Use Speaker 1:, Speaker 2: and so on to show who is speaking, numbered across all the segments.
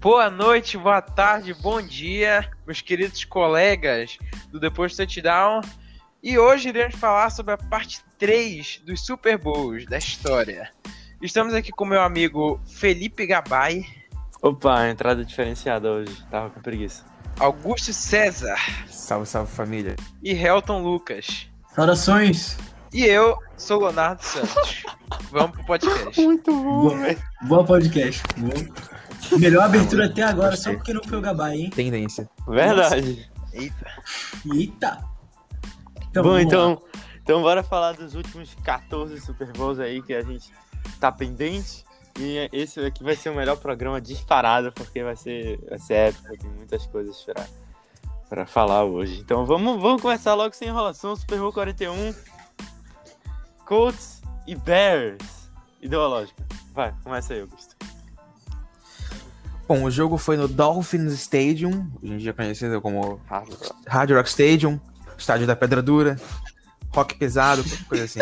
Speaker 1: Boa noite, boa tarde, bom dia, meus queridos colegas do Depois do Touchdown. E hoje iremos falar sobre a parte 3 dos Super Bowls da história. Estamos aqui com meu amigo Felipe Gabay,
Speaker 2: Opa, entrada diferenciada hoje. Tava com preguiça.
Speaker 1: Augusto César
Speaker 3: Salve, salve família.
Speaker 1: e Helton Lucas.
Speaker 4: Saudações!
Speaker 1: E eu sou Leonardo Santos. Vamos pro podcast.
Speaker 2: Muito
Speaker 4: Boa, boa podcast. Boa. Melhor abertura
Speaker 3: mano,
Speaker 4: até agora,
Speaker 3: gostei.
Speaker 4: só porque não foi o Gabá, hein?
Speaker 3: Tendência.
Speaker 2: Verdade.
Speaker 1: Eita.
Speaker 4: Eita!
Speaker 2: Bom,
Speaker 4: vamos lá.
Speaker 2: então, então bora falar dos últimos 14 Super Bowls aí que a gente tá pendente. E esse aqui vai ser o melhor programa disparado, porque vai ser, vai ser épico, tem muitas coisas pra, pra falar hoje. Então vamos, vamos começar logo sem enrolação, Super Bowl 41, Colts e Bears, ideológico. Vai, começa aí, Augusto.
Speaker 3: Bom, o jogo foi no Dolphins Stadium, hoje em dia conhecido como Hard Rock Stadium, Estádio da Pedra Dura, Rock Pesado, qualquer coisa assim.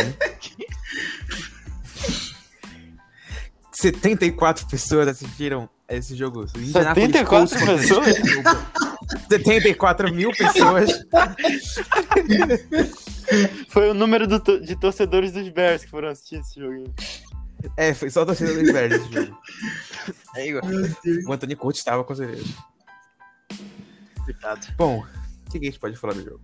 Speaker 3: 74 pessoas assistiram a esse jogo. O Indianapolis
Speaker 2: 74
Speaker 3: Colts-
Speaker 2: pessoas?
Speaker 3: 74 mil pessoas.
Speaker 2: Foi o número do to- de torcedores dos Bears que foram assistir esse jogo.
Speaker 3: É, foi só a torcida do Inverno esse jogo.
Speaker 1: Aí, Igor.
Speaker 3: O Anthony Coach estava com certeza. Bom, o que que a gente pode falar do jogo?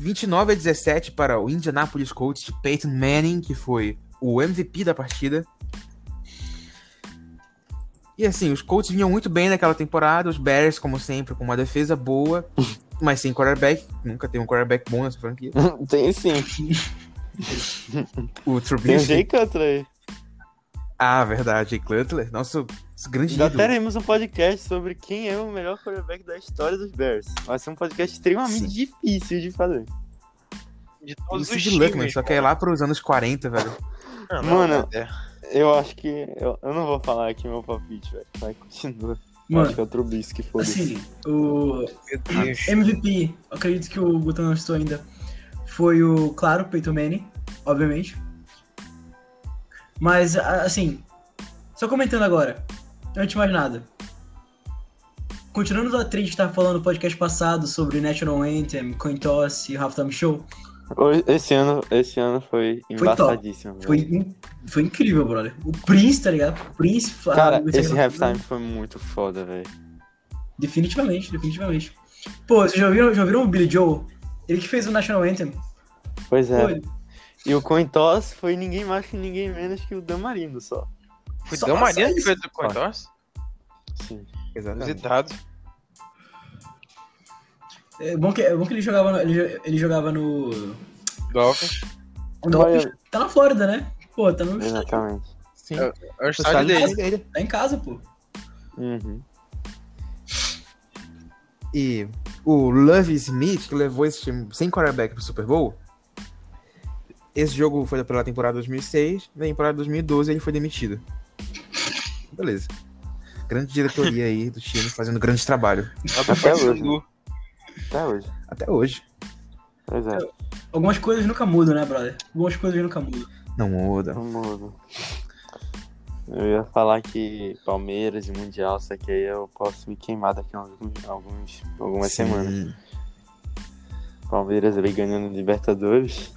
Speaker 3: 29 a 17 para o Indianapolis Colts de Peyton Manning, que foi o MVP da partida. E assim, os Colts vinham muito bem naquela temporada, os Bears, como sempre, com uma defesa boa, mas sem quarterback, nunca tem um quarterback bom nessa franquia.
Speaker 2: Tem sim.
Speaker 3: O
Speaker 2: Tem um o
Speaker 3: Trubisky.
Speaker 2: Jay Cutler
Speaker 3: Ah, verdade, Jay Cutler, nosso grande
Speaker 2: aí. Já
Speaker 3: ídolo.
Speaker 2: teremos um podcast sobre quem é o melhor quarterback da história dos Bears. Vai ser um podcast extremamente
Speaker 3: Sim.
Speaker 2: difícil de fazer.
Speaker 1: De
Speaker 3: E o
Speaker 1: todos os
Speaker 3: Sid
Speaker 1: times.
Speaker 3: Luckman, só que é lá para os anos 40, velho.
Speaker 1: Não,
Speaker 2: Mano.
Speaker 1: é.
Speaker 2: Eu acho que. Eu, eu não vou falar aqui meu palpite, velho. Vai, continua. Eu
Speaker 4: Mano,
Speaker 2: acho que é o Trubisky, foda-se.
Speaker 4: assim, o
Speaker 1: Meu Deus.
Speaker 4: MVP, eu acredito que o Guto não estou ainda, foi o, claro, Peyton Manning, obviamente. Mas, a- assim, só comentando agora, antes de mais nada. Continuando da trilha que estava falando no podcast passado sobre National Anthem, Coin Toss e Halftime Show,
Speaker 2: Hoje- Esse ano, esse ano foi
Speaker 4: top.
Speaker 2: embaçadíssimo. velho.
Speaker 4: Foi, in- foi incrível, brother. O Prince, tá ligado? O Prince. a-
Speaker 2: Cara,
Speaker 4: o-
Speaker 2: esse halftime foi muito foda, velho.
Speaker 4: Definitivamente, definitivamente. Pô, vocês já viram, já viram o Billy Joe? Ele que fez o National Anthem.
Speaker 2: Pois é.
Speaker 4: Pô, ele-
Speaker 2: E o Coin Toss foi ninguém mais que ninguém menos que o Damarino só.
Speaker 1: Foi
Speaker 4: Só-
Speaker 1: Dão Maria
Speaker 4: só
Speaker 1: que
Speaker 4: isso.
Speaker 1: fez o Cointoss?
Speaker 2: Sim.
Speaker 3: Exatamente.
Speaker 1: Visitado.
Speaker 4: é, bom que, é bom que ele jogava, no- ele, jo- ele jogava no.
Speaker 1: Dolphins.
Speaker 4: Dolphins. Tá na Flórida, né? Pô, tá no. Tá
Speaker 2: é Exatamente.
Speaker 3: Sim.
Speaker 1: É o
Speaker 3: O
Speaker 1: estádio dele.
Speaker 3: dele.
Speaker 4: em casa, pô.
Speaker 2: Uhum.
Speaker 3: E o Love Smith, que levou esse time sem quarterback pro Super Bowl, esse jogo foi pela temporada 2006, na temporada 2012 ele foi demitido. Beleza. Grande diretoria aí do time fazendo grande trabalho.
Speaker 2: Até hoje.
Speaker 1: Sandu.
Speaker 2: Até hoje.
Speaker 3: Até hoje.
Speaker 2: Pois é.
Speaker 4: Algumas coisas nunca mudam, né, brother? Algumas coisas nunca mudam.
Speaker 3: Não muda.
Speaker 2: Vamos. Eu ia falar que Palmeiras e Mundial, só que aí eu posso me queimar daqui a alguns, alguns- algumas
Speaker 3: Sim.
Speaker 2: semanas. Palmeiras ali ganhando Libertadores.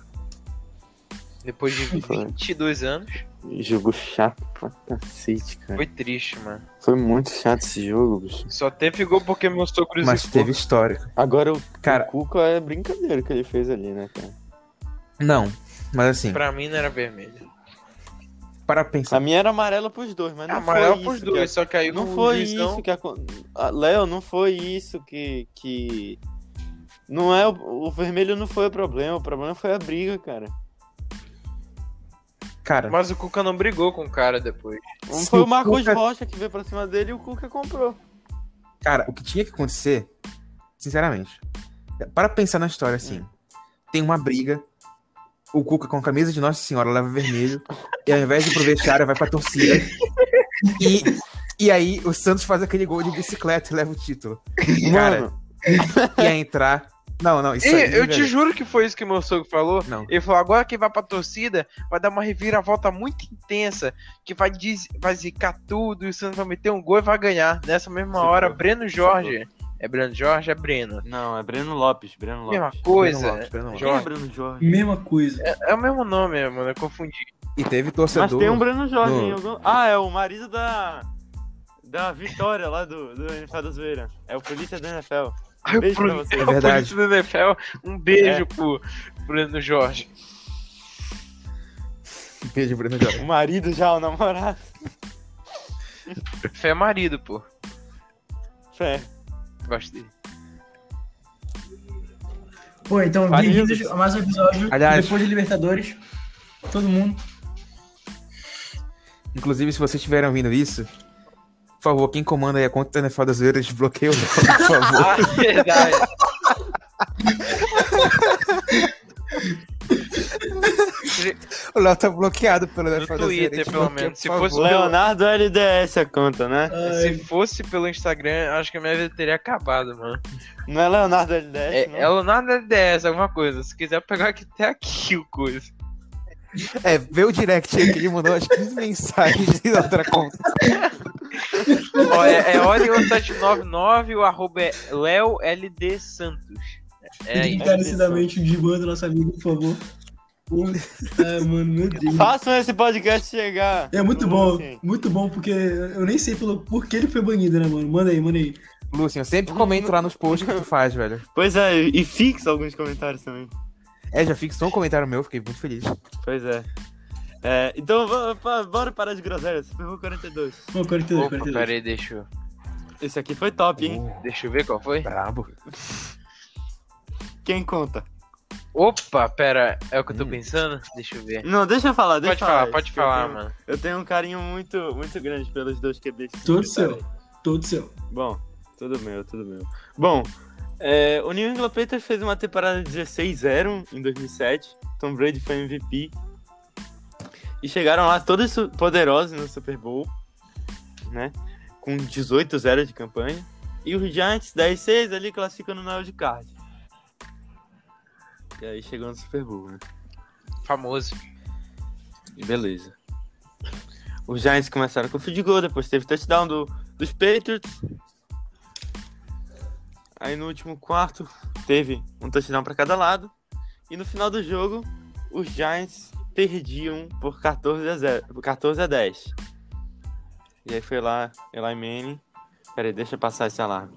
Speaker 1: Depois de
Speaker 2: Foi.
Speaker 1: 22 anos.
Speaker 2: Jogo chato pra cacete,
Speaker 3: É.
Speaker 2: cara.
Speaker 1: Foi triste, mano.
Speaker 2: Foi muito chato esse jogo, bicho.
Speaker 1: Só teve gol porque meu sogro
Speaker 3: Mas
Speaker 1: zicou.
Speaker 3: teve histórico.
Speaker 2: Agora o,
Speaker 3: Cara-
Speaker 2: o Cuca é brincadeira que ele fez ali, né, cara?
Speaker 3: Não. Mas assim,
Speaker 1: Pra mim não era vermelho.
Speaker 3: para
Speaker 2: A
Speaker 3: pensar.
Speaker 2: minha era amarela pros dois, mas Ah, não
Speaker 1: Amarelo
Speaker 2: foi
Speaker 1: pros
Speaker 2: isso que
Speaker 1: dois, só que aí
Speaker 2: Não
Speaker 1: o
Speaker 2: foi
Speaker 1: juizão-
Speaker 2: isso que aconteceu. Léo, não foi isso que. que... Não é o... o vermelho não foi o problema, o problema foi a briga, cara.
Speaker 3: Cara,
Speaker 1: Mas o Cuca não brigou com o cara depois.
Speaker 2: Não
Speaker 3: Se
Speaker 2: Um foi o
Speaker 3: o
Speaker 2: Marcos
Speaker 3: Cuca-
Speaker 2: Rocha que veio pra cima dele e o Cuca comprou.
Speaker 3: Cara, o que tinha que acontecer, sinceramente, para pensar na história assim,
Speaker 1: Hum.
Speaker 3: tem uma briga, o Cuca com a camisa de Nossa Senhora leva vermelho, e ao invés de ir pro vestiário, vai pra torcida. E, e aí o Santos faz aquele gol de bicicleta e leva o título. Cara,
Speaker 2: Mano,
Speaker 3: ia entrar Não, não, isso
Speaker 1: Ih,
Speaker 3: aí.
Speaker 1: eu te
Speaker 3: velho.
Speaker 1: juro que foi isso que meu sogro falou.
Speaker 3: Não.
Speaker 1: Ele falou, agora quem vai pra torcida vai dar uma reviravolta muito intensa, que vai, diz, vai zicar tudo, e o Santos vai meter um gol e vai ganhar. Nessa mesma
Speaker 2: Se
Speaker 1: hora,
Speaker 2: for,
Speaker 1: Breno Jorge. É Breno Jorge, é Breno.
Speaker 2: Não, é Breno Lopes, Breno Lopes.
Speaker 1: Mesma
Speaker 3: Breno
Speaker 1: coisa.
Speaker 3: Lopes, Breno Lopes.
Speaker 2: Quem é
Speaker 1: é Jorge.
Speaker 2: Breno Jorge?
Speaker 4: Mesma coisa.
Speaker 1: É o mesmo nome, mano, eu confundi.
Speaker 3: E teve
Speaker 2: Mas
Speaker 1: é
Speaker 3: torcedor.
Speaker 2: tem um Breno Jorge
Speaker 3: no-
Speaker 2: em algum... Ah, é o marido da... Da Vitória lá do, do NFL da Zoeira. É o polícia da NFL.
Speaker 1: Ai, o
Speaker 2: Beijo pra
Speaker 1: Bruno-
Speaker 2: vocês.
Speaker 1: o
Speaker 3: É verdade.
Speaker 1: polícia do NFL, um beijo
Speaker 2: É.
Speaker 1: pro Breno Jorge.
Speaker 3: Beijo, Breno Jorge.
Speaker 2: O marido já, o namorado.
Speaker 1: Fé é marido, pô.
Speaker 2: É.
Speaker 1: Gosto dele.
Speaker 4: Pô, então,
Speaker 2: Falidos.
Speaker 4: bem-vindos a mais um episódio.
Speaker 3: Aliás-
Speaker 4: Depois de Libertadores. Todo mundo.
Speaker 3: Inclusive, se vocês estiverem ouvindo isso, por favor, quem comanda aí a conta da NFL das Zoeiras, desbloqueia o nome, por favor.
Speaker 1: Ah, verdade.
Speaker 3: o Léo tá bloqueado pelo
Speaker 1: No
Speaker 3: NFL das
Speaker 1: Twitter,
Speaker 3: Zoeiras.
Speaker 1: pelo
Speaker 3: desbloqueia,
Speaker 1: menos. Se
Speaker 3: por
Speaker 1: fosse-
Speaker 3: favor.
Speaker 2: Leonardo LDS a conta, né?
Speaker 1: Se fosse pelo Instagram, acho que a minha vida teria acabado, mano.
Speaker 2: Não é Leonardo LDS,
Speaker 1: É,
Speaker 2: não?
Speaker 1: ela nada dessa, alguma coisa. Se quiser pegar aqui até aqui o coisa.
Speaker 3: É, vê o direct aí que ele mandou as 15 mensagens da outra conta.
Speaker 1: Ó, é é Olion799, o arroba é Léo LD Santos. É,
Speaker 4: Fiquem
Speaker 1: é,
Speaker 4: encarecidamente de boa do nosso amigo, por favor. Pô, Ai, mano, meu Deus.
Speaker 2: Façam esse podcast chegar.
Speaker 4: É muito
Speaker 2: Todo
Speaker 4: bom,
Speaker 2: mundo assim.
Speaker 4: muito bom, porque eu nem sei pelo por que ele foi banido, né, mano? Manda aí, manda aí.
Speaker 3: Lúcio, eu sempre comento lá nos posts que tu faz, velho.
Speaker 2: Pois é, e e fixa alguns comentários também.
Speaker 3: É, já fixou um comentário meu, fiquei muito feliz.
Speaker 2: Pois é. É, então va- pa- bora parar de groselha, Super Bowl 42.
Speaker 4: Pô, 42,
Speaker 1: Opa,
Speaker 4: 42.
Speaker 1: peraí, deixa eu,
Speaker 2: Esse aqui foi top, hein?
Speaker 3: Uh,
Speaker 1: deixa eu ver qual foi.
Speaker 3: brabo.
Speaker 2: Quem conta?
Speaker 1: Opa, pera, é o que eu tô
Speaker 3: Hum.
Speaker 1: pensando? Deixa eu ver.
Speaker 2: Não, deixa eu falar, deixa
Speaker 1: Pode
Speaker 2: eu falar.
Speaker 1: falar, pode
Speaker 2: isso, que eu
Speaker 1: falar,
Speaker 2: tenho-
Speaker 1: mano.
Speaker 2: Eu tenho um carinho muito, muito grande pelos dois QBs. que
Speaker 4: Todo
Speaker 2: enfrentaram.
Speaker 4: seu, todo seu.
Speaker 2: Bom, tudo meu, tudo meu. Bom, é, o New England Patriots fez uma temporada 16-0 em 2007. Tom Brady foi MVP. E chegaram lá todos su- poderosos no Super Bowl, né? Com 18-0 de campanha. E os Giants 10-6 ali classificando no wild card. E aí chegou no Super Bowl, né?
Speaker 1: Famoso.
Speaker 2: E beleza. Os Giants começaram com o field goal, depois teve touchdown do, dos Patriots. Aí no último quarto teve um touchdown para cada lado. E no final do jogo, os Giants perdiam por 14 a, 0, por 14 a 10. E aí foi lá, Eli Manning. Peraí, deixa eu passar esse alarme.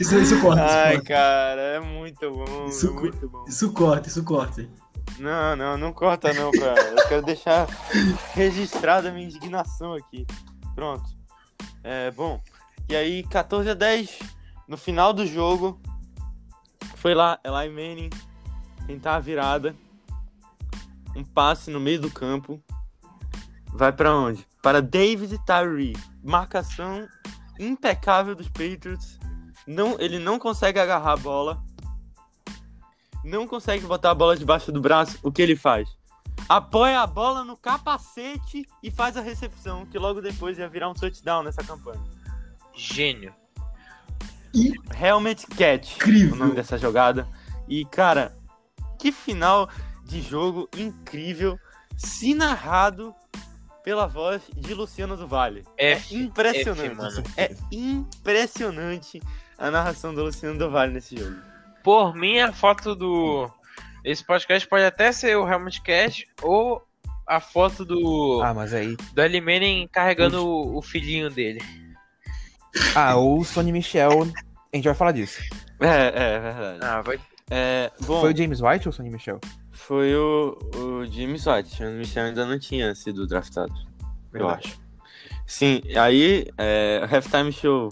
Speaker 4: Isso, isso corta, isso
Speaker 2: Ai,
Speaker 4: corta.
Speaker 2: cara, é muito bom,
Speaker 4: Isso
Speaker 2: é
Speaker 4: cu-
Speaker 2: muito bom.
Speaker 4: Isso corta, isso corta.
Speaker 2: Não, não, não corta não, cara. Eu quero deixar registrada a minha indignação aqui. Pronto. É, bom. E aí, 14 a 10, no final do jogo, foi lá Eli Manning tentar a virada. Um passe no meio do campo. Vai pra onde? Para David Tyree. Marcação impecável dos Patriots. Não, ele não consegue agarrar a bola não consegue botar a bola debaixo do braço, o que ele faz? Apoia a bola no capacete e faz a recepção, que logo depois ia virar um touchdown nessa campanha.
Speaker 1: Gênio.
Speaker 2: Helmet Catch,
Speaker 4: Incrível.
Speaker 2: o nome dessa jogada. E, cara, que final de jogo incrível, se narrado pela voz de Luciano do Vale. É
Speaker 1: F, F,
Speaker 2: impressionante.
Speaker 1: mano.
Speaker 2: é impressionante a narração do Luciano do Vale nesse jogo.
Speaker 1: Por mim, a foto do. Esse podcast pode até ser o Helmut Cash ou a foto do.
Speaker 3: Ah, mas aí.
Speaker 1: do Eli Manning carregando o, o filhinho dele.
Speaker 3: Ah, o Sonny Michel. A gente vai falar disso.
Speaker 2: É, é verdade.
Speaker 1: Ah, vai.
Speaker 2: É, bom,
Speaker 3: Foi o James White ou o Sonny Michel?
Speaker 2: Foi o, o Jimmy Swat. O Michel ainda não tinha sido draftado, eu
Speaker 3: Verdade.
Speaker 2: acho. Sim, aí é, o Halftime Show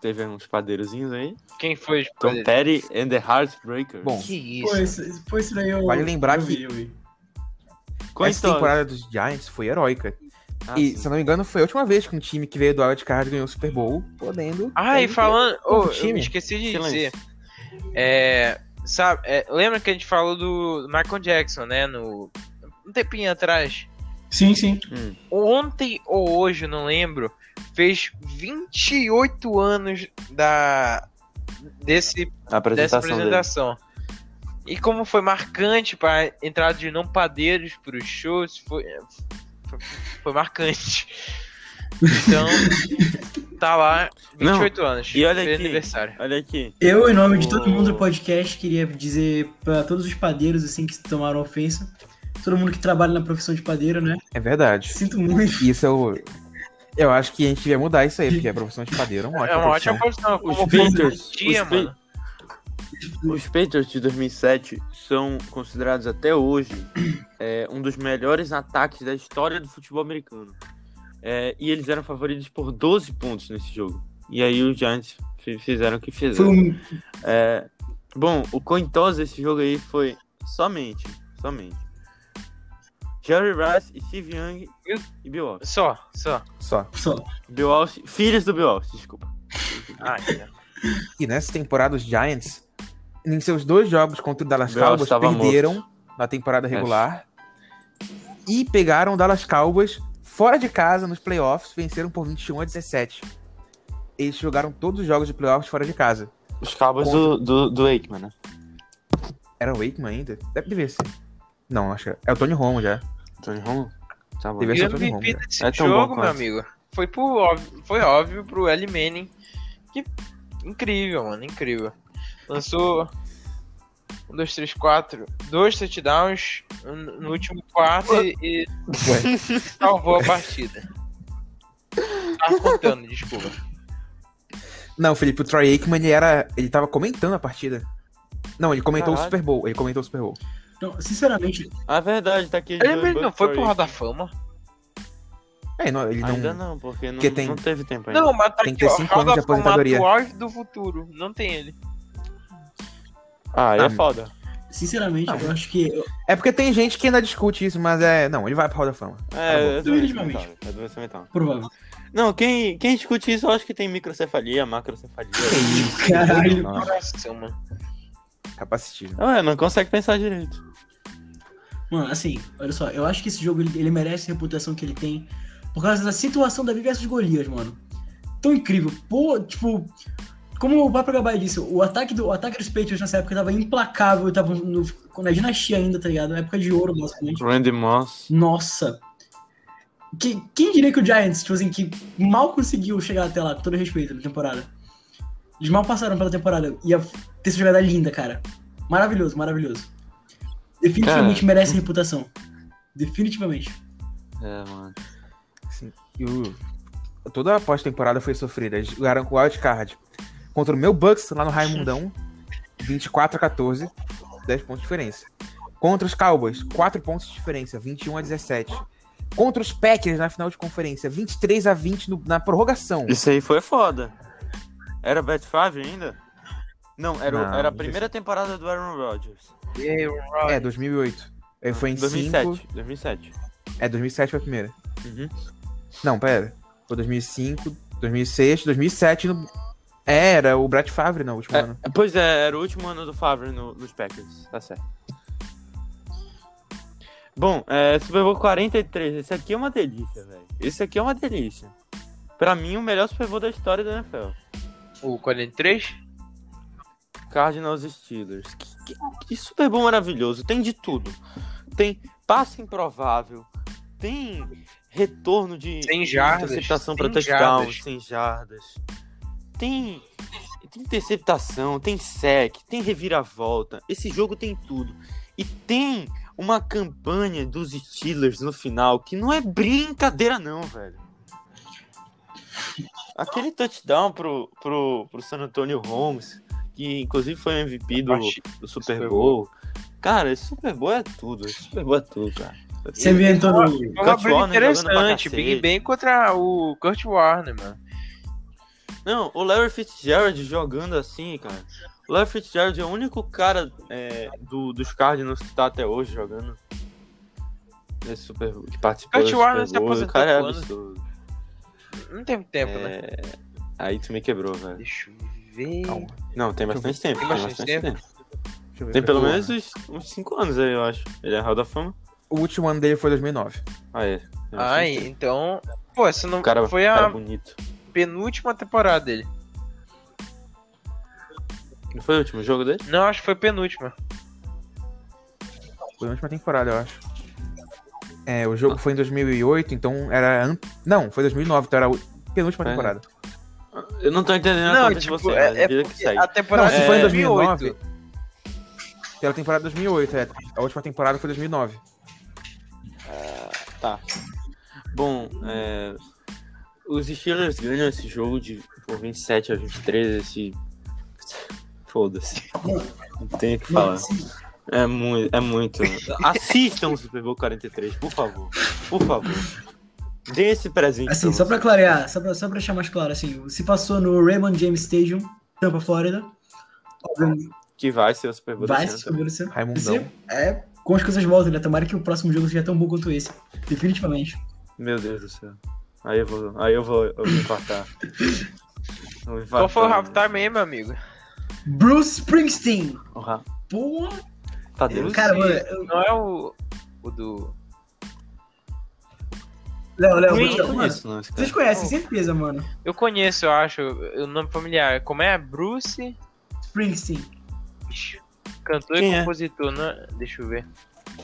Speaker 2: teve uns padeirozinhos aí.
Speaker 1: Quem foi?
Speaker 2: Tom Petty and the Heartbreakers.
Speaker 3: Bom,
Speaker 1: Que
Speaker 4: Pô,
Speaker 1: é isso?
Speaker 4: isso, pô, isso daí eu.
Speaker 3: Vale lembrar
Speaker 4: eu
Speaker 3: que-
Speaker 4: vi, eu vi.
Speaker 3: essa temporada dos Giants foi heróica.
Speaker 2: então? Ah,
Speaker 3: e,
Speaker 2: sim.
Speaker 3: se eu não me engano, foi a última vez que um time que veio do Wild Card ganhou o Super Bowl, podendo.
Speaker 1: Ah, e falando. Oh,
Speaker 3: Novo
Speaker 1: eu
Speaker 3: time.
Speaker 1: me esqueci de
Speaker 2: Silêncio.
Speaker 1: dizer. É, sabe, é, lembra que a gente falou do Michael Jackson, né? No, um tempinho atrás.
Speaker 4: Sim, sim.
Speaker 1: Ontem ou hoje, eu não lembro. Fez 28 anos da, desse dessa
Speaker 2: A apresentação, dele.
Speaker 1: apresentação. E como foi marcante para a entrada de não padeiros para os shows, foi, foi, foi marcante. Então, tá lá, 28 anos.
Speaker 2: e olha
Speaker 1: feliz
Speaker 2: aqui.
Speaker 1: aniversário.
Speaker 2: Olha aqui.
Speaker 4: Eu, em nome de todo
Speaker 2: O-
Speaker 4: mundo do podcast, queria dizer pra todos os padeiros assim que tomaram ofensa, todo mundo que trabalha na profissão de padeiro, né?
Speaker 3: É verdade.
Speaker 4: Sinto muito.
Speaker 3: Isso eu. Eu acho que a gente devia mudar isso aí, porque a profissão de padeiro é uma ótima.
Speaker 1: É uma
Speaker 3: profissão.
Speaker 1: ótima posição.
Speaker 2: Os
Speaker 1: Como foi um
Speaker 2: Patriots,
Speaker 1: dia,
Speaker 2: os Pa-
Speaker 1: mano.
Speaker 2: Os Patriots de 2007 são considerados até hoje é, um dos melhores ataques da história do futebol americano. É, e eles eram favoritos por 12 pontos nesse jogo. E aí os Giants fi- fizeram o que
Speaker 4: Foi
Speaker 2: fizeram.
Speaker 4: um...
Speaker 2: É, bom, o cointoss desse jogo aí foi somente, somente. Jerry Rice e Steve Young
Speaker 1: Eu-
Speaker 2: e Bill Walsh.
Speaker 1: Só, só.
Speaker 3: Só.
Speaker 4: Só.
Speaker 2: Bill Walsh, filhos do Bill Walsh, desculpa.
Speaker 1: Ah, então.
Speaker 3: E nessa temporada, os Giants, em seus dois jogos contra o Dallas
Speaker 2: Bell
Speaker 3: Cowboys,
Speaker 2: estava
Speaker 3: perderam
Speaker 2: morto.
Speaker 3: na temporada regular. E pegaram o Dallas Cowboys fora de casa nos playoffs, venceram por 21 a 17. Eles jogaram todos os jogos de playoffs fora de casa.
Speaker 2: Os Cowboys do, do, do Aikman, né?
Speaker 3: Era o Wakeman ainda? Deve dever ser. Não, acho que é o Tony Romo já.
Speaker 2: Tony Romo? Tá bom.
Speaker 3: Teve
Speaker 1: E
Speaker 3: essa
Speaker 1: o
Speaker 3: foi bom,
Speaker 1: MVP
Speaker 3: cara.
Speaker 1: desse
Speaker 2: É tão
Speaker 1: jogo,
Speaker 2: bom
Speaker 1: meu
Speaker 2: quanto.
Speaker 1: amigo, foi, por óbvio, foi óbvio pro Eli Manning. Que incrível, mano, incrível. Lançou 1, 2, 3, 4, dois touchdowns um no último quarto e, e salvou a partida. Tava contando, desculpa.
Speaker 3: Não, Felipe, o Troy Aikman, ele era. Ele tava comentando a partida. Não, ele comentou o
Speaker 2: Caralho.
Speaker 3: Super Bowl. Ele comentou o Super Bowl.
Speaker 4: Não, sinceramente,
Speaker 2: A verdade, tá aqui.
Speaker 1: Ele
Speaker 2: do-
Speaker 1: mesmo
Speaker 2: do
Speaker 1: É, não foi
Speaker 2: Troy
Speaker 1: pro Hall da Fama.
Speaker 3: É, não, ele não.
Speaker 2: Ainda não, porque não,
Speaker 3: Porque tem-
Speaker 2: não teve tempo ainda.
Speaker 1: Não, mas tá
Speaker 3: Tem que
Speaker 1: aqui,
Speaker 3: ter
Speaker 1: ó,
Speaker 3: cinco
Speaker 1: Hall
Speaker 3: anos
Speaker 1: da
Speaker 3: de
Speaker 1: Fama
Speaker 3: aposentadoria.
Speaker 1: atual e do futuro. Não tem ele.
Speaker 2: Ah, ele
Speaker 3: Ah,
Speaker 2: é foda.
Speaker 4: sinceramente,
Speaker 3: Não.
Speaker 4: eu acho que. eu-
Speaker 3: É porque tem gente que ainda discute isso, mas é. Não, ele vai pro Hall da Fama.
Speaker 2: É, é doença
Speaker 4: Duvidamente.
Speaker 2: mental. É doença mental.
Speaker 4: Provável.
Speaker 2: Não, quem, quem discute isso, eu acho que tem microcefalia, macrocefalia.
Speaker 4: Caralho.
Speaker 3: Não,
Speaker 1: Coração, mano.
Speaker 3: capacitismo.
Speaker 2: Ah, é, não consegue pensar direito.
Speaker 4: Mano, assim, olha só, eu acho que esse jogo ele, ele merece a reputação que ele tem por causa da situação da versus Golias, mano. Tão incrível. Pô, tipo, como o Papa Gabai disse, o ataque, do, o ataque dos Patriots nessa época tava implacável, tava no, na dinastia ainda, tá ligado? Na época de ouro, basicamente.
Speaker 2: Randy Moss.
Speaker 4: Nossa! Que, quem diria que o Giants, tipo assim, que mal conseguiu chegar até lá, com todo respeito, na temporada. Eles mal passaram pela temporada. E a terça jogada é linda, cara. Maravilhoso, maravilhoso. Definitivamente
Speaker 2: Cara.
Speaker 4: merece reputação. Definitivamente.
Speaker 2: É, mano.
Speaker 3: E o... Toda a pós-temporada foi sofrida. Eles jogaram com o Wildcard contra o meu Bucks lá no Raimundão. 24 a 14, 10 pontos de diferença. Contra os Cowboys, 4 pontos de diferença, 21 a 17. Contra os Packers na final de conferência, 23 a 20 no- na prorrogação.
Speaker 2: Isso aí foi foda. Era Bet 5 ainda? Não, era, o-
Speaker 3: Não,
Speaker 2: era a
Speaker 3: não
Speaker 2: primeira temporada do Aaron Rodgers.
Speaker 3: É, 2008. Aí foi em
Speaker 2: 2007.
Speaker 3: 5.
Speaker 2: 2007.
Speaker 3: É, 2007 foi a primeira.
Speaker 2: Uhum.
Speaker 3: Não, pera. Foi 2005, 2006, 2007. No... É, era o Brett Favre no último ano.
Speaker 2: Pois é, era o último ano do Favre no, nos Packers, tá certo. Bom, é, Super Bowl 43, esse aqui é uma delícia, velho. Esse aqui é uma delícia. Pra mim, o melhor Super Bowl da história da NFL.
Speaker 1: O 43?
Speaker 2: Cardinals e Steelers. Que, que, que Super Bowl maravilhoso, tem de tudo. Tem passe improvável, tem retorno de
Speaker 1: Sem jardas,
Speaker 2: interceptação para
Speaker 1: sem
Speaker 2: touchdown,
Speaker 1: jardas.
Speaker 2: sem jardas. Tem tem interceptação, tem sec, tem reviravolta. Esse jogo tem tudo. E tem uma campanha dos Steelers no final que não é brincadeira não, velho. Aquele touchdown pro, pro, pro San Antonio Holmes, que inclusive foi MVP do, do Super,
Speaker 1: Super
Speaker 2: Bowl. Cara, esse Super Bowl é tudo. Esse Super Bowl é tudo, cara.
Speaker 4: Você inventou no.
Speaker 1: Foi É uma
Speaker 2: Kurt
Speaker 1: briga
Speaker 2: Warner jogando pra
Speaker 1: interessante. Big
Speaker 2: cacete.
Speaker 1: Ben contra o Kurt Warner, mano.
Speaker 2: Não, o Larry Fitzgerald jogando assim, cara. O Larry Fitzgerald é o único cara é, do, dos Cardinals que tá até hoje jogando. Nesse Super Bowl, que participou
Speaker 1: Kurt
Speaker 2: do
Speaker 1: Warner
Speaker 2: Super
Speaker 1: se
Speaker 2: Bowl. O
Speaker 1: aposentou
Speaker 2: cara é
Speaker 1: quando?
Speaker 2: absurdo.
Speaker 1: Não tem tempo, né?
Speaker 2: É, Aí tu me quebrou, velho.
Speaker 1: Deixa eu ver.
Speaker 3: Calma.
Speaker 2: É. Não, tem bastante tempo. Tem
Speaker 1: bastante
Speaker 2: bastante,
Speaker 1: tempo.
Speaker 2: tempo.
Speaker 3: Deixa eu ver
Speaker 2: Tem
Speaker 3: pra
Speaker 2: pelo
Speaker 3: ver.
Speaker 2: menos uns- uns 5 anos aí, eu acho. Ele é Hall da Fama.
Speaker 3: O último ano dele foi 2009.
Speaker 2: Ah, é. Tem bastante
Speaker 1: Ai,
Speaker 2: tempo.
Speaker 1: então. Pô, essa não
Speaker 2: O cara
Speaker 1: foi a
Speaker 2: cara bonito.
Speaker 1: penúltima temporada dele.
Speaker 2: Não foi o último jogo dele?
Speaker 1: Não, acho que foi penúltima.
Speaker 3: Foi a última temporada, eu acho. É, o
Speaker 2: Ah.
Speaker 3: jogo foi em 2008, então era. an- Não, foi 2009, então era a penúltima
Speaker 2: É.
Speaker 3: temporada.
Speaker 2: Eu não tô entendendo a
Speaker 1: Não,
Speaker 2: conta de
Speaker 1: tipo,
Speaker 2: você,
Speaker 1: é-
Speaker 2: mas
Speaker 1: é
Speaker 2: vida que
Speaker 1: porque
Speaker 2: segue.
Speaker 1: a temporada
Speaker 3: não, se
Speaker 1: é
Speaker 3: foi em
Speaker 1: 2008.
Speaker 3: 2009. Pela temporada 2008, é. A última temporada foi 2009.
Speaker 2: Tá. Bom, é, os Steelers ganham esse jogo de por 27 a 23, esse. Foda-se. Não tem o que
Speaker 4: Mano,
Speaker 2: falar.
Speaker 4: assim,
Speaker 2: É muito, é muito. Assistam o Super Bowl 43, por favor. Por favor. Dê esse presente.
Speaker 4: assim,
Speaker 2: pra
Speaker 4: só
Speaker 2: você.
Speaker 4: pra clarear, só pra, só pra deixar mais claro, assim, se passou no Raymond James Stadium, Tampa, Flórida. Obviamente,
Speaker 2: Que vai ser o Super Bowl
Speaker 4: Vai
Speaker 2: desse
Speaker 4: se
Speaker 2: ano.
Speaker 4: favorecer.
Speaker 3: Raimundão.
Speaker 4: É, com as coisas voltam, né? Tomara que o próximo jogo seja tão bom quanto esse. Definitivamente.
Speaker 2: Meu Deus do céu. Aí eu vou. Aí eu vou, eu vou infartar. Vou
Speaker 1: Qual Então foi o Tá-
Speaker 2: infartar,
Speaker 1: halftime aí, meu amigo?
Speaker 4: Bruce Springsteen!
Speaker 2: né? O Tá Ra-
Speaker 4: Pô,
Speaker 2: Tadeu.
Speaker 4: cara, mano. eu-
Speaker 1: Não é o. O do.
Speaker 4: Léo, Léo,
Speaker 1: Green,
Speaker 4: vou
Speaker 2: Eu
Speaker 4: te dar-
Speaker 2: não
Speaker 4: mano,
Speaker 2: conheço, não, esse cara.
Speaker 4: Vocês conhecem, certeza, mano.
Speaker 1: Eu conheço, eu acho. O nome familiar. Como é? Bruce.
Speaker 4: Springsteen.
Speaker 1: Cantor
Speaker 2: Quem
Speaker 1: e
Speaker 2: é?
Speaker 1: compositor, né? Deixa eu ver.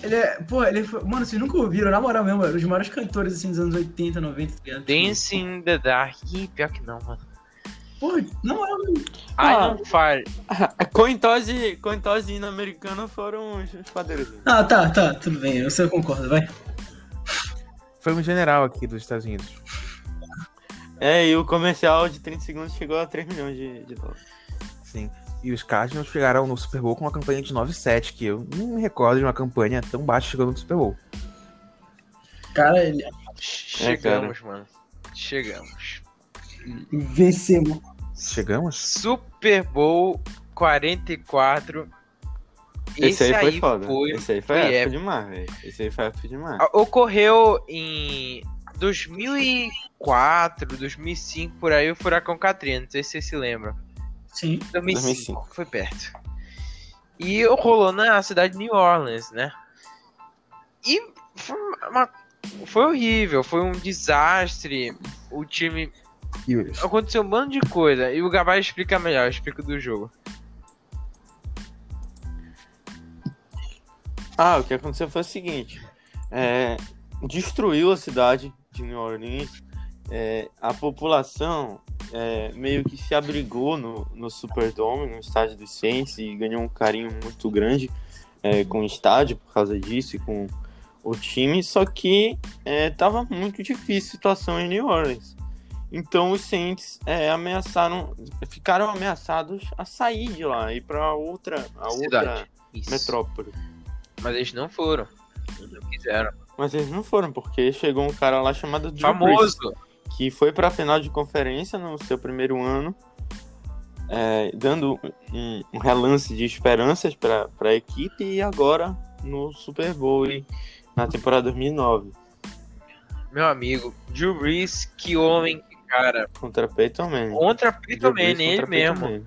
Speaker 4: Ele é. Pô, ele foi. Mano, vocês nunca ouviram, na moral mesmo, era um dos maiores cantores assim dos anos 80, 90, tá ligado?
Speaker 1: Dance in the Dark. Ih, pior que não, mano.
Speaker 4: Tipo, Pô, na moral,
Speaker 1: Ah. I don't fire.
Speaker 2: Cointose, cointose americano foram os os padeiros.
Speaker 4: Ah, tá, tá, tudo bem, eu só concordo, vai.
Speaker 3: Foi um general aqui dos Estados Unidos.
Speaker 2: É, e o comercial de 30 segundos chegou a 3 milhões de, de dólares.
Speaker 3: Sim. E os Cardinals chegaram no Super Bowl com uma campanha de 9-7, que eu não me recordo de uma campanha tão baixa chegando no Super Bowl.
Speaker 4: Cara, ele...
Speaker 2: É,
Speaker 1: Chegamos, mano. Chegamos.
Speaker 4: vencemos.
Speaker 3: Chegamos?
Speaker 1: Super Bowl 44.
Speaker 2: Esse, aí foi foda.
Speaker 1: foi-
Speaker 2: Esse aí foi
Speaker 1: foi
Speaker 2: épico
Speaker 1: épico.
Speaker 2: demais, velho. Esse aí foi épico demais.
Speaker 1: A- Ocorreu em 2004, 2005, por aí, o furacão Katrina. Não sei se vocês se lembram.
Speaker 4: Sim.
Speaker 1: 2005,
Speaker 2: 2005.
Speaker 1: foi perto. E rolou na cidade de New Orleans, né? E foi, uma- foi horrível, foi um desastre. O time.
Speaker 3: E os...
Speaker 1: Aconteceu um bando de coisa. E o Gabay explica melhor, explica do jogo.
Speaker 2: Ah, o que aconteceu foi o seguinte: é, destruiu a cidade de New Orleans. é, a população é, meio que se abrigou no, no Superdome, no estádio dos Saints, e ganhou um carinho muito grande é, com o estádio por causa disso e com o time. Só que é, tava muito difícil a situação em New Orleans. Então os Saints é, ameaçaram, ficaram ameaçados a sair de lá e para outra, a outra
Speaker 1: Cidade. Isso.
Speaker 2: metrópole.
Speaker 1: Mas eles não foram. Eles não quiseram.
Speaker 2: Mas eles não foram, porque chegou um cara lá chamado Drew Brees,
Speaker 1: Famoso.
Speaker 2: que foi pra final de conferência no seu primeiro ano, é, dando um, um relance de esperanças pra pra equipe e agora no Super Bowl e na temporada 2009
Speaker 1: Meu amigo, Drew Brees, que homem, que cara.
Speaker 2: contra Peyton Manning.
Speaker 1: Contra Peyton
Speaker 2: Drew Brees
Speaker 1: Manning, ele
Speaker 2: contra Peyton
Speaker 1: mesmo.
Speaker 2: Manning,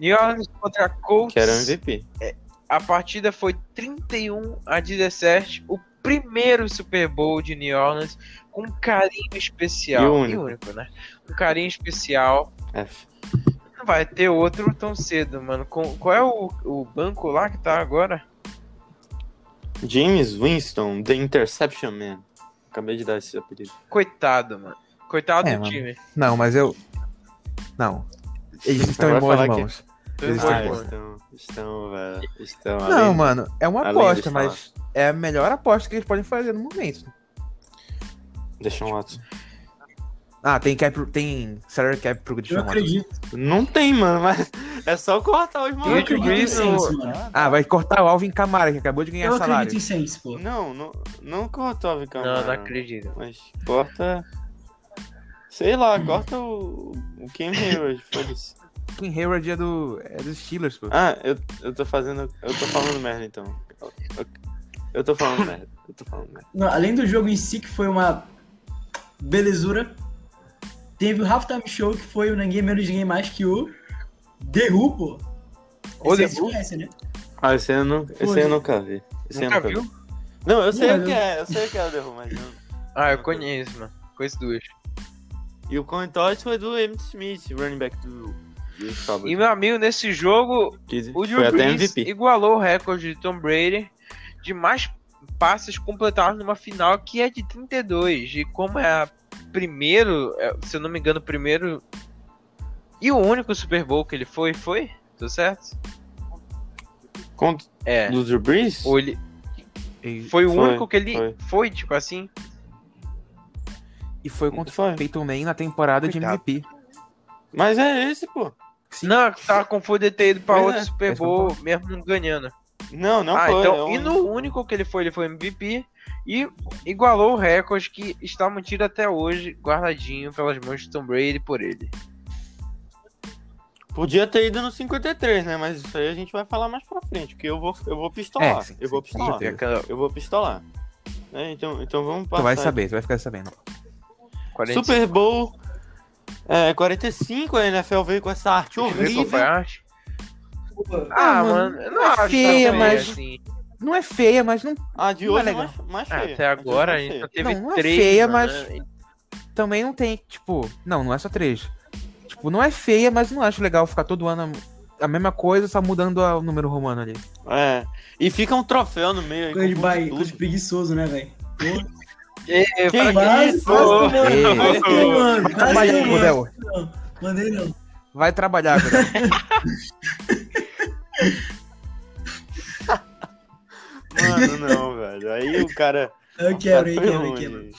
Speaker 1: New Orleans contra Colts.
Speaker 2: que era o MVP.
Speaker 1: A partida foi 31 a 17, o primeiro Super Bowl de New Orleans com um carinho especial.
Speaker 2: E único.
Speaker 1: né? Um carinho especial.
Speaker 2: F.
Speaker 1: Não vai ter outro tão cedo, mano. Com- qual é o, o banco lá que tá agora?
Speaker 2: James Winston, The Interception Man. Acabei de dar esse apelido.
Speaker 1: Coitado, mano. Coitado
Speaker 3: É,
Speaker 1: do
Speaker 3: mano.
Speaker 1: time.
Speaker 3: Não, mas eu. Não. Eles estão em
Speaker 2: Vai
Speaker 3: boas
Speaker 2: falar que-
Speaker 3: mãos.
Speaker 1: Dois
Speaker 3: Eles
Speaker 2: Ah,
Speaker 3: estão
Speaker 1: gols.
Speaker 2: estão, estão, velho, estão
Speaker 3: Não,
Speaker 2: além-
Speaker 3: mano, é uma
Speaker 2: além
Speaker 3: aposta,
Speaker 2: dos
Speaker 3: mas é a melhor aposta que eles podem fazer no momento.
Speaker 2: Deixa um ato.
Speaker 3: Ah, tem cap, pro- tem salary cap pro Deshaun
Speaker 4: Eu
Speaker 3: Watson.
Speaker 4: acredito.
Speaker 2: Não tem, mano, mas é só cortar os malucos.
Speaker 1: acredito
Speaker 2: né?
Speaker 1: em
Speaker 4: Saints, mano.
Speaker 3: Ah, vai cortar o Alvin Kamara, que acabou de ganhar
Speaker 4: Eu
Speaker 3: salário.
Speaker 4: acredito em Saints, pô.
Speaker 2: Não, não, não corta o Alvin Kamara.
Speaker 1: Não, não acredito.
Speaker 2: Mas corta. Sei lá, corta o, o Kim Hayward, foda-se.
Speaker 3: Quem Hayward é, do, é dos Steelers, pô.
Speaker 2: Ah, eu, eu tô fazendo. Eu tô falando merda então. Eu, eu- eu tô falando merda. Eu tô falando merda.
Speaker 4: Não, além do jogo em si, que foi uma belezura, teve o Halftime Show, que foi o ninguém menos ninguém mais que o The Who, pô.
Speaker 1: O
Speaker 4: Esse aí
Speaker 1: The
Speaker 4: vocês
Speaker 1: Who?
Speaker 4: conhecem, né?
Speaker 2: Ah, esse eu, não, esse
Speaker 4: Poxa.
Speaker 2: eu nunca vi. Esse eu
Speaker 1: Nunca viu?
Speaker 2: vi. Não, eu sei
Speaker 4: Não,
Speaker 2: o que
Speaker 4: eu-
Speaker 2: é, eu sei o que é o derrubo, mas não.
Speaker 1: Ah, eu conheço, mano. Conheço duas.
Speaker 2: E o Coin Toss foi do Emmitt Smith, running back do, E sobra.
Speaker 1: E meu amigo, nesse jogo,
Speaker 2: Kizzy
Speaker 1: o
Speaker 2: foi
Speaker 1: Drew
Speaker 2: até
Speaker 1: Brees
Speaker 2: MVP.
Speaker 1: igualou o recorde de Tom Brady de mais passes completados numa final, que é de 32. E como é a primeiro, é, se eu não me engano, o primeiro e o único Super Bowl que ele foi, foi? Tudo certo?
Speaker 2: Contra
Speaker 1: É.
Speaker 2: do Drew Brees?
Speaker 1: Ou ele
Speaker 3: E,
Speaker 1: foi o
Speaker 2: Foi,
Speaker 1: único que ele
Speaker 2: foi.
Speaker 1: foi, tipo assim.
Speaker 3: e foi contra
Speaker 2: Foi.
Speaker 3: o Peyton Manning na temporada
Speaker 1: Coitado.
Speaker 3: de MVP.
Speaker 2: Mas é esse, pô.
Speaker 1: Não, eu tava confundido ter ido pra
Speaker 2: Pois
Speaker 1: outro
Speaker 2: é.
Speaker 1: Super
Speaker 3: Esse
Speaker 1: Bowl, mesmo não ganhando.
Speaker 2: Não, não
Speaker 1: ah,
Speaker 2: foi. é
Speaker 1: então,
Speaker 2: um-
Speaker 1: e no único que ele foi, ele foi MVP e igualou o recorde que está mantido até hoje, guardadinho pelas mãos de Tom Brady por ele.
Speaker 2: Podia ter ido no 53, né? Mas isso aí a gente vai falar mais pra frente, porque eu vou, eu vou pistolar.
Speaker 3: É, sim,
Speaker 2: eu vou
Speaker 3: sim,
Speaker 2: pistolar.
Speaker 3: com certeza.
Speaker 2: Eu vou pistolar. É, então, então vamos passar.
Speaker 3: Tu vai saber, tu vai ficar sabendo.
Speaker 1: 40...
Speaker 2: Super Bowl é, 45, a NFL veio com essa arte horrível.
Speaker 1: Foi arte.
Speaker 4: Pô,
Speaker 1: Ah,
Speaker 3: Ah,
Speaker 1: mano,
Speaker 3: mano,
Speaker 1: eu
Speaker 3: é
Speaker 1: não acho tão
Speaker 3: feia,
Speaker 1: feia
Speaker 3: mas-
Speaker 1: assim.
Speaker 3: Não é feia, mas não,
Speaker 2: A de
Speaker 3: Não é
Speaker 2: hoje é
Speaker 3: legal.
Speaker 2: mais, mais
Speaker 1: Ah,
Speaker 2: feia.
Speaker 1: até
Speaker 2: A de hoje
Speaker 1: agora a
Speaker 2: mais
Speaker 1: gente
Speaker 2: feia.
Speaker 1: só teve
Speaker 3: Não, não é
Speaker 1: três.
Speaker 3: feia,
Speaker 1: mano,
Speaker 3: mas-
Speaker 1: né?
Speaker 3: também não tem, tipo. Não, não é só três. Tipo, não é feia, mas não acho legal ficar todo ano a mesma coisa, só mudando a- o número romano ali.
Speaker 2: É. E fica um troféu no meio aí.
Speaker 4: Coisa de
Speaker 2: confunde
Speaker 4: Bahia,
Speaker 2: tudo.
Speaker 4: coisa de preguiçoso, né, velho?
Speaker 1: É,
Speaker 2: Que
Speaker 1: pra-
Speaker 4: Quase,
Speaker 2: isso?
Speaker 4: quase,
Speaker 3: Ei.
Speaker 4: tomando, quase tomando,
Speaker 3: Vai
Speaker 4: quase
Speaker 3: trabalhar,
Speaker 4: tomando.
Speaker 3: Gudel.
Speaker 4: assim, Mandei não.
Speaker 3: Vai trabalhar, Gudel.
Speaker 2: Mano, não, velho. Aí o cara.
Speaker 4: né? Eu quero,
Speaker 2: Foi
Speaker 4: eu quero, eu
Speaker 2: ruim.
Speaker 4: quero.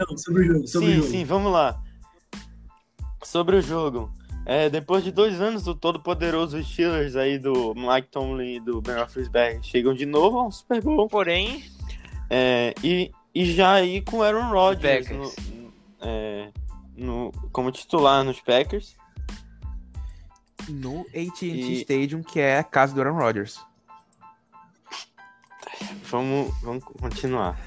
Speaker 4: Não, sobre o jogo, sobre o
Speaker 2: Sim,
Speaker 4: jogo.
Speaker 2: sim, vamos lá. Sobre o jogo. É, depois de dois anos, o todo-poderoso Steelers aí do Mike Tomlin e do Ben Roethlisberger chegam de novo ao Super Bowl.
Speaker 1: Porém,
Speaker 2: É, e, e já aí com Aaron Rodgers
Speaker 1: Packers.
Speaker 2: no- é, no- como titular nos Packers.
Speaker 3: No AT&T
Speaker 2: E-
Speaker 3: Stadium, que é a casa do Aaron Rodgers.
Speaker 2: Vamos, vamos continuar.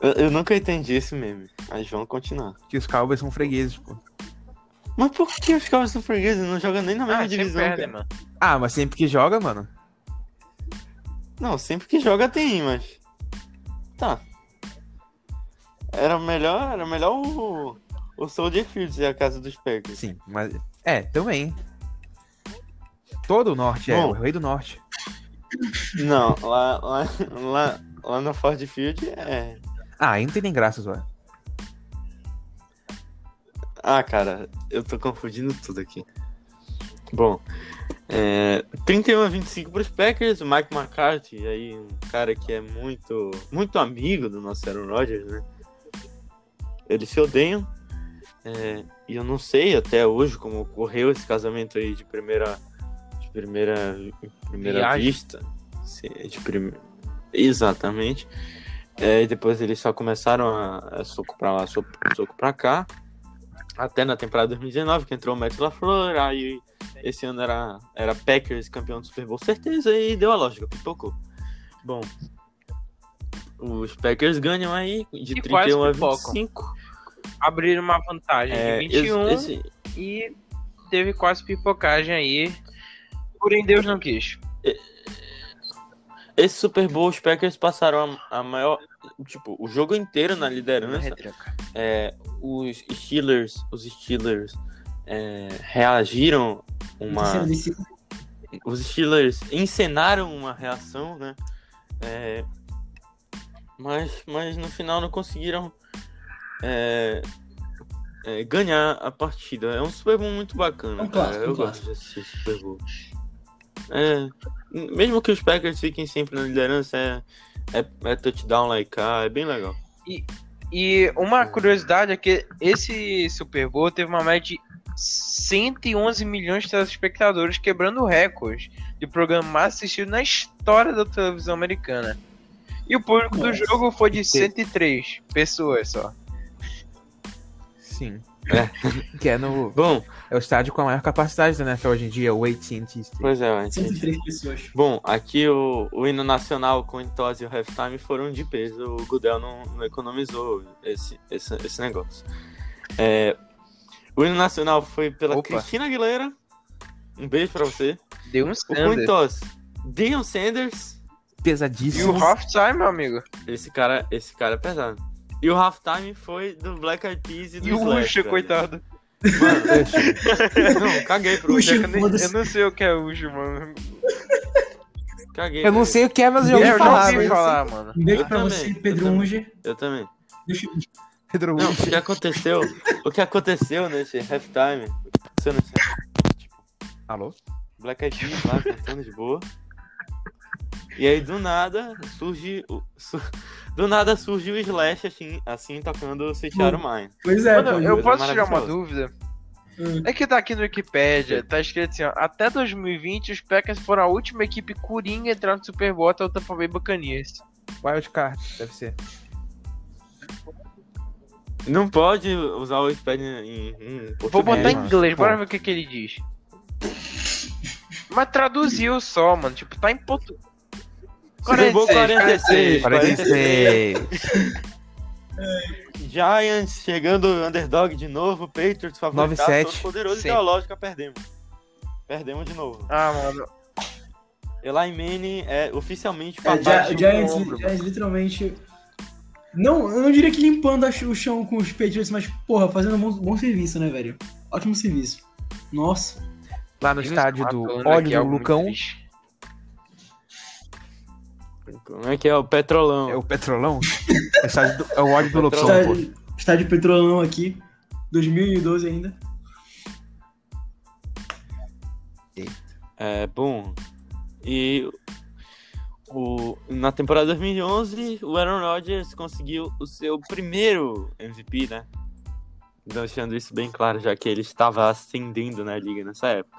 Speaker 2: Eu, eu nunca entendi esse meme, mas vamos continuar.
Speaker 3: Que os Cowboys são fregueses, tipo. pô.
Speaker 2: Mas por que os caras são fregueses? Não jogam nem na mesma
Speaker 1: ah, sempre
Speaker 2: divisão.
Speaker 1: perde,
Speaker 2: cara.
Speaker 1: mano.
Speaker 3: Ah, mas sempre que joga, mano.
Speaker 2: Não, sempre que joga tem, mas. Tá. Era melhor, era melhor o, o Soldier Field ser a casa dos Packers.
Speaker 3: Sim, mas. É, também. Todo o norte, é.
Speaker 2: Bom.
Speaker 3: O rei do norte.
Speaker 2: Não, lá, lá, lá, lá no Ford Field é.
Speaker 3: Ah, aí não tem nem graça, Zé.
Speaker 2: Ah, cara, eu tô confundindo tudo aqui. Bom, é, 31 a 25 pros Packers, o Mike McCarthy, aí um cara que é muito, muito amigo do nosso Aaron Rodgers, né? Eles se odeiam. é, e eu não sei até hoje como ocorreu esse casamento aí de primeira, de primeira, de primeira
Speaker 1: Viagem.
Speaker 2: vista. Se- De prime... Exatamente. É, e depois eles só começaram a, a soco pra lá, soco, soco pra cá. Até na temporada 2019, que entrou o Matt LaFleur, aí esse ano era, era Packers campeão do Super Bowl, certeza, e deu a lógica, pipocou. Bom, os Packers ganham aí de
Speaker 1: E quase
Speaker 2: 31 a
Speaker 1: pipocam.
Speaker 2: 25.
Speaker 1: Abriram uma vantagem
Speaker 2: É,
Speaker 1: de
Speaker 2: esse-
Speaker 1: 21
Speaker 2: esse-
Speaker 1: e teve quase pipocagem aí. Porém, Deus não quis.
Speaker 2: Esse Super Bowl, os Packers passaram a, a maior. Tipo, o jogo inteiro na
Speaker 1: Na
Speaker 2: liderança.
Speaker 1: retranca.
Speaker 2: É, os Steelers, os Steelers é, reagiram
Speaker 4: Terceiro
Speaker 2: uma.
Speaker 4: desse-
Speaker 2: Os Steelers encenaram uma reação, né? É, mas, mas no final não conseguiram é, é, ganhar a partida. É um Super Bowl muito bacana.
Speaker 4: É um
Speaker 2: cara.
Speaker 4: clássico, um
Speaker 2: Eu gosto de assistir esse Super Bowl. É, mesmo que os Packers fiquem sempre na liderança, é, é, é touchdown lá e cá, é bem legal.
Speaker 1: E uma curiosidade é que esse Super Bowl teve uma média de 111 milhões de telespectadores, quebrando o recorde de programa mais assistido na história da televisão americana. E o público do
Speaker 4: Nossa.
Speaker 1: jogo foi de 103 pessoas só.
Speaker 3: Sim. que é no.
Speaker 2: Bom,
Speaker 3: É o estádio com a maior capacidade da NFL hoje em dia, o AT&T Stadium.
Speaker 2: pois é, mas-
Speaker 4: 103 pessoas.
Speaker 2: Bom, aqui o, o hino nacional com Intose e o halftime foram de peso. O Gudel não, não economizou esse, esse, esse negócio. É, o hino nacional foi pela
Speaker 1: Opa.
Speaker 2: Cristina Aguilera. Um beijo pra você.
Speaker 1: Deu um
Speaker 2: O com
Speaker 1: Sanders.
Speaker 2: Intose, Deion Sanders.
Speaker 1: E o
Speaker 3: Pesadíssimo.
Speaker 1: halftime, meu amigo.
Speaker 2: Esse cara, esse cara é pesado. E o halftime foi do Black Eyed Peas e do
Speaker 1: E o
Speaker 2: Slash,
Speaker 1: Usher,
Speaker 2: velho.
Speaker 1: coitado.
Speaker 2: Não, caguei pro
Speaker 4: O
Speaker 2: Ucho.
Speaker 4: Ucho.
Speaker 1: Eu, nem-
Speaker 4: Foda-se.
Speaker 1: eu não sei o que é Ujo, mano.
Speaker 2: Caguei.
Speaker 3: Eu não
Speaker 2: velho.
Speaker 3: sei o que é, mas eu
Speaker 1: Eu,
Speaker 3: já
Speaker 1: eu
Speaker 3: ouvi
Speaker 1: não
Speaker 3: falar.
Speaker 1: ouvi
Speaker 3: mas-
Speaker 1: falar, mano.
Speaker 4: Um beijo
Speaker 2: Eu
Speaker 4: pra
Speaker 2: também,
Speaker 4: você,
Speaker 2: eu
Speaker 4: Pedro
Speaker 2: também.
Speaker 4: Unge.
Speaker 2: Eu também.
Speaker 4: Deixa eu-
Speaker 3: Pedro
Speaker 2: Não,
Speaker 3: Ucho.
Speaker 2: o que aconteceu? o que aconteceu nesse halftime? Você não
Speaker 3: Alô?
Speaker 2: Black Eyed Peas lá cantando de boa. E aí do nada surge o- su- do nada surge o Slash assim, assim tocando Sweet Child O Mine.
Speaker 4: Pois é,
Speaker 1: Mano,
Speaker 4: pô.
Speaker 1: eu
Speaker 2: Deus,
Speaker 1: posso
Speaker 2: é
Speaker 1: tirar uma
Speaker 2: maravilhoso.
Speaker 1: dúvida?
Speaker 4: Hum.
Speaker 1: É que tá aqui no Wikipedia, tá escrito assim, ó, até 2020 os Packers foram a última equipe coringa a entrar no Super Bowl até o Tampa Bay Buccaneers.
Speaker 3: Wildcard, deve ser.
Speaker 2: Não pode usar o Spad em, em
Speaker 1: Vou
Speaker 2: português,
Speaker 1: botar em
Speaker 2: mano.
Speaker 1: inglês, bora
Speaker 3: Bom.
Speaker 1: ver o que que ele diz. Mas traduziu só, mano, tipo, tá em português.
Speaker 2: Super Bowl 46,
Speaker 3: 46.
Speaker 2: Giants chegando underdog de novo, Patriots favorito,
Speaker 3: 9-7.
Speaker 2: todo poderoso
Speaker 1: Sim.
Speaker 2: e lógica perdemos. Perdemos de novo.
Speaker 1: Ah, mano,
Speaker 2: Eli Manning é oficialmente
Speaker 4: É, Gia-
Speaker 2: papai
Speaker 1: o
Speaker 4: o
Speaker 2: de-
Speaker 4: Giants,
Speaker 1: ombro,
Speaker 4: Giants literalmente. Não, eu não diria que limpando a ch- o chão com os Patriots, mas, porra, fazendo um bom, bom serviço, né, velho? Ótimo serviço. Nossa.
Speaker 3: Lá no estádio
Speaker 1: tá
Speaker 3: do
Speaker 1: é
Speaker 3: Óleo do Lucão.
Speaker 2: Como é que é o Petrolão?
Speaker 3: É o Petrolão? É, o estádio do- é o óleo do Lucão,
Speaker 4: Está,
Speaker 3: pô.
Speaker 4: está de petrolão aqui. 2012 ainda.
Speaker 2: É, bom. E o, na temporada 2011, o Aaron Rodgers conseguiu o seu primeiro MVP, né? Deixando isso bem claro, já que ele estava ascendendo na liga nessa época.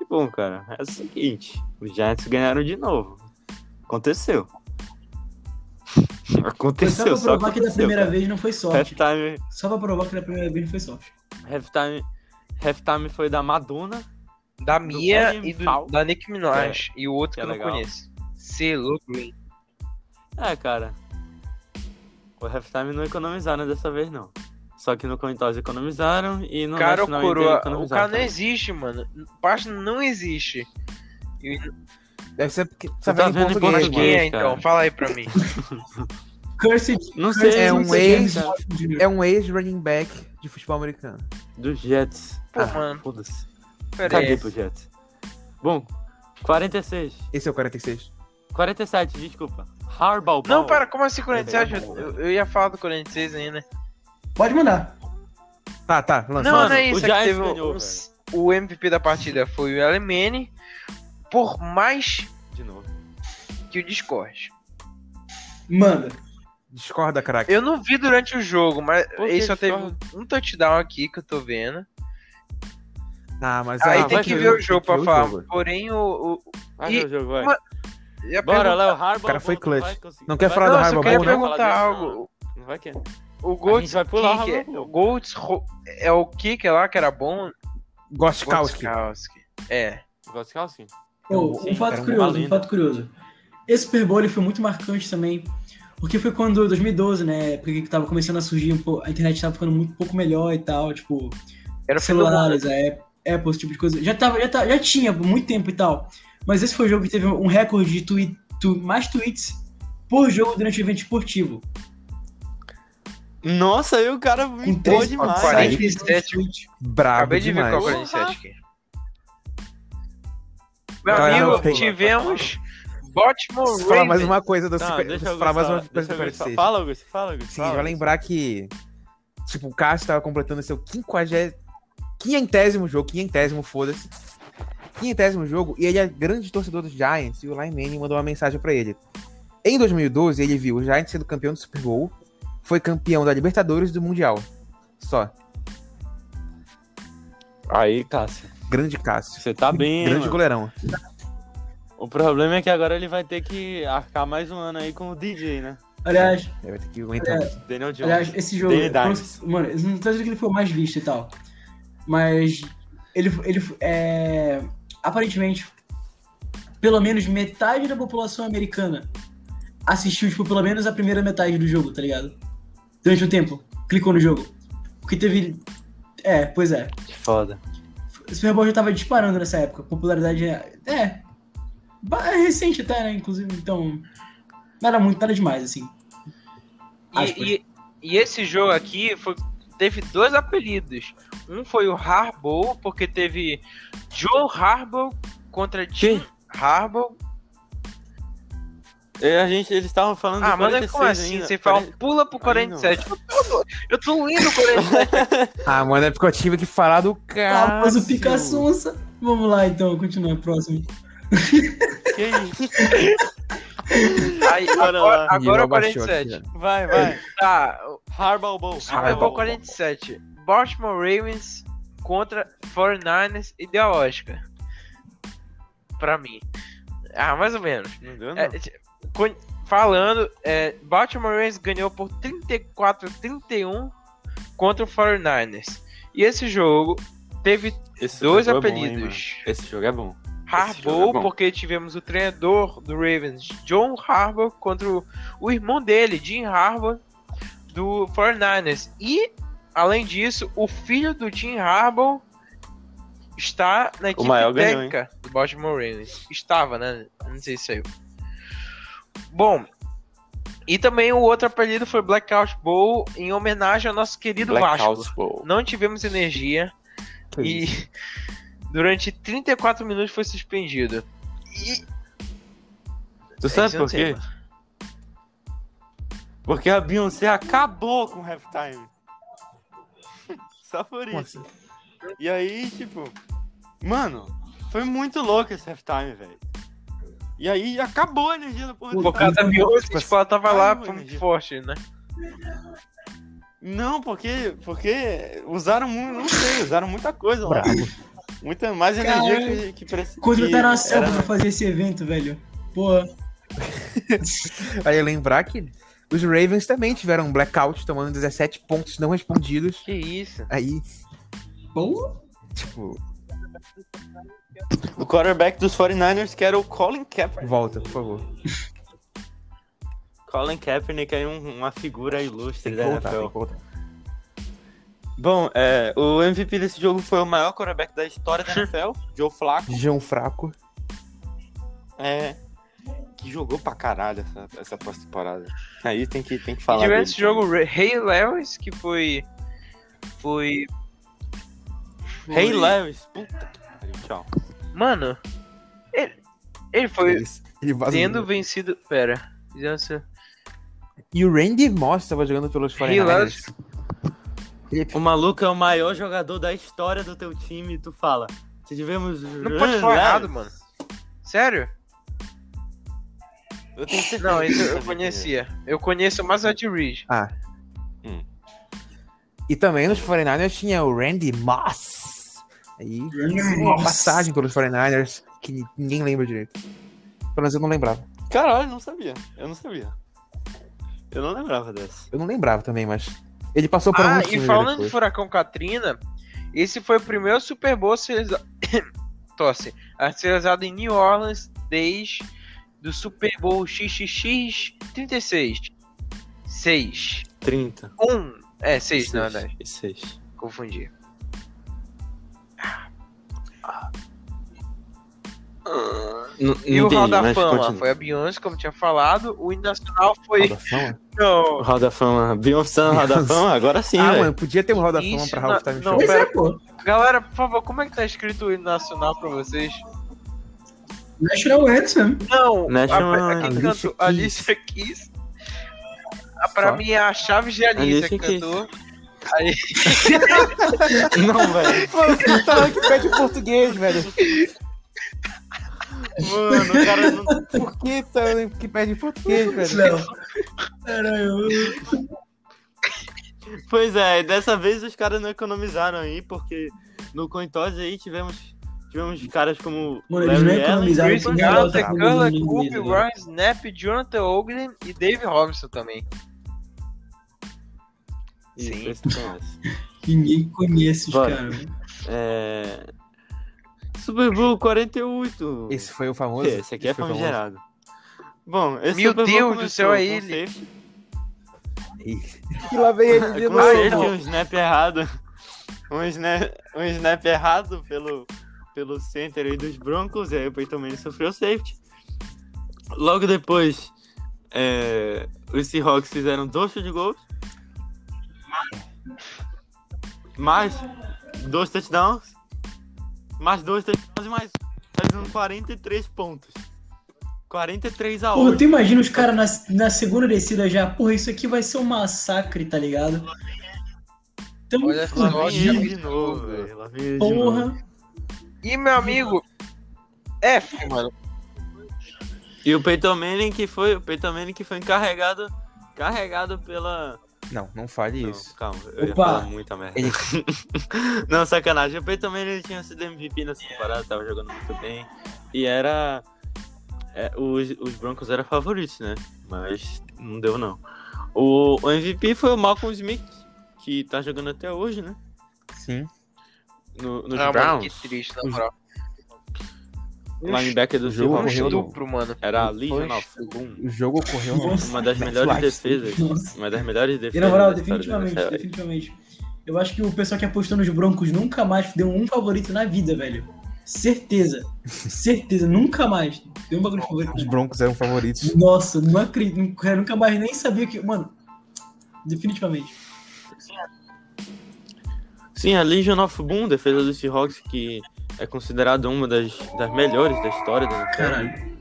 Speaker 2: E bom, cara, é o seguinte: os Giants ganharam de novo. Aconteceu.
Speaker 4: Foi só pra
Speaker 2: Aconteceu, só
Speaker 4: provar que da
Speaker 2: aconteceu.
Speaker 4: primeira
Speaker 2: cara.
Speaker 4: vez não foi sorte.
Speaker 2: Halftime,
Speaker 4: Só pra provar que da primeira vez não foi sorte.
Speaker 2: halftime, halftime foi da Madonna.
Speaker 1: Da Mia
Speaker 2: Colin
Speaker 1: e do-
Speaker 2: Powell.
Speaker 1: da Nick Minaj. E o outro que,
Speaker 2: que é
Speaker 1: eu não
Speaker 2: legal.
Speaker 1: conheço. Selo Green.
Speaker 2: É, cara. O halftime não economizaram dessa vez, não. Só que no Cointos economizaram e no
Speaker 1: Cara ou
Speaker 2: National inteiro
Speaker 1: coroa? O
Speaker 2: economizaram
Speaker 1: cara não
Speaker 2: também.
Speaker 1: existe, mano. Página não existe.
Speaker 3: Deve ser porque
Speaker 2: Você
Speaker 3: só vem
Speaker 2: tá vendo em
Speaker 1: Mas
Speaker 2: português,
Speaker 1: quem é,
Speaker 2: cara.
Speaker 1: então? Fala aí pra mim.
Speaker 4: Cursed.
Speaker 2: Não sei,
Speaker 4: Cursed
Speaker 3: É um
Speaker 4: não sei quem,
Speaker 3: ex-
Speaker 4: cara.
Speaker 3: É um ex-running back de futebol americano.
Speaker 2: Dos Jets.
Speaker 1: Pô,
Speaker 2: ah,
Speaker 1: mano.
Speaker 2: Foda-se.
Speaker 1: Pera
Speaker 2: Caguei
Speaker 1: aí.
Speaker 2: pro Jets. Bom, 46.
Speaker 3: Esse é o 46.
Speaker 2: 47, desculpa. Harbaugh.
Speaker 1: Não,
Speaker 2: Ball.
Speaker 1: para, como assim 47? Eu, eu- eu ia falar do 46 ainda.
Speaker 4: Pode mandar.
Speaker 3: Tá, tá,
Speaker 1: Não,
Speaker 3: lança.
Speaker 1: não,
Speaker 2: mano,
Speaker 1: é
Speaker 2: o
Speaker 1: isso. É que
Speaker 2: Giants
Speaker 1: teve
Speaker 2: ganhou,
Speaker 1: o- os- o MVP da partida foi o Alemene. Por mais
Speaker 2: De novo.
Speaker 1: que o Discord.
Speaker 4: Manda.
Speaker 3: Discorda, craque.
Speaker 1: Eu não vi durante o jogo, mas
Speaker 2: Por que
Speaker 1: ele só teve
Speaker 2: discorda?
Speaker 1: um touchdown aqui que eu tô vendo.
Speaker 3: Ah, mas
Speaker 2: Ah,
Speaker 1: Aí
Speaker 3: ah,
Speaker 1: tem
Speaker 2: vai
Speaker 1: que
Speaker 2: ver,
Speaker 1: ver o
Speaker 3: tem
Speaker 1: jogo
Speaker 3: que
Speaker 1: pra
Speaker 3: ver o
Speaker 1: falar.
Speaker 3: jogo.
Speaker 1: Porém, o. o-
Speaker 2: Vai,
Speaker 1: E-
Speaker 2: meu jogo, vai.
Speaker 1: mano, e a
Speaker 2: Bora,
Speaker 1: pergunta-
Speaker 2: Léo. Harbaugh.
Speaker 3: cara
Speaker 2: Ball,
Speaker 3: foi
Speaker 2: não
Speaker 3: clutch.
Speaker 2: vai conseguir-
Speaker 3: Não quer
Speaker 2: vai-
Speaker 3: falar do
Speaker 1: Não, eu só
Speaker 3: Harbaugh
Speaker 1: queria
Speaker 3: Bowl, né?
Speaker 1: perguntar
Speaker 2: Falar disso,
Speaker 1: algo.
Speaker 2: Não vai querer.
Speaker 1: O
Speaker 2: A gente
Speaker 1: Golds
Speaker 2: vai pular o
Speaker 1: Kick
Speaker 2: Harbaugh
Speaker 1: é-
Speaker 2: Bowl.
Speaker 1: o Golds Ro- é o Kick lá que era bom?
Speaker 3: Gostkowski.
Speaker 1: Goldskowski. É.
Speaker 2: Goskowski?
Speaker 4: Ô,
Speaker 2: Sim,
Speaker 4: um fato
Speaker 2: era um
Speaker 4: curioso,
Speaker 2: valendo.
Speaker 4: um fato curioso. Esse Super Bowl ele foi muito marcante também, porque foi quando 2012, né, porque que tava começando a surgir, um pou- a internet tava ficando muito pouco melhor e tal, tipo,
Speaker 1: Era o fim do mundo.
Speaker 4: celulares, a Apple, Apple, esse tipo de coisa. Já tava, já, tava, já tinha por muito tempo e tal. Mas esse foi o jogo que teve um recorde de tweet, tu- mais tweets por jogo durante o evento esportivo.
Speaker 2: Nossa, aí o cara me
Speaker 4: Com três-
Speaker 2: demais.
Speaker 1: 47.
Speaker 4: tweets.
Speaker 3: Brabo
Speaker 1: Acabei de ver
Speaker 3: demais.
Speaker 1: qual
Speaker 2: Porra.
Speaker 1: 47 aqui. Meu
Speaker 3: Vai,
Speaker 1: amigo,
Speaker 3: não, tem-
Speaker 1: tivemos Baltimore
Speaker 3: Preciso falar mais
Speaker 1: Ravens.
Speaker 3: uma coisa do
Speaker 2: Tá,
Speaker 3: cinqu-
Speaker 2: deixa eu
Speaker 3: preciso falar mais uma
Speaker 2: Augusto falar, deixa
Speaker 3: coisa do
Speaker 2: eu Augusto
Speaker 3: 46.
Speaker 2: falar. Fala, Augusto, fala, Augusto.
Speaker 3: Sim,
Speaker 2: fala,
Speaker 3: vai
Speaker 2: Augusto.
Speaker 3: lembrar que tipo, o Cássio tava completando seu 50 quinhentésimo jogo, quinhentésimo, foda-se. Quinhentésimo jogo, e ele é grande torcedor dos Giants, e o Lyman mandou uma mensagem pra ele. Em 2012, ele viu o Giants sendo campeão do Super Bowl, foi campeão da Libertadores e do Mundial. Só.
Speaker 2: Aí, Cássio,
Speaker 3: Grande Cássio.
Speaker 2: você tá bem,
Speaker 3: grande
Speaker 2: mano.
Speaker 3: goleirão.
Speaker 2: O problema é que agora ele vai ter que arcar mais um ano aí com o DJ, né?
Speaker 4: Aliás,
Speaker 3: Ele vai ter que aguentar.
Speaker 2: Daniel Jones.
Speaker 4: Aliás, esse jogo.
Speaker 2: um Danny
Speaker 4: eu não-
Speaker 2: Dimes.
Speaker 4: Mano, eu não tô dizendo que ele foi o mais visto e tal. Mas ele, ele é. Aparentemente, pelo menos metade da população americana assistiu, tipo, pelo menos a primeira metade do jogo, tá ligado? Durante o tempo. Clicou no jogo. Porque teve. É, pois é.
Speaker 2: Foda.
Speaker 4: O Super Bowl já tava disparando nessa época. Popularidade é. É. ba- é recente até, né? Inclusive, então. Nada muito, nada demais, assim.
Speaker 1: E, e- e esse jogo aqui foi teve dois apelidos. Um foi o Harbaugh, porque teve Joe Harbaugh contra Jim Harbaugh.
Speaker 2: E a gente, eles estavam falando
Speaker 1: Ah,
Speaker 2: do
Speaker 1: mas é
Speaker 2: 46
Speaker 1: como assim?
Speaker 2: ainda.
Speaker 1: Você
Speaker 2: Pare-
Speaker 1: fala, pula pro 47. Eu tô, eu tô lendo o 47.
Speaker 3: Ah, mano, é porque eu tive que falar do cara.
Speaker 4: Ah, mas o Pica Sonsa. Vamos lá então, continua, próximo.
Speaker 2: Que isso?
Speaker 1: Tá Aí,
Speaker 2: Bora
Speaker 1: agora
Speaker 2: lá.
Speaker 1: agora é o
Speaker 3: Abaixou
Speaker 1: 47.
Speaker 3: aqui,
Speaker 2: Vai, vai.
Speaker 1: Tá, é
Speaker 2: Harbaugh Bowl.
Speaker 1: Super Bowl 47. Baltimore Ravens contra 49ers ideológica. Pra mim. Ah, mais ou menos.
Speaker 2: Não deu, não.
Speaker 1: É, t- con- falando, é, Baltimore Ravens ganhou por 34 31 contra o 49ers. E esse jogo teve
Speaker 2: Esse
Speaker 1: dois
Speaker 2: jogo é bom, hein,
Speaker 1: apelidos.
Speaker 2: mano. Esse jogo é bom. Esse jogo é
Speaker 1: Harbaugh,
Speaker 2: bom.
Speaker 1: porque tivemos o treinador do Ravens, John Harbaugh, contra o, o irmão dele, Jim Harbaugh, do 49ers. E, além disso, o filho do Jim Harbaugh está na equipe
Speaker 2: Mael ganhou,
Speaker 1: técnica do Baltimore Ravens. Estava, né? Não sei se saiu. Bom, e também o outro apelido foi Blackout Bowl, em homenagem ao nosso querido Vasco.
Speaker 2: Blackout Bowl.
Speaker 1: Não tivemos energia,
Speaker 3: Que
Speaker 1: e durante 34 minutos foi suspendido. E
Speaker 2: Tu sabe
Speaker 1: Esse É, eu não
Speaker 2: por
Speaker 1: sei,
Speaker 2: quê? Porque a Beyoncé acabou com o halftime. Só por
Speaker 3: Como
Speaker 2: isso. E aí, tipo, mano, foi muito louco esse halftime, velho. E aí acabou a energia da porra do
Speaker 1: por
Speaker 4: Pô,
Speaker 2: cara.
Speaker 1: causa da Beyoncé, tipo, ela tava lá
Speaker 2: caramba,
Speaker 1: foi
Speaker 2: energia.
Speaker 1: forte, né?
Speaker 2: Não, porque porque usaram muito, não sei, usaram muita coisa lá. Muita mais energia
Speaker 4: Caralho.
Speaker 2: que, que parecia.
Speaker 4: Contrataram a Selva pra
Speaker 2: era...
Speaker 4: fazer esse evento, velho. Porra.
Speaker 3: Aí lembrar que os Ravens também tiveram um blackout, tomando 17 pontos não respondidos.
Speaker 1: Que isso?
Speaker 3: Aí,
Speaker 4: Porra.
Speaker 3: tipo,
Speaker 2: O quarterback dos 49ers que era o Colin Kaepernick.
Speaker 3: volta, por favor.
Speaker 2: Colin Kaepernick é um- uma figura ilustre né,
Speaker 3: Tem
Speaker 2: da
Speaker 3: que voltar,
Speaker 2: NFL.
Speaker 3: tem que voltar.
Speaker 2: Bom, é, o MVP desse jogo foi o maior quarterback da história da NFL, Joe Flacco,
Speaker 3: João Fraco.
Speaker 2: é, que jogou pra caralho essa, essa pós-temporada. Aí tem que, tem que
Speaker 1: E
Speaker 2: falar
Speaker 1: tivemos
Speaker 2: dele.
Speaker 1: esse jogo, Re- Ray Lewis, que foi. Foi. foi-
Speaker 2: Ray Lewis, puta que pariu, tchau.
Speaker 1: Mano, ele, ele um foi
Speaker 3: Ele, ele vazou.
Speaker 1: tendo vencido. Pera. Criança.
Speaker 3: E o Randy Moss tava jogando pelos
Speaker 1: Ray
Speaker 3: 49ers.
Speaker 1: Lewis.
Speaker 2: O maluco é o maior jogador da história do teu time, tu fala. Se tivemos...
Speaker 1: Não pode falar errado, mano. Sério?
Speaker 2: Eu tenho certeza
Speaker 1: Não,
Speaker 2: que
Speaker 1: isso
Speaker 2: você
Speaker 1: eu
Speaker 2: sabia
Speaker 1: conhecia. Eu conheço mais a de Reed.
Speaker 3: E também nos 49ers tinha o Randy Moss. Aí,
Speaker 4: Nossa.
Speaker 3: passagem pelos 49ers que ni- ninguém lembra direito. Pelo menos eu não lembrava.
Speaker 2: quem era. Caralho, não sabia, eu não sabia. Eu não lembrava dessa.
Speaker 3: Eu não lembrava também, mas ele passou por
Speaker 1: Ah,
Speaker 3: alguns
Speaker 1: e
Speaker 3: times
Speaker 1: falando
Speaker 3: depois.
Speaker 1: de Furacão Katrina, esse foi o primeiro Super Bowl serializado, Tosse. a ser realizado em New Orleans desde do Super Bowl XXX 36. 6.
Speaker 2: 30.
Speaker 1: 1. É, 6, na verdade.
Speaker 2: 6.
Speaker 1: Confundi. E o Hall da Fama foi a Beyoncé, como tinha falado. O hino nacional foi.
Speaker 3: Roda Fama?
Speaker 1: Não.
Speaker 2: Roda Fama. Beyoncé no Roda Fama? Agora sim,
Speaker 3: Ah,
Speaker 2: velho.
Speaker 3: mano, podia ter um Roda Fama
Speaker 1: Isso
Speaker 3: pra
Speaker 1: na-
Speaker 3: Ralph Time
Speaker 1: não,
Speaker 3: Show.
Speaker 4: Pois é,
Speaker 1: pera.
Speaker 4: pô.
Speaker 1: Galera, por favor, como é que tá escrito o hino nacional pra vocês?
Speaker 4: National Anthem.
Speaker 1: Não,
Speaker 2: National
Speaker 1: a, a, quem
Speaker 3: Anthem.
Speaker 1: cantou? Alicia Keys. Ah, Pra
Speaker 3: Só?
Speaker 1: mim é a Chaves de Alicia
Speaker 2: Alicia
Speaker 1: que
Speaker 2: Keys.
Speaker 1: cantou.
Speaker 2: Não, velho.
Speaker 3: Mano,
Speaker 1: assim,
Speaker 3: você tá que pede português, velho.
Speaker 2: Mano, o cara não.
Speaker 3: Por que tá que pede português, velho?
Speaker 4: Não. Caralho.
Speaker 2: Pois é, dessa vez os caras não economizaram aí, porque no Cointose aí tivemos. Tivemos caras como.
Speaker 4: Mano, eles não economizaram,
Speaker 1: Chris
Speaker 4: Eles não
Speaker 1: Gall,
Speaker 4: botaram
Speaker 1: Tecala,
Speaker 4: ninguém
Speaker 1: Kobe,
Speaker 4: mesmo,
Speaker 1: Ryan Snap, Jonathan Ogden e Dave Robinson também. Sim.
Speaker 2: Sim.
Speaker 4: Ninguém conhece os
Speaker 2: Bora.
Speaker 4: caras.
Speaker 2: É... Super Bowl 48.
Speaker 3: Esse foi o famoso.
Speaker 2: Que, esse aqui é
Speaker 3: foi o famoso.
Speaker 2: famigerado. Bom, esse
Speaker 1: Meu
Speaker 2: Super Bowl
Speaker 1: Deus do
Speaker 2: começou
Speaker 1: céu, é
Speaker 2: com
Speaker 1: ele.
Speaker 2: safety-
Speaker 3: E lá vem ele de
Speaker 2: Com
Speaker 3: novo.
Speaker 2: safety, um snap errado. Um snap, um snap errado pelo, pelo center aí dos Broncos. E aí o Peyton Manning sofreu safety. Logo depois, é, os Seahawks fizeram dois field goals. Mais dois touchdowns. Mais dois touchdowns e mais. Fazendo 43 pontos. 43 a
Speaker 4: Porra,
Speaker 2: 8.
Speaker 4: tu imagina os caras na, na segunda descida já. Porra, isso aqui vai ser um massacre, tá ligado? Então, Tamo
Speaker 1: Olha só,
Speaker 2: Lá vem
Speaker 1: olha
Speaker 4: fudido,
Speaker 2: ele de novo, velho. Lá vem ele de novo.
Speaker 4: um porra.
Speaker 1: E meu amigo. F, mano.
Speaker 2: E o Peyton Manning que foi, o Peyton Manning que foi encarregado carregado pela
Speaker 3: Não, não fale
Speaker 2: Não,
Speaker 3: isso.
Speaker 2: calma, eu ia
Speaker 4: Opa.
Speaker 2: falar muita merda.
Speaker 3: Ele-
Speaker 2: não, sacanagem. O Peyton Manning ele tinha sido MVP nessa temporada, tava jogando muito bem. E era. é, os, os Broncos eram favoritos, né? Mas não deu, não. O, o MVP foi o Malcolm Smith, que tá jogando até hoje, né?
Speaker 3: Sim.
Speaker 2: No, nos
Speaker 1: Ah, mano, que
Speaker 2: Browns.
Speaker 1: triste, na moral. Um
Speaker 2: Linebacker do
Speaker 3: jogo
Speaker 1: Um
Speaker 2: Seahawks.
Speaker 3: correu,
Speaker 4: né?
Speaker 3: não.
Speaker 1: estupro, mano.
Speaker 2: Era a
Speaker 1: Foi
Speaker 2: Legion of
Speaker 1: estupro.
Speaker 2: Boom.
Speaker 3: O jogo ocorreu.
Speaker 4: Nossa.
Speaker 2: Uma das
Speaker 3: Mas
Speaker 2: melhores
Speaker 3: live.
Speaker 2: defesas.
Speaker 4: Nossa.
Speaker 2: Uma das melhores defesas.
Speaker 4: E na moral,
Speaker 2: da história é da
Speaker 4: definitivamente,
Speaker 2: NFL.
Speaker 4: definitivamente. Eu acho que o pessoal que apostou nos Broncos nunca mais deu um favorito na vida, velho. Certeza. Certeza, nunca mais. Deu um bagulho favorito.
Speaker 3: Os Broncos eram favoritos.
Speaker 4: Nossa, não acredito. nunca- Eu nunca mais nem sabia que. Mano, definitivamente.
Speaker 2: Sim, a Legion of Boom, defesa do Seahawks, que é considerada uma das, das melhores da história da NFL.
Speaker 4: Caralho.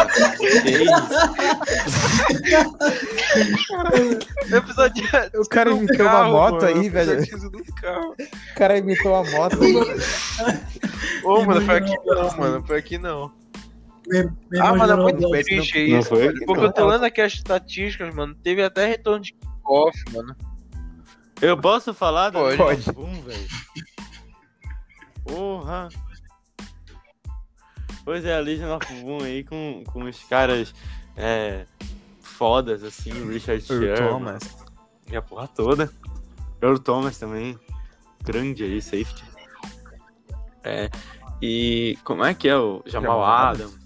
Speaker 2: Seis.
Speaker 1: O um episódio
Speaker 3: O cara
Speaker 1: do
Speaker 3: imitou uma
Speaker 1: carro,
Speaker 3: moto
Speaker 1: mano,
Speaker 3: aí,
Speaker 1: o
Speaker 3: velho.
Speaker 1: episódio do carro.
Speaker 3: O cara imitou a moto.
Speaker 1: Ô, mano,
Speaker 4: Imagina
Speaker 1: foi aqui
Speaker 4: uma
Speaker 1: não,
Speaker 4: moto.
Speaker 1: mano. Foi aqui não.
Speaker 4: Meu
Speaker 1: Ah,
Speaker 4: irmão
Speaker 1: mano, é
Speaker 4: jogou
Speaker 1: muito
Speaker 4: bola.
Speaker 1: triste
Speaker 2: não
Speaker 1: isso.
Speaker 2: foi?
Speaker 1: mano, Porque eu tô lendo aqui as estatísticas, mano. Teve até retorno de kickoff, mano.
Speaker 2: Eu posso falar da
Speaker 1: Pode.
Speaker 2: Legion of Boom, velho? Porra. Pois é, a Legion of Boom aí com, com os caras é, fodas, assim, o Richard
Speaker 3: Earl
Speaker 2: Sherman.
Speaker 3: Thomas.
Speaker 2: E a porra toda. Earl Thomas também. Grande aí, safety. É. E como é que é o Jamal,
Speaker 3: Jamal
Speaker 2: Adams?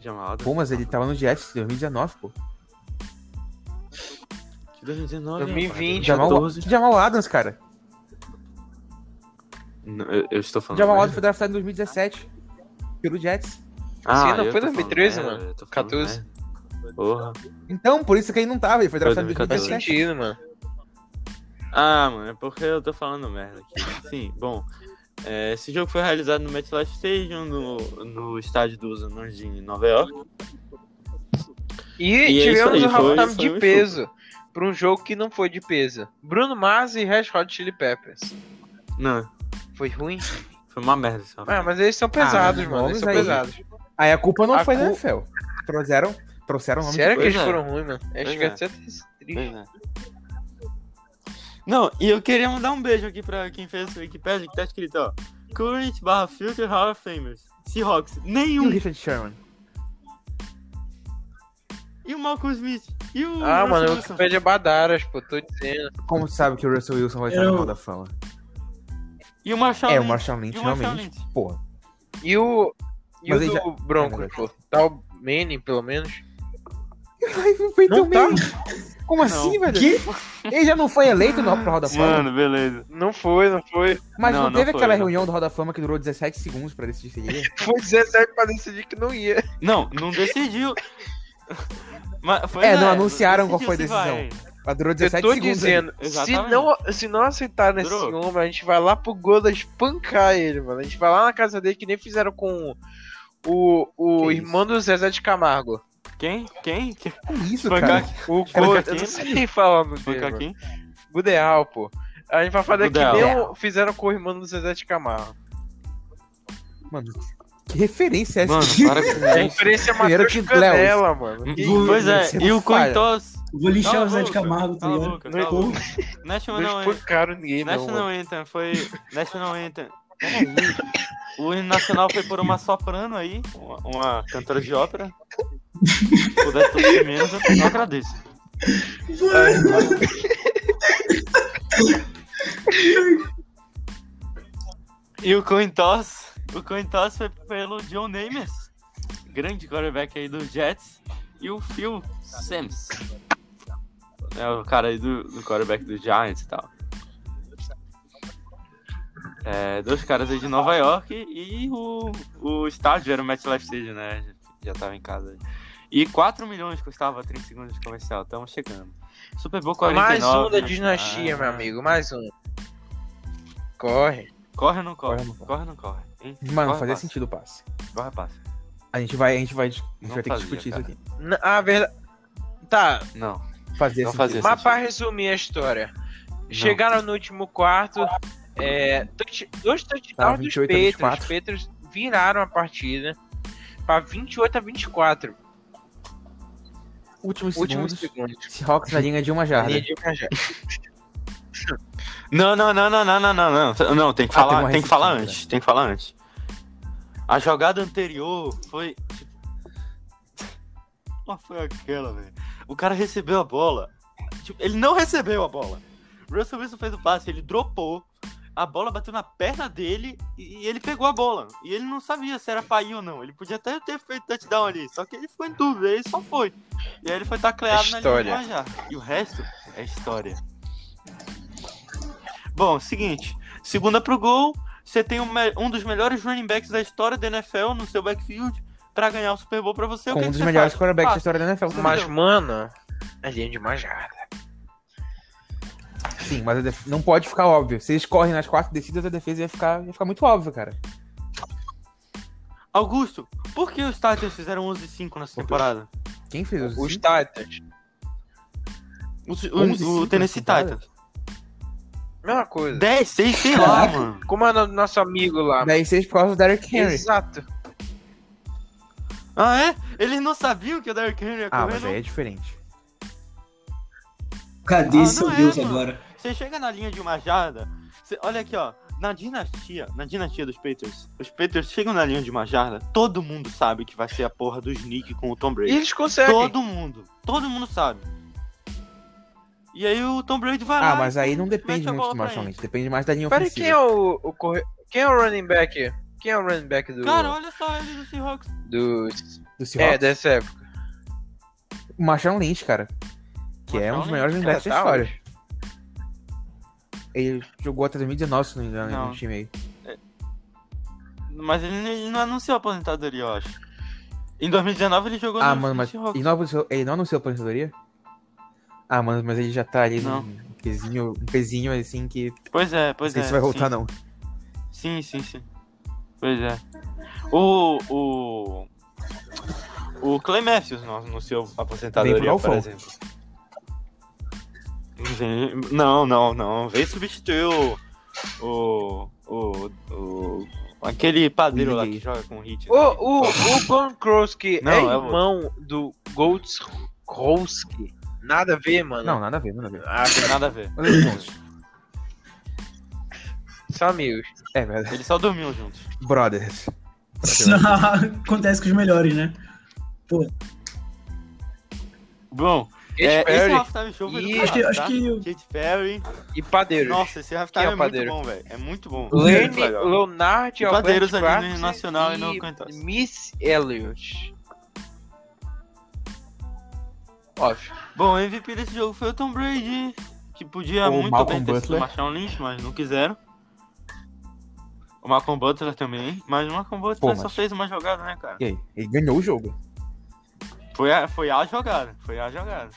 Speaker 2: Jamal Adams.
Speaker 3: Pô, mas ele tava no Jets em 2019, pô.
Speaker 2: Que 2019,
Speaker 1: 2020,
Speaker 2: rapaz?
Speaker 3: Jamal,
Speaker 2: 14.
Speaker 3: Jamal Adams, cara.
Speaker 2: Não, eu, eu estou falando.
Speaker 3: Jamal
Speaker 2: merda.
Speaker 3: Adams foi draftado em 2017 pelo Jets.
Speaker 2: Ah,
Speaker 1: Sim, não
Speaker 2: eu
Speaker 1: foi
Speaker 2: tô falando
Speaker 1: 2013,
Speaker 2: merda,
Speaker 1: mano?
Speaker 2: eu tô falando
Speaker 1: 14.
Speaker 2: merda. Porra.
Speaker 3: Então, por isso que ele não tava. Ele foi draftado em
Speaker 2: 2014.
Speaker 1: Faz
Speaker 3: 2017.
Speaker 1: sentido, mano.
Speaker 2: Ah, mano, é porque eu tô falando merda aqui. Sim, bom. é, esse jogo foi realizado no MetLife Stadium, no, no estádio dos Anões de Nova York.
Speaker 1: E,
Speaker 2: E é
Speaker 1: tivemos
Speaker 2: isso
Speaker 1: um
Speaker 2: aí, foi-
Speaker 1: halftime
Speaker 2: foi um
Speaker 1: de peso pra um jogo que não foi de peso. Bruno Mars e Red Hot Chili Peppers.
Speaker 2: Não,
Speaker 1: Foi ruim?
Speaker 2: foi uma merda esse
Speaker 1: Ah, mas eles são pesados,
Speaker 3: Ah,
Speaker 1: mano. Eles
Speaker 3: vamos
Speaker 1: são
Speaker 3: aí.
Speaker 1: pesados.
Speaker 3: Aí a culpa não
Speaker 1: A
Speaker 3: foi da
Speaker 1: culpa-
Speaker 3: NFL. Trouxeram, trouxeram o nome
Speaker 1: Sério que
Speaker 2: Pois
Speaker 1: eles
Speaker 2: é.
Speaker 1: foram ruins, mano? Eu acho
Speaker 2: Pois
Speaker 1: que
Speaker 2: é.
Speaker 1: vai ser até triste.
Speaker 2: Pois é. Não, e eu queria mandar um beijo aqui pra quem fez o Wikipedia, que tá escrito, ó. Current barra Future Hall of Famers. Seahawks.
Speaker 3: E o
Speaker 2: Nenhum.
Speaker 3: Richard Sherman.
Speaker 2: E o Malcolm Smith. E o...
Speaker 1: Ah,
Speaker 2: Russell
Speaker 1: mano, o
Speaker 2: Wilson.
Speaker 1: Wikipedia é badaras, pô, tô dizendo.
Speaker 3: Como tu sabe que o Russell Wilson vai estar
Speaker 4: Eu-
Speaker 3: no Hall da Fama?
Speaker 2: E o Marshall
Speaker 3: É, o
Speaker 2: Lynch.
Speaker 3: Marshall Lynch,
Speaker 2: Tá E o Marshall
Speaker 3: realmente. Porra.
Speaker 1: E o. E
Speaker 3: Mas
Speaker 1: o
Speaker 3: ele
Speaker 1: do
Speaker 3: já-
Speaker 1: Broncos, pô. Tá o Manning, pelo menos.
Speaker 3: Ai, o Peyton
Speaker 1: Não tá.
Speaker 3: Manning. Como assim, velho?
Speaker 4: Que?
Speaker 3: Ele já não foi eleito no Hall da Fama?
Speaker 2: Mano, beleza.
Speaker 1: Não foi, não foi.
Speaker 3: Mas
Speaker 2: Não,
Speaker 3: não,
Speaker 2: não
Speaker 3: teve
Speaker 2: foi,
Speaker 3: aquela
Speaker 2: não
Speaker 3: reunião do Hall da Fama que durou 17 segundos pra decidir se ele ia?
Speaker 1: Foi 17 pra decidir que não ia.
Speaker 2: Não, não decidiu. Mas foi,
Speaker 3: É, não anunciaram qual foi a
Speaker 2: decidiu se vai.
Speaker 3: Mas durou
Speaker 1: Eu
Speaker 3: 17
Speaker 1: tô
Speaker 3: segundos.
Speaker 1: dizendo,
Speaker 2: ali.
Speaker 1: se
Speaker 2: Exatamente.
Speaker 1: não, se não aceitar nesse
Speaker 2: Durou.
Speaker 1: homem, a gente vai lá pro Goda espancar ele, mano. A gente vai lá na casa dele que nem fizeram com o, o
Speaker 3: Que
Speaker 1: irmão do Zezé de Camargo.
Speaker 2: Quem? Quem? Quem?
Speaker 3: Que isso,
Speaker 2: Foi
Speaker 3: cara?
Speaker 1: O
Speaker 2: Cara,
Speaker 1: Goda,
Speaker 2: que
Speaker 1: eu não
Speaker 2: aqui-
Speaker 1: sei nem falar o nome
Speaker 2: Foi
Speaker 1: dele. mano.
Speaker 2: quem?
Speaker 1: Budeal, pô. A gente vai fazer que
Speaker 2: Budeal.
Speaker 1: nem o- fizeram com o irmão do Zezé de Camargo.
Speaker 3: Mano, que referência é essa?
Speaker 2: Mano, para
Speaker 1: A
Speaker 2: com isso.
Speaker 1: referência é
Speaker 3: Primeiro
Speaker 1: Matheus
Speaker 3: que
Speaker 1: Canela, mano. Que-
Speaker 4: Vou-
Speaker 2: Pois é,
Speaker 3: Você
Speaker 2: e o
Speaker 3: falha.
Speaker 2: Cointos...
Speaker 4: Vou lixar
Speaker 2: Cala
Speaker 4: o Zé de
Speaker 2: a boca,
Speaker 4: Camargo, tá
Speaker 2: cala a
Speaker 4: ligado?
Speaker 2: boca, é cala a boca.
Speaker 1: Não
Speaker 2: National Anthem.
Speaker 1: espancaram ninguém, não.
Speaker 2: National
Speaker 1: mano.
Speaker 2: Anthem foi. National Anthem. Peraí. O hino nacional foi por uma soprano aí, uma, uma cantora de ópera. Se pudesse torcer menos, eu não agradeço. E o coin toss, o coin toss foi pelo John Namath, grande quarterback aí do Jets, e o Phil Sims, né, o cara aí do, do quarterback do Giants e tal. É, dois caras aí de Nova York e o, o estádio era o MetLife Stadium, né? Já tava em casa. aí. E 4 milhões custava 30 segundos de comercial, estamos chegando. Super Bowl
Speaker 1: Mais
Speaker 2: 49.
Speaker 1: um da
Speaker 2: né?
Speaker 1: dinastia,
Speaker 2: Ah,
Speaker 1: meu amigo. Mais um. Corre.
Speaker 2: Corre ou não corre?
Speaker 3: Corre ou não
Speaker 2: Corre ou não corre? hein?
Speaker 3: Mano,
Speaker 2: corre,
Speaker 3: fazia
Speaker 2: passa.
Speaker 3: sentido o passe.
Speaker 2: Corre, passa.
Speaker 3: A gente vai, a gente vai, a gente
Speaker 2: Não
Speaker 3: vai ter que
Speaker 2: fazia,
Speaker 3: discutir
Speaker 2: cara.
Speaker 3: isso aqui.
Speaker 1: Na- A ah, verdade. Tá,
Speaker 2: Não.
Speaker 3: Fazia
Speaker 2: Não
Speaker 3: sentido.
Speaker 2: fazia.
Speaker 1: mas
Speaker 2: sentido.
Speaker 1: pra resumir a história. Chegaram no último quarto. É, touch- dois
Speaker 3: Tava
Speaker 1: touchdowns dos
Speaker 3: 28 a
Speaker 1: Patriots.
Speaker 3: 24.
Speaker 1: Os Patriots viraram a partida pra 28 a 24.
Speaker 3: Últimos
Speaker 1: Últimos
Speaker 3: segundos.
Speaker 1: segundos.
Speaker 3: Seahawks na linha de uma jarda.
Speaker 1: Linha de viajar.
Speaker 2: Não, não, não, não, não, não, não, não. Não, tem que
Speaker 3: Ah, tem
Speaker 2: falar,
Speaker 3: uma
Speaker 2: tem, que falar
Speaker 3: recepção,
Speaker 2: antes. Tem que falar antes. A jogada anterior foi. Qual foi aquela, velho? O cara recebeu a bola. Tipo, ele não recebeu a bola. Russell Wilson fez o passe, ele dropou. A bola bateu na perna dele e e ele pegou a bola. E ele não sabia se era pra ir ou não. Ele podia até ter feito touchdown ali. Só que ele ficou em dúvida, ele só foi. E aí ele foi tacleado na linha de
Speaker 1: História.
Speaker 2: Guajá. E o resto é história. Bom, seguinte. Segunda pro gol. Você tem um, me- um dos melhores running backs da história da NFL no seu backfield pra ganhar o Super Bowl pra você. o
Speaker 3: Com
Speaker 2: que
Speaker 3: um
Speaker 2: que
Speaker 3: dos
Speaker 2: você
Speaker 3: melhores
Speaker 2: faz? Ah,
Speaker 3: quarterbacks da
Speaker 2: Passa.
Speaker 3: história da NFL. também.
Speaker 1: Mas, mano, é linha de uma jarda.
Speaker 3: Sim, mas a def- não pode ficar óbvio. Se eles correm nas quatro descidas, a defesa ia ficar, ia ficar muito óbvio, cara.
Speaker 2: Augusto, por que os Titans fizeram 11 e 5 nessa temporada?
Speaker 3: Quem fez os,
Speaker 1: Os Titans.
Speaker 2: Os- O,
Speaker 3: 11 e
Speaker 2: o
Speaker 3: 5
Speaker 2: Tennessee
Speaker 3: nessa temporada?
Speaker 2: Titans.
Speaker 1: Mesma coisa.
Speaker 2: 10, 6, sei lá,
Speaker 3: Caraca.
Speaker 2: mano.
Speaker 1: Como é o nome do nosso amigo lá?
Speaker 3: 10 6 por causa do Derrick Henry.
Speaker 1: Exato.
Speaker 2: Ah, é? Eles não sabiam que o Derrick Henry ia
Speaker 3: Ah,
Speaker 2: correr.
Speaker 3: mas
Speaker 2: não?
Speaker 3: aí é diferente.
Speaker 4: Cadê
Speaker 2: Ah,
Speaker 4: seu
Speaker 2: não é,
Speaker 4: Deus
Speaker 2: mano.
Speaker 4: agora?
Speaker 2: Você chega na linha de uma jarda. você- olha aqui, ó. Na dinastia, na dinastia dos Patriots, os Patriots chegam na linha de uma jarda, todo mundo sabe que vai ser a porra do Sneak com o Tom
Speaker 1: E
Speaker 2: Brady.
Speaker 1: eles conseguem.
Speaker 2: Todo mundo. Todo mundo sabe. E aí o Tom Brady vai Tá lá. tá
Speaker 3: Ah, mas aí não depende
Speaker 2: mete a
Speaker 3: muito do
Speaker 2: bola pra
Speaker 3: Marshall
Speaker 2: ele.
Speaker 3: Lynch. Depende mais da linha
Speaker 1: Peraí,
Speaker 3: ofensiva.
Speaker 1: quem é o, o corre... Quem é o running back? Quem é o running back do.
Speaker 2: Cara, olha só ele do Seahawks.
Speaker 1: dos...
Speaker 3: Do
Speaker 1: É,
Speaker 3: Seahawks?
Speaker 1: dessa época.
Speaker 3: O Marshall Lynch, cara. Que é um dos
Speaker 2: Marshawn
Speaker 3: melhores
Speaker 1: Lynch,
Speaker 3: linebacks da
Speaker 1: cara, tá
Speaker 3: história. Ele jogou até 2019, se não me engano,
Speaker 2: Não.
Speaker 3: no time aí.
Speaker 2: Mas ele, ele não anunciou a aposentadoria, eu acho. Em 2019 ele jogou
Speaker 3: Ah,
Speaker 2: no,
Speaker 3: mano,
Speaker 2: no
Speaker 3: mas
Speaker 2: Seahawks.
Speaker 3: ele não, anunciou, ele não anunciou a aposentadoria? Ah, mano, mas ele já tá ali
Speaker 2: Não.
Speaker 3: num pezinho, um pezinho assim que
Speaker 2: Pois é,
Speaker 3: não
Speaker 2: pois
Speaker 3: sei
Speaker 2: é.
Speaker 3: se vai voltar,
Speaker 2: sim.
Speaker 3: não.
Speaker 2: Sim, sim, sim. Pois é. O. O. O Clay Matthews não anunciou a aposentadoria,
Speaker 3: Vem pro
Speaker 2: por
Speaker 3: Galfão.
Speaker 2: exemplo. Vem- Não, não, não. Veio substituir o. O. O. o- aquele padeiro lá que
Speaker 3: Ninguém.
Speaker 2: joga com o Hit.
Speaker 1: O, o, o Glenn Krosky
Speaker 2: Não,
Speaker 1: é
Speaker 2: é o-
Speaker 1: irmão do Golds Krosky. Nada a ver, mano.
Speaker 3: Não, nada a ver, nada a ver.
Speaker 1: Ah, cara,
Speaker 2: Nada a ver.
Speaker 3: Mas eles juntos.
Speaker 1: são amigos.
Speaker 3: É, velho.
Speaker 2: Eles só dormiam juntos.
Speaker 3: Brothers.
Speaker 2: Tá
Speaker 4: Acontece com os melhores, né?
Speaker 2: Bom,
Speaker 1: Katy
Speaker 2: é, esse
Speaker 1: Perry
Speaker 2: halftime show foi
Speaker 1: E-
Speaker 2: do
Speaker 1: acho
Speaker 4: que-
Speaker 2: caralho,
Speaker 4: acho
Speaker 2: tá?
Speaker 4: que-
Speaker 2: Katy Perry.
Speaker 1: e Padeiros.
Speaker 2: Nossa, esse
Speaker 1: Quem
Speaker 2: halftime
Speaker 1: é
Speaker 2: é,
Speaker 1: o
Speaker 2: muito
Speaker 1: padeiro?
Speaker 2: bom, velho. É muito bom. Muito
Speaker 1: Lane,
Speaker 2: legal.
Speaker 1: Leonard,
Speaker 2: E Padeiros
Speaker 1: Albert
Speaker 2: ali no
Speaker 1: Kraft
Speaker 2: Nacional e
Speaker 1: e
Speaker 2: no Quintas.
Speaker 1: Miss Elliot. Óbvio.
Speaker 2: Bom, o MVP desse jogo foi o Tom Brady, que podia
Speaker 3: O
Speaker 2: muito
Speaker 3: Malcolm
Speaker 2: bem ter sido o
Speaker 3: Butler.
Speaker 2: Marshawn Lynch, mas não quiseram. O Malcolm Butler também, mas o Malcolm Butler
Speaker 3: Pô,
Speaker 2: só
Speaker 3: mas-
Speaker 2: fez uma jogada, né, cara?
Speaker 3: E aí? Ele ganhou o jogo.
Speaker 2: Foi a, foi a jogada, foi a jogada.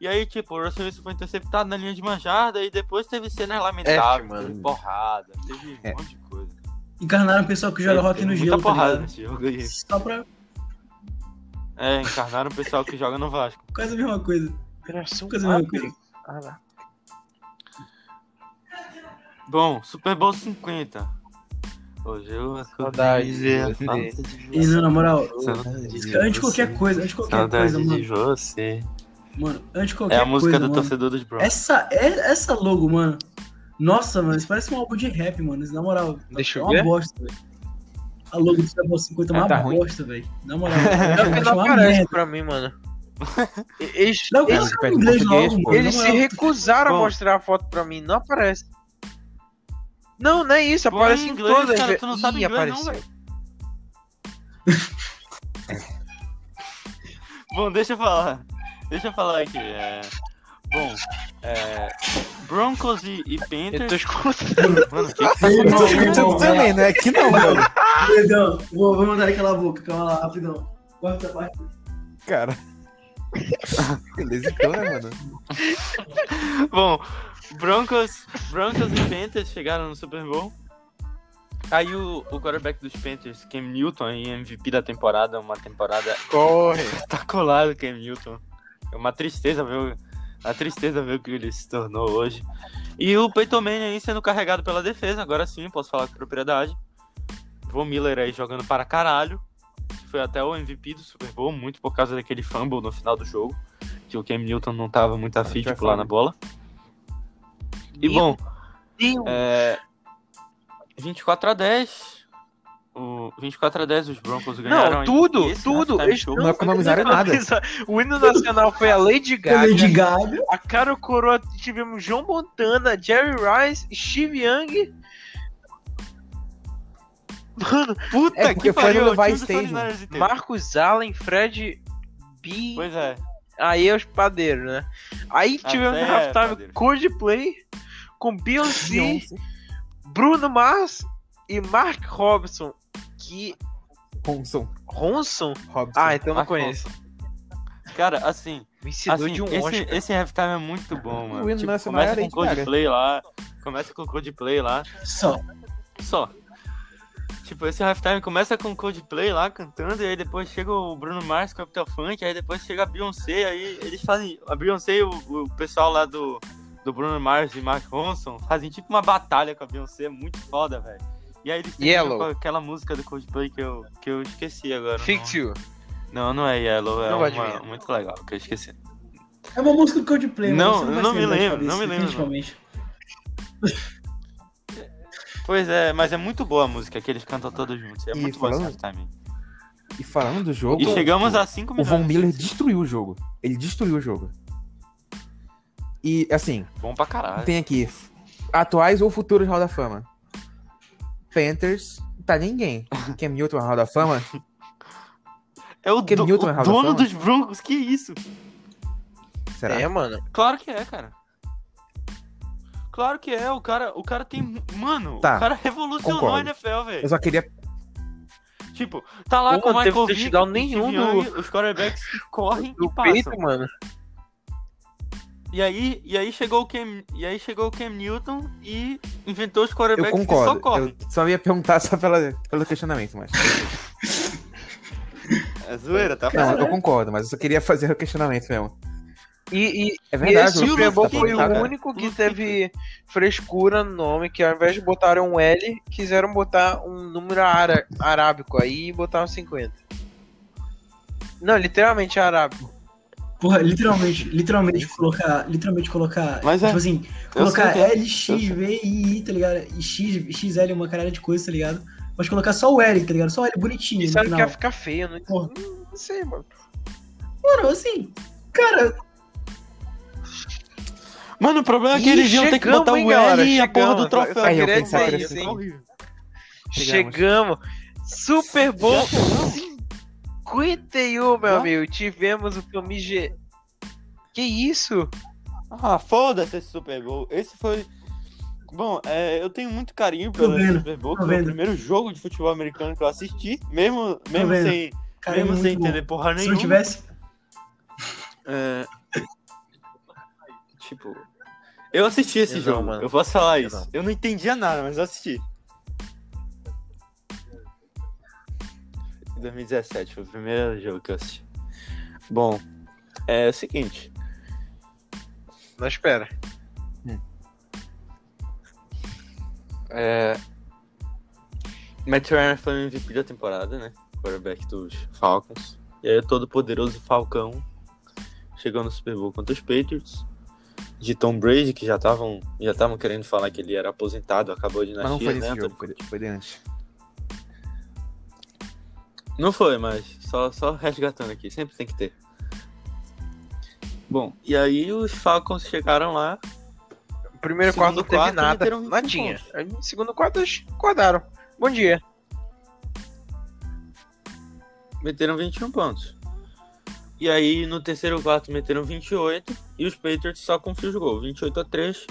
Speaker 2: E aí, tipo, o Russell Wilson foi interceptado na linha de manjada e depois teve cena lamentável,
Speaker 1: F, mano.
Speaker 2: teve porrada, teve um
Speaker 3: É.
Speaker 2: monte de coisa.
Speaker 4: Encarnaram o pessoal que joga
Speaker 2: Teve-
Speaker 4: rock
Speaker 2: teve
Speaker 4: no
Speaker 2: É, muita
Speaker 4: gelo, tá
Speaker 2: porrada
Speaker 4: ligado?
Speaker 2: nesse jogo aí.
Speaker 4: Só pra
Speaker 2: É, encarnaram o pessoal que joga no Vasco.
Speaker 4: quase a mesma coisa.
Speaker 1: Operação
Speaker 4: Quase um a mesma coisa.
Speaker 1: Ah, lá.
Speaker 2: Bom, Super Bowl 50. Hoje eu
Speaker 1: Saudade
Speaker 2: acordei
Speaker 1: de
Speaker 2: dizer a
Speaker 1: você.
Speaker 2: falta de
Speaker 4: E não, na moral,
Speaker 2: Saudade de
Speaker 4: antes de
Speaker 2: você.
Speaker 4: qualquer coisa, antes de qualquer
Speaker 2: Saudade
Speaker 4: coisa, mano.
Speaker 2: de você.
Speaker 4: Mano, antes de
Speaker 2: É
Speaker 4: qualquer coisa.
Speaker 2: a música do
Speaker 4: mano.
Speaker 2: torcedor dos Broncos.
Speaker 4: Essa, é- essa logo, mano. Nossa, mano, isso parece um álbum de rap, mano. Isso, na moral.
Speaker 1: Deixa
Speaker 4: é
Speaker 1: eu
Speaker 4: uma
Speaker 1: ver.
Speaker 4: bosta, velho. A logo do Super Bowl 50 é uma
Speaker 3: Ah, tá ruim.
Speaker 4: bosta, velho. Na moral.
Speaker 1: Pior É que
Speaker 4: eu acho
Speaker 1: não
Speaker 4: É uma
Speaker 1: aparece
Speaker 4: merda.
Speaker 1: pra mim, mano. E- Eles,
Speaker 4: Não,
Speaker 1: eles,
Speaker 4: cara, fala
Speaker 3: Eles-
Speaker 4: em inglês
Speaker 3: português,
Speaker 4: logo,
Speaker 3: pô.
Speaker 4: mano.
Speaker 1: eles
Speaker 4: Na
Speaker 1: se
Speaker 4: moral.
Speaker 1: recusaram
Speaker 2: é um Bom.
Speaker 1: a mostrar a foto pra mim, não aparece. Não, não é isso,
Speaker 2: Pô,
Speaker 1: aparece
Speaker 2: em
Speaker 1: em
Speaker 2: inglês,
Speaker 1: todas.
Speaker 2: cara,
Speaker 1: velho.
Speaker 2: tu não sabe
Speaker 1: Ih,
Speaker 2: inglês não,
Speaker 1: apareceu.
Speaker 2: Bom, deixa eu falar. Deixa eu falar aqui. é. Bom, é... Broncos e, e
Speaker 1: Eu tô
Speaker 2: Panthers.
Speaker 1: escutando.
Speaker 2: Mano, o que que tá acontecendo?
Speaker 4: Meu irmão, meu irmão,
Speaker 3: Escutando também, né? Aqui não, mano.
Speaker 4: Perdão, vou, vou mandar aquela boca, calma lá, rapidão. Corta essa parte.
Speaker 3: Cara. Beleza, então, né, mano?
Speaker 2: Bom, Broncos, Broncos e Panthers chegaram no Super Bowl. Aí o, o quarterback dos Panthers, Cam Newton, em MVP da temporada, uma temporada
Speaker 1: Corre!
Speaker 2: espetacular do Cam Tá Newton. É uma tristeza ver, o- a tristeza ver o que ele se tornou hoje. E o Peyton Manning aí sendo carregado pela defesa, agora sim, posso falar com propriedade. Von Miller aí jogando para caralho. Foi até o MVP do Super Bowl, muito por causa daquele fumble no final do jogo. Que o Cam Newton não tava muito afim de
Speaker 3: vai
Speaker 2: pular
Speaker 3: falar.
Speaker 2: na bola. E bom,
Speaker 1: Meu Deus.
Speaker 2: é, 24 a 10. O 24 a 10 os Broncos ganharam.
Speaker 1: Não,
Speaker 2: aí
Speaker 1: tudo,
Speaker 2: esse é
Speaker 1: tudo. é
Speaker 2: halftime
Speaker 1: eles
Speaker 2: show.
Speaker 3: Não economizaram nada.
Speaker 1: O hino nacional foi a Lady Gaga.
Speaker 4: Também de galho.
Speaker 1: A Caro Coroa tivemos João Montana, Jerry Rice, Steve Young. Mano,
Speaker 2: Puta
Speaker 3: É,
Speaker 2: que
Speaker 3: porque foi no
Speaker 2: pariu, o
Speaker 3: Levi
Speaker 2: time dos
Speaker 3: Stadium.
Speaker 2: 49ers inteiro.
Speaker 1: Marcos Allen, Fred B.
Speaker 2: Pois é.
Speaker 1: Aí é os padeiros, né? Aí
Speaker 2: Ah,
Speaker 1: tivemos
Speaker 2: é,
Speaker 1: no halftime
Speaker 2: padeiro.
Speaker 1: Coldplay com Beyoncé, Bruno Mars e Mark Robson. Que.
Speaker 3: Ronson.
Speaker 1: Ronson?
Speaker 3: Robson.
Speaker 1: Ah, então eu não
Speaker 2: Mark
Speaker 1: conheço.
Speaker 2: Cara, assim,
Speaker 1: Me ensinou
Speaker 2: assim
Speaker 1: de um
Speaker 2: esse,
Speaker 1: Oscar.
Speaker 2: esse halftime é muito bom,
Speaker 3: O
Speaker 2: mano.
Speaker 3: hino
Speaker 2: Tipo,
Speaker 3: nacional
Speaker 2: começa
Speaker 3: era
Speaker 2: com
Speaker 3: Lady Gaga.
Speaker 2: Coldplay lá, começa com Coldplay lá,
Speaker 4: Só.
Speaker 2: só. Tipo, esse halftime começa com Coldplay lá cantando, e aí depois chega o Bruno Mars com o Capital Funk, aí depois chega a Beyoncé, aí eles fazem. A Beyoncé e o, o pessoal lá do, do Bruno Mars e Mark Ronson fazem tipo uma batalha com a Beyoncé, é muito foda, velho. E aí eles terminam
Speaker 1: Yellow.
Speaker 2: com aquela música do Coldplay que eu, que eu esqueci agora. o nome.
Speaker 1: Fix you.
Speaker 2: Não, não é Yellow, é
Speaker 1: Não vai
Speaker 2: uma,
Speaker 1: adivinhar.
Speaker 2: muito legal, que eu esqueci.
Speaker 4: É uma música do Coldplay.
Speaker 2: Não,
Speaker 4: mano, você vai
Speaker 2: não
Speaker 4: se
Speaker 2: me
Speaker 4: lembrar de
Speaker 2: lembro, não
Speaker 4: cabeça,
Speaker 2: me lembro,
Speaker 4: definitivamente.
Speaker 2: Pois é, mas é muito boa a música que eles cantam todos juntos. É
Speaker 3: E
Speaker 2: muito bom
Speaker 3: falando-
Speaker 2: esse halftime.
Speaker 3: E falando do jogo.
Speaker 2: E chegamos a 5
Speaker 3: O
Speaker 2: minutos.
Speaker 3: Von Miller destruiu o jogo. Ele destruiu o jogo. E, assim,
Speaker 2: Bom pra caralho.
Speaker 3: tem aqui f- atuais ou futuros Hall da Fama. Panthers, tá ninguém. Cam Newton é Hall da Fama?
Speaker 2: É o,
Speaker 3: Cam
Speaker 2: do-
Speaker 3: Newton
Speaker 2: o
Speaker 3: é Hall da
Speaker 2: dono
Speaker 3: Fama?
Speaker 2: dos Broncos, que isso?
Speaker 3: Será?
Speaker 1: É, mano.
Speaker 2: Claro que é, cara. Claro que é, o cara, o cara tem. Mano,
Speaker 3: Tá,
Speaker 2: o cara revolucionou
Speaker 3: concordo.
Speaker 2: a NFL,
Speaker 3: Eu
Speaker 2: velho.
Speaker 3: só queria.
Speaker 2: Tipo, tá lá
Speaker 1: Pô,
Speaker 2: com o
Speaker 1: não teve
Speaker 2: Michael Vick,
Speaker 1: touchdown
Speaker 2: o
Speaker 1: nenhum
Speaker 2: Steve
Speaker 1: do-
Speaker 2: Young, os quarterbacks que correm e
Speaker 1: Do
Speaker 2: passam.
Speaker 1: peito, mano.
Speaker 2: E aí, e aí chegou o Cam, e aí chegou o Cam Newton e inventou os quarterbacks
Speaker 3: Eu
Speaker 2: que só
Speaker 3: concordo.
Speaker 2: correm.
Speaker 3: Eu só ia perguntar só pela, pelo questionamento, mas.
Speaker 2: É zoeira, tá?
Speaker 3: Não, eu concordo, mas eu só queria fazer o questionamento mesmo.
Speaker 1: E, e, e
Speaker 3: É verdade,
Speaker 1: esse
Speaker 3: o
Speaker 1: Super Bowl
Speaker 3: tá
Speaker 1: foi
Speaker 3: fora,
Speaker 1: o
Speaker 3: cara.
Speaker 1: único que
Speaker 2: Não
Speaker 1: teve frescura no nome, que ao invés de botar um L, quiseram botar um número ara- arábico aí e botaram 50. Não, literalmente arábico.
Speaker 4: Porra, literalmente, literalmente colocar. Literalmente colocar.
Speaker 2: Mas é.
Speaker 4: tipo assim,
Speaker 2: Eu
Speaker 4: colocar
Speaker 2: sei que é.
Speaker 4: L, X, V e I, tá ligado? E X, XL, uma caralho de coisa, tá ligado? Mas colocar só o L, tá ligado? Só o L bonitinho.
Speaker 1: Isso
Speaker 4: no
Speaker 1: era que é
Speaker 4: final.
Speaker 1: ia ficar feio, eu não,
Speaker 4: Porra.
Speaker 1: não sei, mano.
Speaker 4: Mano, assim, cara,
Speaker 2: Mano, o problema é que
Speaker 1: Ih,
Speaker 2: eles iam ter que
Speaker 1: chegamos,
Speaker 2: botar o
Speaker 1: hein,
Speaker 2: L
Speaker 1: galera,
Speaker 2: e a porra
Speaker 1: chegamos.
Speaker 2: do troféu.
Speaker 1: Aí,
Speaker 3: eu
Speaker 2: que ia
Speaker 3: pensava
Speaker 2: botar
Speaker 3: que era
Speaker 2: isso,
Speaker 1: assim.
Speaker 2: tá horrível.
Speaker 1: Chegamos. Super Bowl
Speaker 2: Já chegamos?
Speaker 1: 51, meu
Speaker 2: Já?
Speaker 1: amigo. Tivemos o filme G. Que isso?
Speaker 2: Ah, foda-se esse Super Bowl. Esse foi. Bom, é, eu tenho muito carinho pelo
Speaker 4: vendo,
Speaker 2: Super Bowl,
Speaker 4: tô
Speaker 2: que foi o
Speaker 4: vendo.
Speaker 2: primeiro jogo de futebol americano que eu assisti, mesmo, mesmo
Speaker 4: vendo.
Speaker 2: sem,
Speaker 4: cara, é
Speaker 2: mesmo
Speaker 4: muito
Speaker 2: sem
Speaker 4: bom.
Speaker 2: entender porra
Speaker 4: Se
Speaker 2: nenhuma.
Speaker 4: não tivesse.
Speaker 2: É... Tipo. Eu assisti esse
Speaker 1: Eu não,
Speaker 2: jogo,
Speaker 1: mano.
Speaker 2: eu posso falar
Speaker 1: Eu
Speaker 2: isso.
Speaker 1: não.
Speaker 2: Eu não entendia nada, mas eu assisti. 2017 foi o primeiro jogo que eu assisti. Bom, é o seguinte.
Speaker 1: Não espera.
Speaker 2: É... Matt Ryan foi o MVP da temporada, né? Quarterback dos Falcons. E aí o todo poderoso Falcão chegou no Super Bowl contra os Patriots. De Tom Brady, que já estavam já tavam querendo falar que ele era aposentado, acabou de
Speaker 3: Mas
Speaker 2: nascer,
Speaker 3: não foi
Speaker 2: né?
Speaker 3: nesse jogo, foi, foi de antes.
Speaker 2: Não foi, mas só, só resgatando aqui, sempre tem que ter. Bom, e aí os Falcons chegaram lá.
Speaker 1: O primeiro quarto
Speaker 2: Segundo
Speaker 1: não teve
Speaker 2: quarto,
Speaker 1: nada.
Speaker 2: meteram 25
Speaker 1: Nadinha. Aí no segundo quarto eles acordaram. Bom dia.
Speaker 2: meteram 21 pontos. E aí no terceiro quarto meteram 28 e os Patriots só com fios gol, 28 a 3.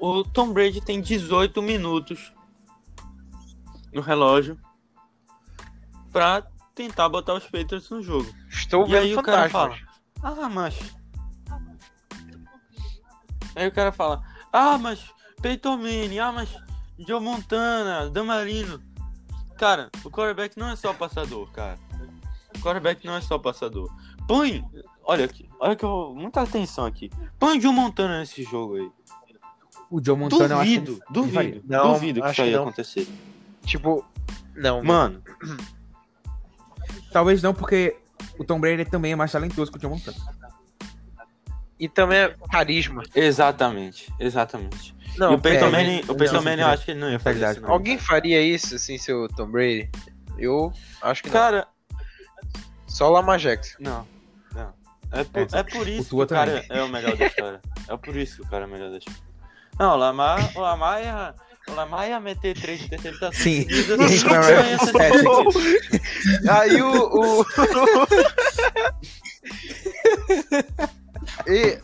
Speaker 2: O Tom Brady tem 18 minutos no relógio pra tentar botar os Patriots no jogo.
Speaker 1: Estou
Speaker 2: E
Speaker 1: vendo
Speaker 2: aí o cara
Speaker 1: fantástico.
Speaker 2: fala, Ah, mas. Aí o cara fala: Ah, mas Peitomini, ah, mas Joe Montana, Damarino. Cara, o quarterback não é só passador, cara. O quarterback não é só passador. Põe. Olha aqui, olha que eu vou. Muita atenção aqui. Põe Joe Montana nesse jogo aí.
Speaker 3: O Joe Montana, eu acho que
Speaker 2: duvido,
Speaker 3: ele- ele faria.
Speaker 2: duvido.
Speaker 1: Não,
Speaker 2: duvido que
Speaker 1: acho
Speaker 2: isso
Speaker 1: que
Speaker 2: aí ia
Speaker 1: não.
Speaker 2: acontecer.
Speaker 1: Tipo, não.
Speaker 2: Mano,
Speaker 3: Talvez não, porque o Tom Brady também é mais talentoso que o Joe Montana.
Speaker 1: E também é carisma.
Speaker 2: exatamente, exatamente.
Speaker 1: Não,
Speaker 2: e o Peyton
Speaker 1: é,
Speaker 2: Manning, o
Speaker 1: não.
Speaker 2: Peyton Manning eu acho que ele não ia fazer
Speaker 3: Verdade.
Speaker 2: isso, não.
Speaker 1: Alguém faria isso, assim, seu Tom Brady? Eu acho que não.
Speaker 2: Cara,
Speaker 1: Só Lamar Jackson.
Speaker 2: não, não. É por,
Speaker 3: É,
Speaker 2: é por isso que
Speaker 3: Tua
Speaker 2: o cara
Speaker 3: também.
Speaker 2: é o melhor da história. É por isso que o cara é o melhor da história. Não, o Lamar, o Lamar ia, o Lamar ia meter três interceptações.
Speaker 3: Sim.
Speaker 2: seguidas,
Speaker 3: Sim, é
Speaker 2: não
Speaker 3: cara.
Speaker 2: ia ser defendido.
Speaker 1: Aí o. o- e,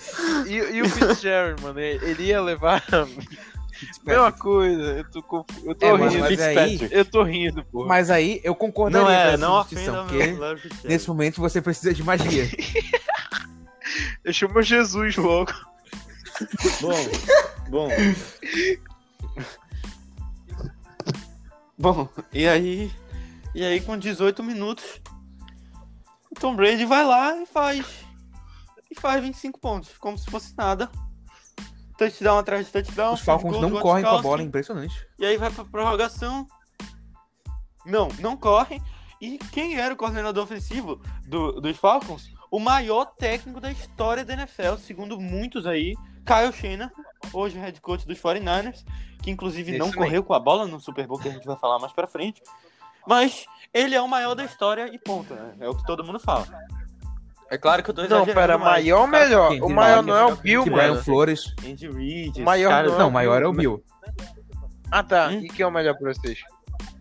Speaker 1: e, e o Fitzgerald, mano, ele ia levar a mesma coisa. Eu tô, conf- eu tô
Speaker 3: É, mas,
Speaker 1: rindo.
Speaker 3: mas aí,
Speaker 2: Fitzpatrick.
Speaker 1: Eu tô rindo, pô.
Speaker 3: mas aí eu concordaria
Speaker 2: Não é,
Speaker 3: com essa
Speaker 2: não
Speaker 3: discussão,
Speaker 2: ofenda
Speaker 3: porque
Speaker 2: meu Larry Fitzgerald.
Speaker 3: nesse momento você precisa de magia.
Speaker 1: Eu chamo Jesus logo.
Speaker 2: Bom, bom. bom, e aí. E aí, com 18 minutos, o Tom Brady vai lá e faz. E faz 25 pontos, como se fosse nada. Touchdown atrás de touchdown.
Speaker 3: Os Falcons não correm com a bola, é impressionante.
Speaker 2: E aí vai pra prorrogação. Não, não correm. E quem era o coordenador ofensivo do- dos Falcons? O maior técnico da história da NFL, segundo muitos aí, Kyle Shanahan, hoje head coach dos 49ers, que inclusive não
Speaker 1: Isso
Speaker 2: correu com a bola no Super Bowl, que a gente vai falar mais pra frente. Mas ele é o maior da história e ponto, né? É o que todo mundo fala. É claro que eu tô
Speaker 1: Não,
Speaker 2: exagerando
Speaker 1: pera,
Speaker 2: mas
Speaker 1: maior ou
Speaker 2: o cara-
Speaker 1: melhor? O maior não é o Bill,
Speaker 3: Que Brian
Speaker 1: mano.
Speaker 3: Flores.
Speaker 2: Andy Reid, esse
Speaker 1: Maior
Speaker 2: cara-
Speaker 1: não é
Speaker 3: Não, o maior é o Bill.
Speaker 1: Ah, tá.
Speaker 2: Hum?
Speaker 1: E quem é o melhor pra vocês?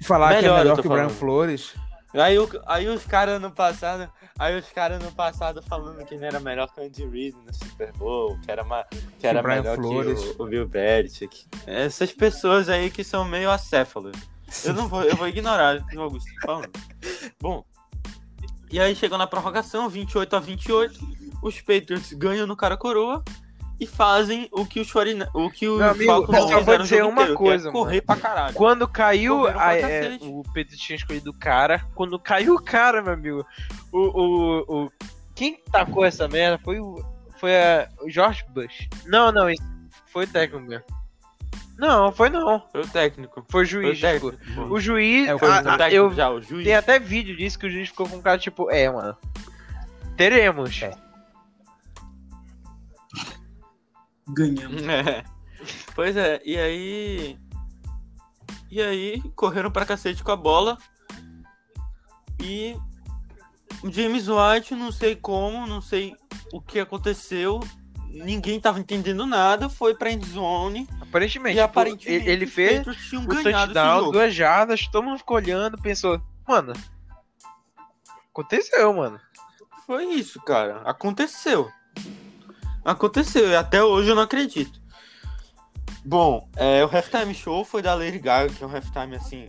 Speaker 3: Falar que é
Speaker 2: Melhor, eu
Speaker 3: melhor
Speaker 2: tô
Speaker 3: que o Brian
Speaker 2: falando.
Speaker 3: Flores.
Speaker 2: Aí, o- aí os caras no passado. Aí os caras no passado falando que não era melhor que o Andy Reid no Super Bowl, que era, ma- que era
Speaker 3: o Brian
Speaker 2: melhor
Speaker 3: Flores.
Speaker 2: que o, o Bill Belichick. Essas pessoas aí que são meio acéfalas. Eu não vou, eu vou ignorar o que o Augusto tá falando. Bom. E aí chegou na prorrogação, 28 a 28, os Patriots ganham no cara coroa e fazem o que os Forina, o que os
Speaker 1: Meu amigo,
Speaker 2: Falcons
Speaker 1: eu só vou
Speaker 2: fizeram o
Speaker 1: dizer
Speaker 2: jogo
Speaker 1: uma
Speaker 2: inteiro, que é
Speaker 1: coisa,
Speaker 2: correr pra caralho.
Speaker 1: Quando caiu,
Speaker 2: Correram pra
Speaker 1: a- é,
Speaker 2: cacete.
Speaker 1: o Pedro tinha escolhido o cara. Quando caiu o cara, meu amigo, o, o, o- quem tacou essa merda foi o, foi a, o George Bush. Não, não, isso foi o técnico mesmo. Não, foi não.
Speaker 2: Foi o técnico.
Speaker 1: Foi o
Speaker 2: Foi o
Speaker 1: juiz.
Speaker 2: técnico.
Speaker 1: pô. O juiz.
Speaker 3: É, foi o
Speaker 1: a- a-
Speaker 2: o técnico
Speaker 1: Ah, eu
Speaker 2: Então tá já, o juiz.
Speaker 1: tem até vídeo disso que o juiz ficou com o cara tipo, é, mano. Teremos.
Speaker 3: É.
Speaker 4: Ganhamos.
Speaker 2: É. Pois é, e aí. E aí, correram pra cacete com a bola. E. o James White, não sei como, não sei o que aconteceu. Ninguém tava entendendo nada. Foi pra endzone.
Speaker 1: Aparentemente.
Speaker 2: E
Speaker 1: tipo,
Speaker 2: aparentemente
Speaker 1: ele, ele
Speaker 2: os
Speaker 1: fez
Speaker 2: Patriots tinham
Speaker 1: o
Speaker 2: ganhado esse
Speaker 1: touchdown,
Speaker 2: jogo.
Speaker 1: duas jardas, todo mundo ficou olhando, pensou, mano. Aconteceu, mano.
Speaker 2: Foi isso, cara. Aconteceu. Aconteceu. E até hoje eu não acredito. Bom, é, o halftime show foi da Lady Gaga, que é um halftime assim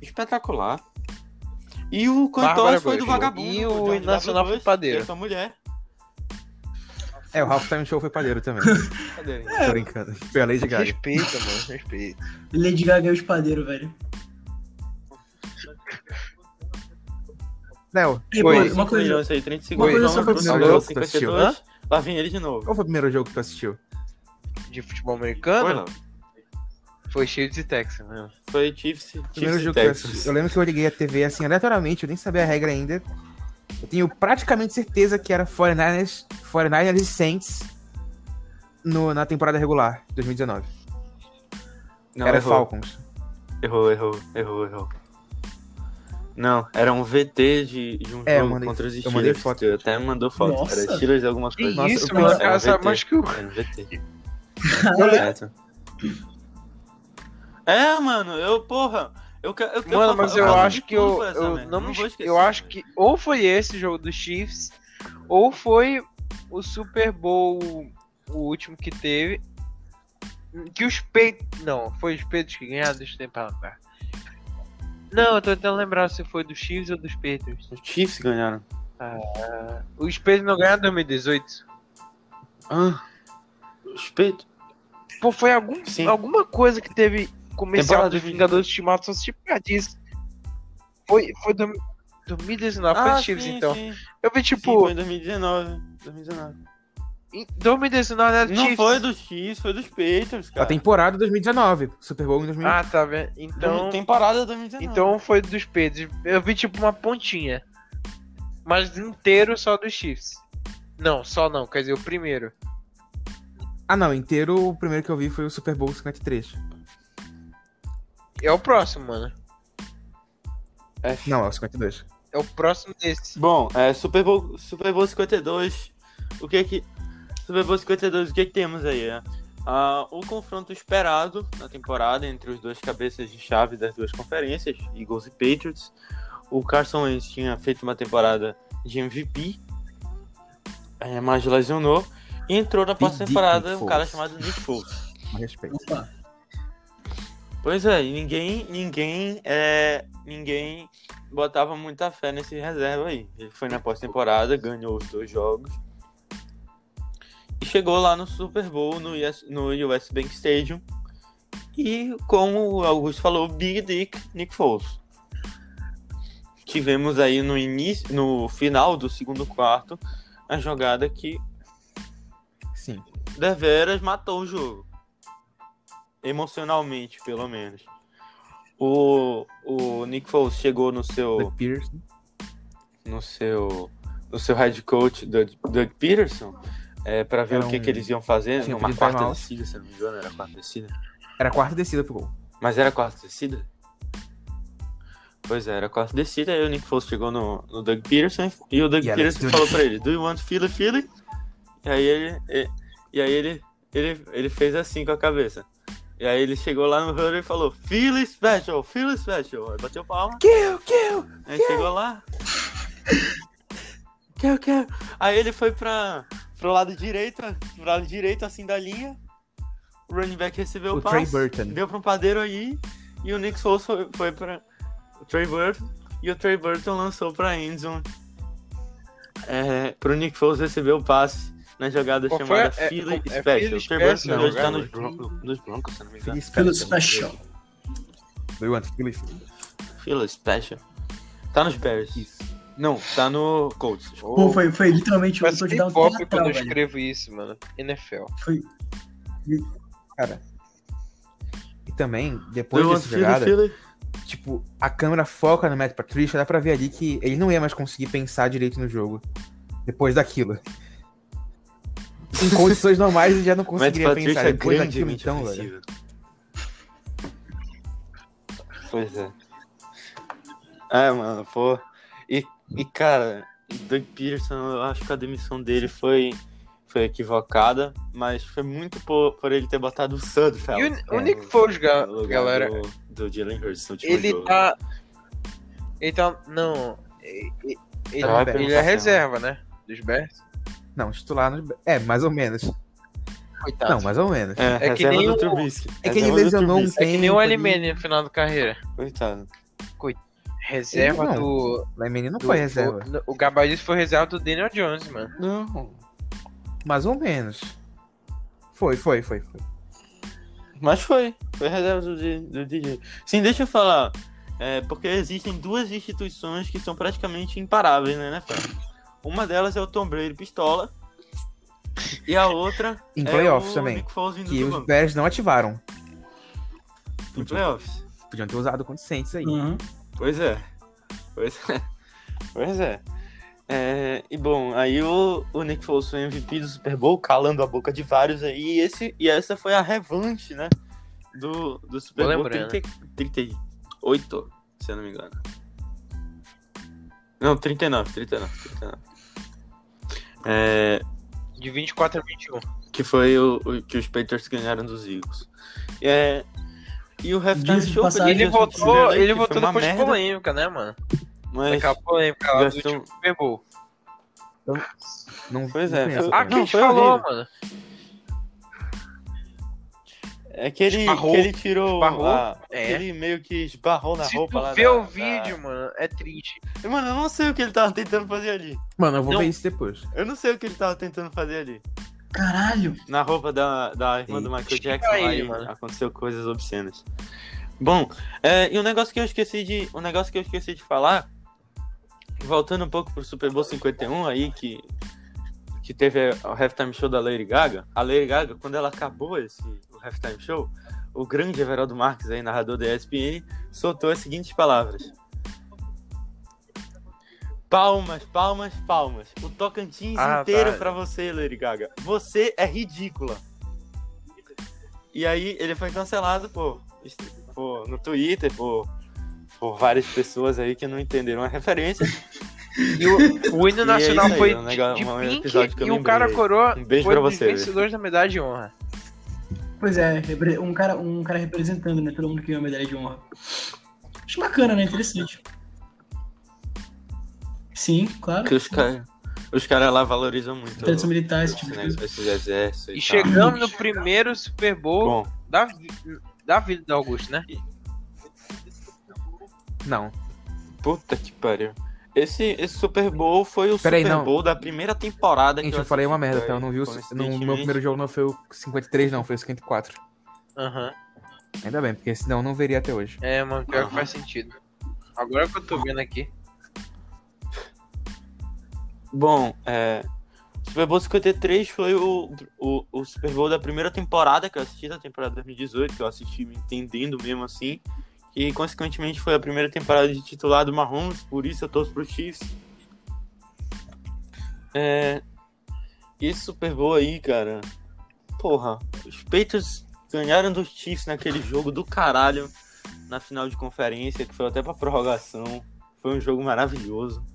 Speaker 2: espetacular. E o cantor
Speaker 1: Bárbara
Speaker 2: foi do
Speaker 1: Bush.
Speaker 2: vagabundo.
Speaker 1: E
Speaker 2: do
Speaker 1: o
Speaker 2: George
Speaker 1: Nacional
Speaker 2: W. Bush,
Speaker 1: foi padeiro.
Speaker 2: e Essa mulher.
Speaker 3: É, o Halftime Show foi padeiro também.
Speaker 2: Padeiro.
Speaker 3: Tô brincando. Foi a Lady Gaga.
Speaker 1: Respeita, mano, respeita.
Speaker 4: Lady Gaga é o espadeiro, velho.
Speaker 3: Léo,
Speaker 4: Ei,
Speaker 1: Oi.
Speaker 4: pô, uma coisa.
Speaker 2: Milhões um aí, 30
Speaker 4: Uma coisa
Speaker 2: segundos.
Speaker 4: só pra dizer.
Speaker 3: Alô,
Speaker 2: 52. Lá vem ele de novo.
Speaker 3: qual foi o primeiro jogo que tu assistiu?
Speaker 1: De futebol
Speaker 2: Foi,
Speaker 1: americano,
Speaker 2: lá.
Speaker 1: foi cheio de Texas mesmo.
Speaker 2: foi Chiefs.
Speaker 3: Primeiro
Speaker 2: Chiefs e
Speaker 3: jogo que eu
Speaker 2: Texans.
Speaker 3: assisti. Eu lembro que eu liguei a TV assim, aleatoriamente, eu nem sabia a regra ainda. Eu tenho praticamente certeza que era 49ers, 49ers e Saints no- na temporada regular, 2019.
Speaker 2: Não,
Speaker 3: era
Speaker 2: errou.
Speaker 3: Falcons.
Speaker 2: Errou, errou, errou, errou. Não, era um VT de, de um
Speaker 3: É, eu
Speaker 2: jogo
Speaker 3: mandei-
Speaker 2: contra os
Speaker 3: eu
Speaker 2: Steelers.
Speaker 3: mandei foto.
Speaker 2: Tu até mandou foto.
Speaker 4: Nossa.
Speaker 2: Era Steelers de alguma
Speaker 1: Que
Speaker 2: coisa.
Speaker 3: Nossa,
Speaker 1: isso,
Speaker 3: eu
Speaker 1: mano, o
Speaker 3: pensei-
Speaker 1: cara
Speaker 2: era um
Speaker 1: sabe
Speaker 2: VT.
Speaker 1: mais que o...
Speaker 2: Era um VT. Certo. É, mano, eu, porra. Eu, que- eu, eu
Speaker 1: Mano, mas eu
Speaker 2: passo
Speaker 1: acho
Speaker 2: de
Speaker 1: que
Speaker 2: tudo
Speaker 1: eu,
Speaker 2: por essa
Speaker 1: eu
Speaker 2: merda,
Speaker 1: não me
Speaker 2: né, vou
Speaker 1: es-
Speaker 2: esquecer, né?
Speaker 1: Eu acho
Speaker 2: velho.
Speaker 1: que ou foi esse jogo do Chiefs, ou foi o Super Bowl, o último que teve, que os peitos... Não, foi os peitos que ganharam, deixa eu tentar lembrar. Não, eu tô tentando lembrar se foi do Chiefs ou dos Patriots.
Speaker 2: Os Chiefs ganharam.
Speaker 1: O Spurs não ganhou em 2018.
Speaker 2: Respeito.
Speaker 1: Pô, foi algum,
Speaker 2: Sim.
Speaker 1: alguma coisa que teve comercial
Speaker 2: Temporada
Speaker 1: dos
Speaker 2: de-
Speaker 1: Vingadores Ultimato, só se tiver disso. Foi, foi do- 2019, foi dos Chiefs, então.
Speaker 2: Ah, Sim,
Speaker 1: Eu vi,
Speaker 2: Sim,
Speaker 1: tipo,
Speaker 2: foi em 2019. 2019.
Speaker 1: em 2019 era
Speaker 2: Não
Speaker 1: Chiefs.
Speaker 2: foi do X, foi dos Patriots,
Speaker 3: A
Speaker 2: cara.
Speaker 3: temporada é 2019. Super Bowl em 2019.
Speaker 1: Ah, tá vendo? Então,
Speaker 2: Temporada 2019.
Speaker 1: então foi dos Pedros. Eu vi, tipo, uma pontinha. Mas inteiro só dos Chiefs. Não, só não, quer dizer, o primeiro.
Speaker 3: Ah, não. Inteiro, o primeiro que eu vi foi o Super Bowl 53.
Speaker 1: É o próximo, mano. então,
Speaker 3: Não, é o 52.
Speaker 1: É o próximo desse.
Speaker 2: Bom, é Super Bowl, Super Bowl 52. O que é que. Super Bowl 52, o que que temos aí? é? Ah, o confronto esperado na temporada entre os dois cabeças de chave das duas conferências, Eagles e Patriots. O Carson Wentz tinha feito uma temporada de MVP, eh, mas lesionou. E entrou na pós-temporada um cara
Speaker 3: Foles.
Speaker 2: chamado Nick Foles.
Speaker 3: Com respeito.
Speaker 4: Opa,
Speaker 2: Pois é, e ninguém, ninguém, é, ninguém botava muita fé nesse reserva aí. Ele foi na pós-temporada, ganhou os dois jogos. E chegou lá no Super Bowl, no US, no US Bank Stadium. E, como o Augusto falou, Big Dick Nick Foles. Tivemos aí no início, no final do segundo quarto, a jogada que
Speaker 3: Sim.
Speaker 2: deveras matou o jogo. Emocionalmente, pelo menos. O, o Nick Foles chegou no seu
Speaker 3: The Pearson.
Speaker 2: no seu no seu head coach Doug, Doug Peterson é, para ver
Speaker 3: Era
Speaker 2: o que,
Speaker 3: um-
Speaker 2: que eles iam fazer
Speaker 3: tinha
Speaker 2: numa
Speaker 3: pedido
Speaker 2: quarta
Speaker 3: timeout.
Speaker 2: descida, se eu não me engano, era quarta descida.
Speaker 3: Era a quarta descida pro gol.
Speaker 2: Mas era quarta descida? Pois é, era quarta descida, aí o Nick Foles chegou no, no Doug Peterson e o Doug
Speaker 3: Yeah, let's
Speaker 2: Peterson
Speaker 3: do
Speaker 2: falou pra ele, do you want Philly Philly? E aí ele. E, e aí ele, ele, ele fez assim com a cabeça. E aí ele chegou lá no Hurley e falou, Philly Special, Philly Special. Aí bateu palma.
Speaker 3: Kill, kill!
Speaker 2: Aí chegou lá. Quer, quer. Aí ele foi pra, pro lado direito, pro lado direito assim da linha. O running back recebeu
Speaker 3: O
Speaker 2: o passe.
Speaker 3: Trey Burton.
Speaker 2: Deu pra um padeiro aí. E o Nick Foles foi, foi pra o Trey Burton. E o Trey Burton lançou pra Endzone. É, pro Nick Foles receber o passe na jogada
Speaker 1: Qual foi?
Speaker 2: chamada
Speaker 1: É-
Speaker 2: Philly
Speaker 1: é- é
Speaker 2: Special.
Speaker 1: Philly
Speaker 2: o Trey Burton
Speaker 1: Special,
Speaker 2: jogou tá
Speaker 1: jogada?
Speaker 2: nos, Bron- nos Broncos, se não me engano.
Speaker 3: Philly
Speaker 4: pelo
Speaker 3: Special.
Speaker 4: special.
Speaker 3: Do you want Philly Special?
Speaker 2: Philly Special. Tá nos Bears. Não, tá no Colts.
Speaker 4: Pô, foi, foi literalmente um
Speaker 2: tipo,
Speaker 4: eu
Speaker 1: Mas
Speaker 4: tô
Speaker 1: que
Speaker 4: te
Speaker 2: um
Speaker 4: dando
Speaker 1: pop quando eu
Speaker 4: velho.
Speaker 1: escrevo isso, mano. NFL.
Speaker 4: Foi
Speaker 3: E também, depois
Speaker 2: Do you want
Speaker 3: dessa jogada,
Speaker 2: Philly, Philly?
Speaker 3: tipo, a câmera foca no Matt Patricia, dá pra ver ali que ele não ia mais conseguir pensar direito no jogo. Depois daquilo. Em condições normais ele já não
Speaker 2: Matt
Speaker 3: conseguiria
Speaker 2: Patrícia
Speaker 3: pensar.
Speaker 2: é
Speaker 3: Depois daquilo,
Speaker 2: grandemente
Speaker 3: então, velho.
Speaker 2: ofensiva. Pois é. É, mano, pô. E, e cara, Doug Peterson, eu acho que a demissão dele foi, foi equivocada, mas foi muito por, por ele ter botado o Sudfeld. né,
Speaker 1: E o, o
Speaker 3: é,
Speaker 1: Nick Foles, ga-
Speaker 2: no tá, lugar
Speaker 1: galera,
Speaker 2: Do, do Jalen Hurts no último
Speaker 1: ele
Speaker 2: jogo. né?
Speaker 1: tá. Ele tá. Não. e- e- Ele,
Speaker 3: Tá
Speaker 1: ele
Speaker 2: bem.
Speaker 1: é reserva, né? Dos Bears.
Speaker 3: Não, titular nos... É, mais ou menos.
Speaker 1: Coitado.
Speaker 3: Não, mais ou menos.
Speaker 2: É,
Speaker 1: que
Speaker 2: reserva
Speaker 1: nem
Speaker 2: do
Speaker 1: o-
Speaker 2: Trubisky.
Speaker 3: É que ele
Speaker 2: Reserva do
Speaker 3: lesionou um
Speaker 2: Trubisky.
Speaker 1: é que nem o
Speaker 3: tempo ali.
Speaker 1: Alimene no final da carreira.
Speaker 2: Coitado.
Speaker 1: Reserva
Speaker 3: Ele não.
Speaker 1: do.
Speaker 3: Lemini não
Speaker 1: do-
Speaker 3: foi reserva.
Speaker 1: do- o gabarito foi reserva do Daniel Jones, mano.
Speaker 2: Não.
Speaker 3: Mais ou menos. Foi, foi, foi. foi.
Speaker 2: Mas foi. Foi reserva do, D- do DJ. Sim, deixa eu falar. É, porque existem duas instituições que são praticamente imparáveis, né, né, Fábio? Uma delas é o Tom Brady Pistola. E a outra
Speaker 3: Em
Speaker 2: é
Speaker 3: playoffs
Speaker 2: o
Speaker 3: também,
Speaker 2: Nick Foles vindo
Speaker 3: Que
Speaker 2: do
Speaker 3: os
Speaker 2: banco.
Speaker 3: Bears não ativaram.
Speaker 2: Em playoffs.
Speaker 3: Podiam ter usado o Saints
Speaker 1: Hum,
Speaker 3: aí.
Speaker 4: uhum.
Speaker 2: Pois é. Pois é. Pois é. É, e bom, aí o, o Nick Foles foi MVP do Super Bowl, calando a boca de vários aí. E, esse, e essa foi a revanche, né? Do, do Super
Speaker 1: Vou
Speaker 2: Bowl
Speaker 1: lembrar, né?
Speaker 2: 30, 38, se eu não me engano. Não, 39, 39, 39. É,
Speaker 1: De 24 a 21.
Speaker 2: que foi o, o que os Patriots ganharam dos Eagles. É, e o halftime
Speaker 4: Diga-se de
Speaker 2: show foi
Speaker 4: passagem,
Speaker 2: do
Speaker 1: Ele
Speaker 2: Justin
Speaker 1: voltou,
Speaker 2: Timberlake,
Speaker 1: ele
Speaker 2: né, que
Speaker 1: voltou
Speaker 2: foi uma
Speaker 1: depois de
Speaker 2: merda,
Speaker 1: polêmica, né, mano?
Speaker 2: mas-
Speaker 1: Daquela polêmica lá do
Speaker 2: Gastou-
Speaker 1: último Super Bowl.
Speaker 3: Não,
Speaker 2: Pois
Speaker 3: não
Speaker 2: é,
Speaker 3: conheço
Speaker 1: Ah,
Speaker 2: foi-
Speaker 3: também.
Speaker 1: que a
Speaker 2: Não,
Speaker 1: gente
Speaker 2: foi
Speaker 1: falou,
Speaker 2: horrível.
Speaker 1: mano.
Speaker 2: É que ele,
Speaker 1: Esbarrou.
Speaker 2: que ele tirou.
Speaker 1: Esbarrou.
Speaker 2: a-
Speaker 1: É.
Speaker 2: que ele meio que esbarrou na
Speaker 1: Se
Speaker 2: roupa lá.
Speaker 1: tu vê
Speaker 2: da-
Speaker 1: o
Speaker 2: da-
Speaker 1: vídeo, mano, é triste.
Speaker 2: Mano, eu não sei o que ele tava tentando fazer ali.
Speaker 3: Mano, eu vou
Speaker 1: Não.
Speaker 3: ver isso depois.
Speaker 2: Eu não sei o que ele tava tentando fazer ali.
Speaker 4: Caralho.
Speaker 2: Na roupa da, da irmã do
Speaker 3: Eita,
Speaker 2: Michael Jackson,
Speaker 1: aí,
Speaker 2: aí,
Speaker 1: mano.
Speaker 2: aconteceu coisas obscenas. Bom, é, e um negócio que eu esqueci de. Um negócio que eu esqueci de falar. Voltando um pouco pro Super Bowl 51 aí, que. Que teve o halftime show da Lady Gaga. A Lady Gaga, quando ela acabou esse o halftime show, o grande Everaldo Marques, aí, narrador da ESPN, soltou as seguintes palavras. Palmas, palmas, palmas. O Tocantins
Speaker 1: Ah,
Speaker 2: inteiro
Speaker 1: tá.
Speaker 2: pra você, Lady Gaga. Você é ridícula. E aí ele foi cancelado por, por- no Twitter, por, por várias pessoas aí que não entenderam a referência.
Speaker 1: E o, o hino
Speaker 2: E é
Speaker 1: nacional
Speaker 2: isso aí,
Speaker 1: foi
Speaker 2: um
Speaker 1: de
Speaker 2: negócio- um episódio que
Speaker 1: Pink
Speaker 2: eu
Speaker 1: e o
Speaker 2: lembrei
Speaker 1: cara
Speaker 2: aí.
Speaker 1: coroa
Speaker 2: Um beijo
Speaker 1: foi
Speaker 2: pra
Speaker 1: dos
Speaker 2: você, Vitor.
Speaker 1: vencedores da medalha de honra.
Speaker 4: Pois é, repre- um cara, um cara representando, né? Todo mundo que ganhou a medalha de honra. Acho bacana, né? Interessante. Sim, claro.
Speaker 2: Que os caras os cara lá valorizam muito
Speaker 4: Tradição militar, esse tipo
Speaker 2: esse
Speaker 4: de coisa.
Speaker 2: negócio, esses exércitos e,
Speaker 1: E
Speaker 2: tal.
Speaker 1: chegamos no primeiro Super Bowl
Speaker 2: Bom,
Speaker 1: da, vi- da vida do Augusto, né?
Speaker 3: Não.
Speaker 2: puta que pariu. Esse, esse Super Bowl foi o
Speaker 3: Peraí,
Speaker 2: Super
Speaker 3: não.
Speaker 2: Bowl da primeira temporada que
Speaker 3: Gente, eu falei uma merda, tá?
Speaker 2: então
Speaker 3: Eu não vi o. No meu primeiro jogo não foi o 53, não, foi o 54.
Speaker 1: Aham.
Speaker 3: Ainda bem, porque senão eu não veria até hoje.
Speaker 1: É, mano, pior que
Speaker 2: Aham.
Speaker 1: faz sentido. Agora que eu tô vendo aqui.
Speaker 2: Bom, é. Super Bowl 53 foi o, o, o Super Bowl da primeira temporada que eu assisti, da temporada 2018, que eu assisti me entendendo mesmo assim. E, consequentemente, foi a primeira temporada de titular do Mahomes, por isso eu torço pro Chiefs. É, e esse Super Bowl aí, cara. Porra, os Patriots ganharam dos Chiefs naquele jogo do caralho na final de conferência, que foi até pra prorrogação. Foi um jogo maravilhoso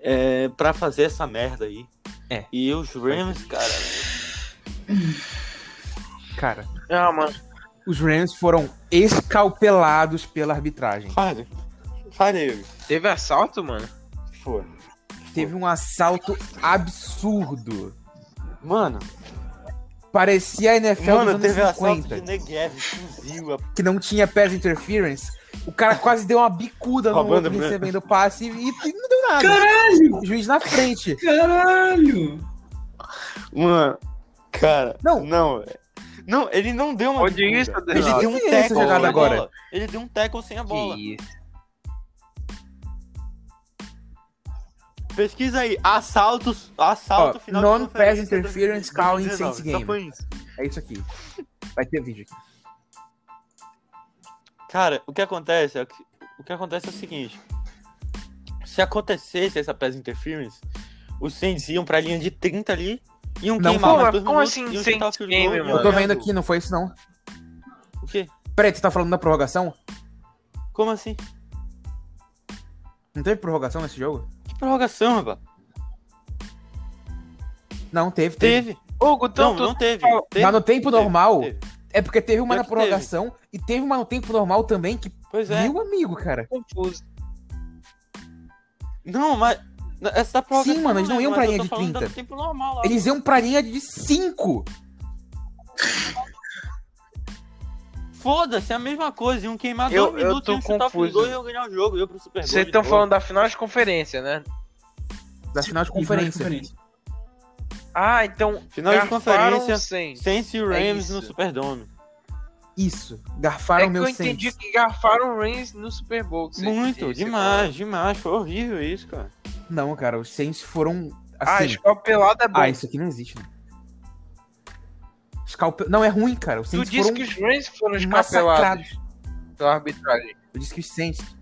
Speaker 2: é, pra fazer essa merda aí.
Speaker 3: É.
Speaker 2: E os Rams, cara.
Speaker 3: Cara,
Speaker 1: Ah, mano.
Speaker 3: os Rams foram escalpelados pela arbitragem.
Speaker 2: Fale. Fale, Yuri.
Speaker 1: Teve assalto, mano?
Speaker 2: Foi.
Speaker 3: Teve um assalto absurdo.
Speaker 2: Mano,
Speaker 3: Parecia a NFL
Speaker 2: mano,
Speaker 3: é dos anos
Speaker 2: teve assalto
Speaker 3: 50,
Speaker 2: de Negev, fuzil, a-
Speaker 3: que não tinha pass interference. O cara quase deu uma bicuda no
Speaker 2: Roubando
Speaker 3: outro
Speaker 2: mesmo.
Speaker 3: recebendo passe e, e não deu nada. O juiz na frente.
Speaker 4: Caralho!
Speaker 2: Mano, cara.
Speaker 3: Não.
Speaker 2: Não, velho. Não, ele não deu uma.
Speaker 1: Onde
Speaker 2: bicuda.
Speaker 1: isso, Adriano?
Speaker 2: Ele deu um
Speaker 3: Que que é essa
Speaker 2: tackle sem
Speaker 3: jogada
Speaker 2: a
Speaker 3: agora?
Speaker 2: bola. Ele deu um tackle sem a bola.
Speaker 1: Que isso.
Speaker 2: Pesquisa aí. Assaltos, assalto,
Speaker 3: Ó,
Speaker 2: final
Speaker 3: non-pass
Speaker 2: conferência
Speaker 3: interference call
Speaker 2: 2019.
Speaker 3: in sense
Speaker 2: Só
Speaker 3: game.
Speaker 2: foi isso.
Speaker 3: É isso aqui. Vai ter vídeo aqui.
Speaker 2: Cara, o que acontece é que, o que acontece é o seguinte. Se acontecesse essa pass interference, os Saints iam pra linha de 30 ali e um
Speaker 3: Não
Speaker 2: queimar
Speaker 1: foi.
Speaker 2: mais
Speaker 1: Mas
Speaker 2: dois
Speaker 1: como
Speaker 2: minutos,
Speaker 1: assim
Speaker 2: iam
Speaker 1: Saints
Speaker 2: chutar o field
Speaker 1: game,
Speaker 2: goal, iam
Speaker 1: mano?
Speaker 3: Eu tô
Speaker 2: ganhar
Speaker 3: vendo
Speaker 2: o
Speaker 3: aqui, não foi isso não.
Speaker 2: jogo. O quê?
Speaker 3: Peraí, tu tá falando da prorrogação?
Speaker 2: Como assim?
Speaker 3: Não teve prorrogação nesse jogo?
Speaker 2: Que prorrogação, rapaz?
Speaker 3: Não, teve, teve.
Speaker 2: Teve.
Speaker 1: Hugo,
Speaker 2: Não,
Speaker 1: então tu
Speaker 2: não teve.
Speaker 1: fala-
Speaker 2: Teve,
Speaker 3: Mas no tempo
Speaker 2: teve,
Speaker 3: normal,
Speaker 2: teve.
Speaker 3: é porque teve uma
Speaker 2: Pior
Speaker 3: na
Speaker 2: que
Speaker 3: prorrogação e teve uma no tempo normal também que
Speaker 2: Pois é.
Speaker 3: Meu amigo, cara.
Speaker 1: confuso.
Speaker 2: Não, mas essa prorrogação é,
Speaker 3: Sim, mano, eles não iam
Speaker 2: mas
Speaker 3: pra
Speaker 2: eu
Speaker 3: linha
Speaker 2: tô
Speaker 3: de
Speaker 2: falando
Speaker 3: 30.
Speaker 2: do tempo normal lá.
Speaker 3: Eles iam pra linha de 5.
Speaker 2: Foda-se, é a mesma coisa. Iam queimar
Speaker 1: Eu-
Speaker 2: dois
Speaker 1: eu
Speaker 2: minutos,
Speaker 1: tô
Speaker 2: iam chutar o
Speaker 1: confuso.
Speaker 2: field goal e iam ganhar o jogo. Iam pro Super Bowl.
Speaker 1: Vocês
Speaker 2: de
Speaker 1: estão
Speaker 2: novo.
Speaker 1: falando da final de conferência, né?
Speaker 3: Da final de conferência.
Speaker 1: Ah, então.
Speaker 2: Final de
Speaker 1: garfaram É
Speaker 2: conferência.
Speaker 1: o Saints.
Speaker 2: Saints e Rams
Speaker 1: isso.
Speaker 2: no Superdome.
Speaker 3: Isso.
Speaker 1: É
Speaker 3: Garfaram
Speaker 1: que
Speaker 3: meu
Speaker 1: eu
Speaker 3: Saints.
Speaker 1: entendi que garfaram o Reigns no Super Bowl. que você- que
Speaker 2: Muito,
Speaker 1: você
Speaker 2: demais, demais. Foi horrível isso, cara.
Speaker 3: Não, cara, os Saints foram
Speaker 1: falou. Ah,
Speaker 3: assim.
Speaker 1: escalpelada é bom.
Speaker 3: Ah, isso aqui não existe, né? Escalpe... Não, é ruim, cara. Os
Speaker 1: tu
Speaker 3: Saints
Speaker 1: disse
Speaker 3: foram
Speaker 1: que os Rams foram escalpelados
Speaker 3: massacrados.
Speaker 1: pela arbitragem.
Speaker 3: Eu disse que os Saints...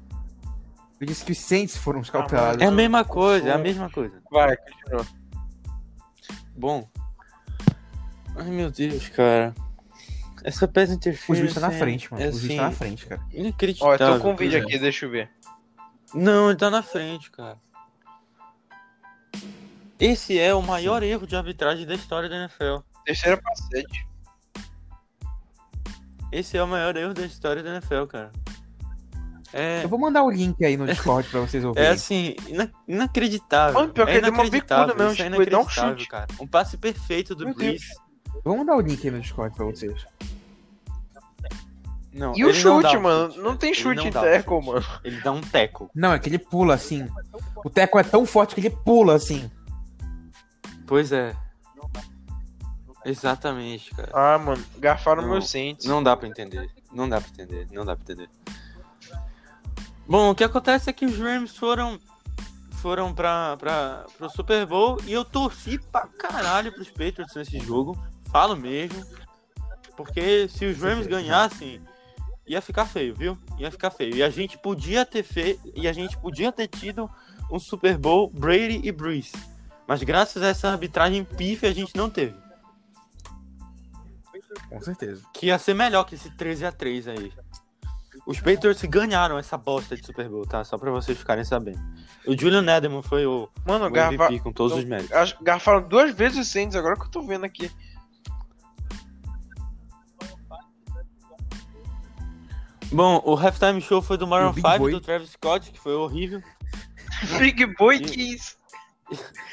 Speaker 3: Eu disse que os Saints foram
Speaker 1: Ah,
Speaker 3: escalpelados.
Speaker 2: É a mesma coisa, é a mesma coisa.
Speaker 1: Vai, continua.
Speaker 2: Bom. Ai, meu Deus, cara. Essa peça
Speaker 3: O
Speaker 2: interferência...
Speaker 3: juiz tá na frente, mano.
Speaker 2: É
Speaker 3: O juiz
Speaker 2: assim,
Speaker 3: tá na frente, cara.
Speaker 1: Ó, eu
Speaker 2: inacreditável.
Speaker 1: tô com um vídeo
Speaker 2: cara.
Speaker 1: aqui, deixa eu ver.
Speaker 2: Não, ele tá na frente, cara. Esse é o maior erro de arbitragem da história da NFL.
Speaker 1: Terceira passete.
Speaker 2: Esse é o maior erro da história da NFL, cara. É,
Speaker 3: Eu vou mandar o link aí no Discord pra vocês
Speaker 2: É
Speaker 3: ouvirem.
Speaker 2: assim, ina- inacreditável.
Speaker 1: Mano, pior que
Speaker 2: é
Speaker 1: ele deu uma
Speaker 2: inacreditável,
Speaker 1: bicuda mesmo,
Speaker 2: isso é
Speaker 1: tipo, ele dá um
Speaker 2: inacreditável,
Speaker 1: chute.
Speaker 2: cara. Um passe perfeito do
Speaker 1: Meu
Speaker 2: Breeze.
Speaker 3: Eu vou mandar o link aí no Discord pra vocês.
Speaker 2: Não,
Speaker 1: E o
Speaker 2: ele não dá
Speaker 1: chute,
Speaker 2: um
Speaker 1: mano?
Speaker 2: chute,
Speaker 1: não tem
Speaker 2: Ele
Speaker 1: chute
Speaker 2: não
Speaker 1: em
Speaker 2: dá um
Speaker 1: tackle,
Speaker 2: chute.
Speaker 1: mano.
Speaker 2: Ele dá um teco.
Speaker 3: Não, é que ele pula assim. O teco é tão forte que ele pula assim.
Speaker 2: Pois é. Exatamente, cara.
Speaker 1: Ah, mano, garfaram
Speaker 2: Não,
Speaker 1: meu Saints.
Speaker 2: Não dá pra entender. Não dá pra entender. Não dá pra entender. Bom, o que acontece é que os Rams foram foram pra, pra, pro Super Bowl e eu torci pra caralho pros Patriots nesse jogo. Falo mesmo. Porque se os Rams ganhassem, ia ficar feio, viu? Ia ficar feio. E a gente podia ter feito. E a gente podia ter tido um Super Bowl Brady e Breeze. Mas graças a essa arbitragem pífia a gente não teve.
Speaker 3: Com certeza.
Speaker 2: Que ia ser melhor que esse 13x3 aí. Os Patriots ganharam essa bosta de Super Bowl, tá? Só pra vocês ficarem sabendo. O Julian Edelman foi o, o
Speaker 1: Mano, garfa...
Speaker 2: MVP com todos
Speaker 1: não-
Speaker 2: os méritos.
Speaker 1: acho- garfaram duas vezes o Saints, agora que eu tô vendo aqui.
Speaker 2: Bom, o halftime show foi do
Speaker 3: O
Speaker 2: Maroon
Speaker 3: Big
Speaker 2: 5,
Speaker 3: Boy.
Speaker 2: do Travis Scott, que foi horrível.
Speaker 1: Big Boy
Speaker 2: E-
Speaker 1: 15.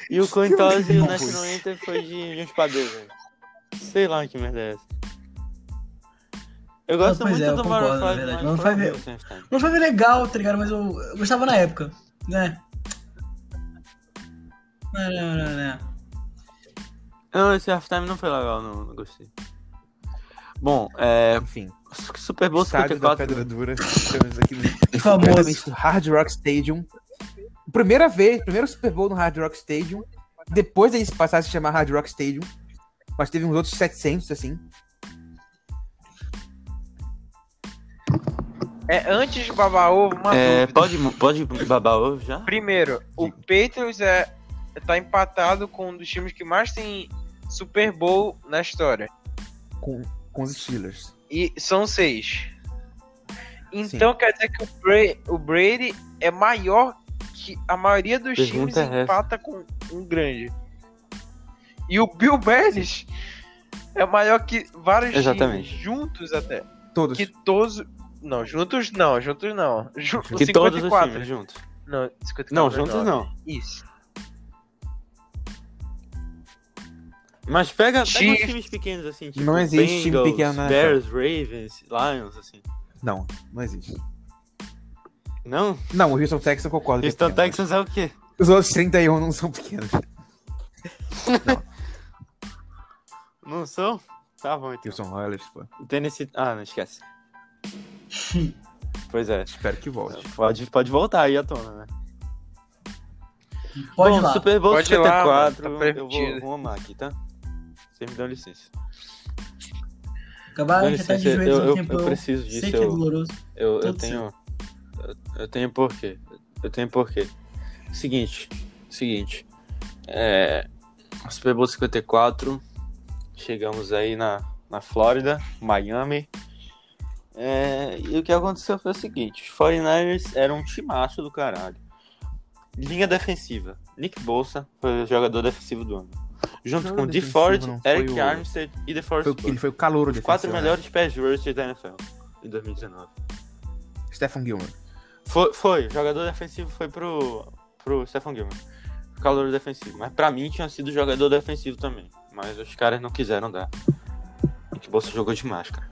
Speaker 2: E o Cointos e
Speaker 4: Big
Speaker 2: o
Speaker 4: Boy.
Speaker 2: National Anthem foi de Leon Spadeu, velho. Sei lá que merda é essa. Eu
Speaker 4: Ah,
Speaker 2: gosto
Speaker 4: pois
Speaker 2: muito
Speaker 4: é, eu
Speaker 2: do
Speaker 4: concordo,
Speaker 2: Maroon
Speaker 4: na
Speaker 2: 5, mas
Speaker 4: verdade.
Speaker 2: foi
Speaker 4: Maroon 5 é-
Speaker 2: horrível esse halftime.
Speaker 4: Não foi legal, tá ligado? Mas eu, eu gostava na época, né? Não, não, não, não.
Speaker 2: Não, esse halftime não foi legal, não, não gostei. Bom, é...
Speaker 3: Enfim.
Speaker 2: Super Bowl
Speaker 3: estádio da
Speaker 2: 54...
Speaker 3: Pedra Dura. Estamos aqui no
Speaker 4: Famoso.
Speaker 3: exatamente no Hard Rock Stadium. Primeira vez, primeiro Super Bowl no Hard Rock Stadium. Depois deles passar a se chamar Hard Rock Stadium. Mas teve uns outros 700, assim.
Speaker 1: É antes de babar ovo, uma
Speaker 2: É,
Speaker 1: Ah, dúvida.
Speaker 2: pode, pode babar ovo já?
Speaker 1: Primeiro, o Patriots é, tá empatado com um dos times que mais tem Super Bowl na história.
Speaker 3: Com, com os Steelers.
Speaker 1: E são seis. Então quer dizer que o Brady, o Brady é maior que a maioria dos
Speaker 2: Pergunta
Speaker 1: times
Speaker 2: é essa.
Speaker 1: empata com um grande. E o Bill Belichick é maior que vários
Speaker 2: Exatamente.
Speaker 1: times juntos até.
Speaker 3: Todos.
Speaker 1: Que todos... Não, juntos não, juntos não. Ju...
Speaker 2: Que todos os
Speaker 1: 54.
Speaker 2: times juntos.
Speaker 1: Não, 54
Speaker 2: Não, juntos não.
Speaker 1: Isso.
Speaker 2: Mas pega, pega os
Speaker 1: Chiefs.
Speaker 2: times pequenos assim, tipo
Speaker 3: Não existe time
Speaker 2: Bengals,
Speaker 3: pequeno na
Speaker 2: Bears, Ravens, Lions, assim.
Speaker 3: Não, não existe.
Speaker 2: Não?
Speaker 3: Não, o Houston Texans eu concordo. que é
Speaker 2: Houston
Speaker 3: pequeno.
Speaker 2: Texans é o quê?
Speaker 3: Os outros 31 não são pequenos.
Speaker 2: Não são? Tá bom, então.
Speaker 3: Houston Oilers, pô.
Speaker 2: Tennessee... Ah, não, esquece. pois é.
Speaker 3: Espero que volte.
Speaker 2: Pode, pode voltar aí à tona, né?
Speaker 4: Pode
Speaker 2: Bom,
Speaker 4: ir lá.
Speaker 2: Super Bowl
Speaker 1: Pode ir lá, mano, tá
Speaker 2: 54, eu vou,
Speaker 1: permitido.
Speaker 2: vou amar aqui, tá? Vocês me dão licença. Dá
Speaker 4: Acabaram de estar
Speaker 2: licença,
Speaker 4: de
Speaker 2: né, eu,
Speaker 4: joelhos há
Speaker 2: eu,
Speaker 4: um tempo.
Speaker 2: eu
Speaker 4: Eu
Speaker 2: preciso disso.
Speaker 4: sei que é
Speaker 2: eu-
Speaker 4: doloroso.
Speaker 2: Eu, eu
Speaker 4: Todo
Speaker 2: tenho. eu- Eu tenho porquê. Eu tenho porquê. Seguinte. Seguinte. É. Super Bowl 54. Chegamos aí na, na Flórida, Miami. É, e o que aconteceu foi o seguinte: os 49ers eram um timaço do caralho. Linha defensiva. Nick Bolsa foi o jogador defensivo do ano. Junto
Speaker 3: Jogador
Speaker 2: com
Speaker 3: defensivo
Speaker 2: DeFord,
Speaker 3: não, foi
Speaker 2: Eric
Speaker 3: o-
Speaker 2: Armstead e DeForest
Speaker 3: Foi o-
Speaker 2: Buckner.
Speaker 3: ele foi o calor
Speaker 2: Os
Speaker 3: né?
Speaker 2: quatro melhores pass rushers da NFL em 2019.
Speaker 3: Stephen Gilman.
Speaker 2: Foi, foi. O jogador defensivo foi pro, pro Stefan Gilman. O calor defensivo. Mas pra mim tinha sido jogador defensivo também. Mas os caras não quiseram dar. O que bolsa jogou demais, cara.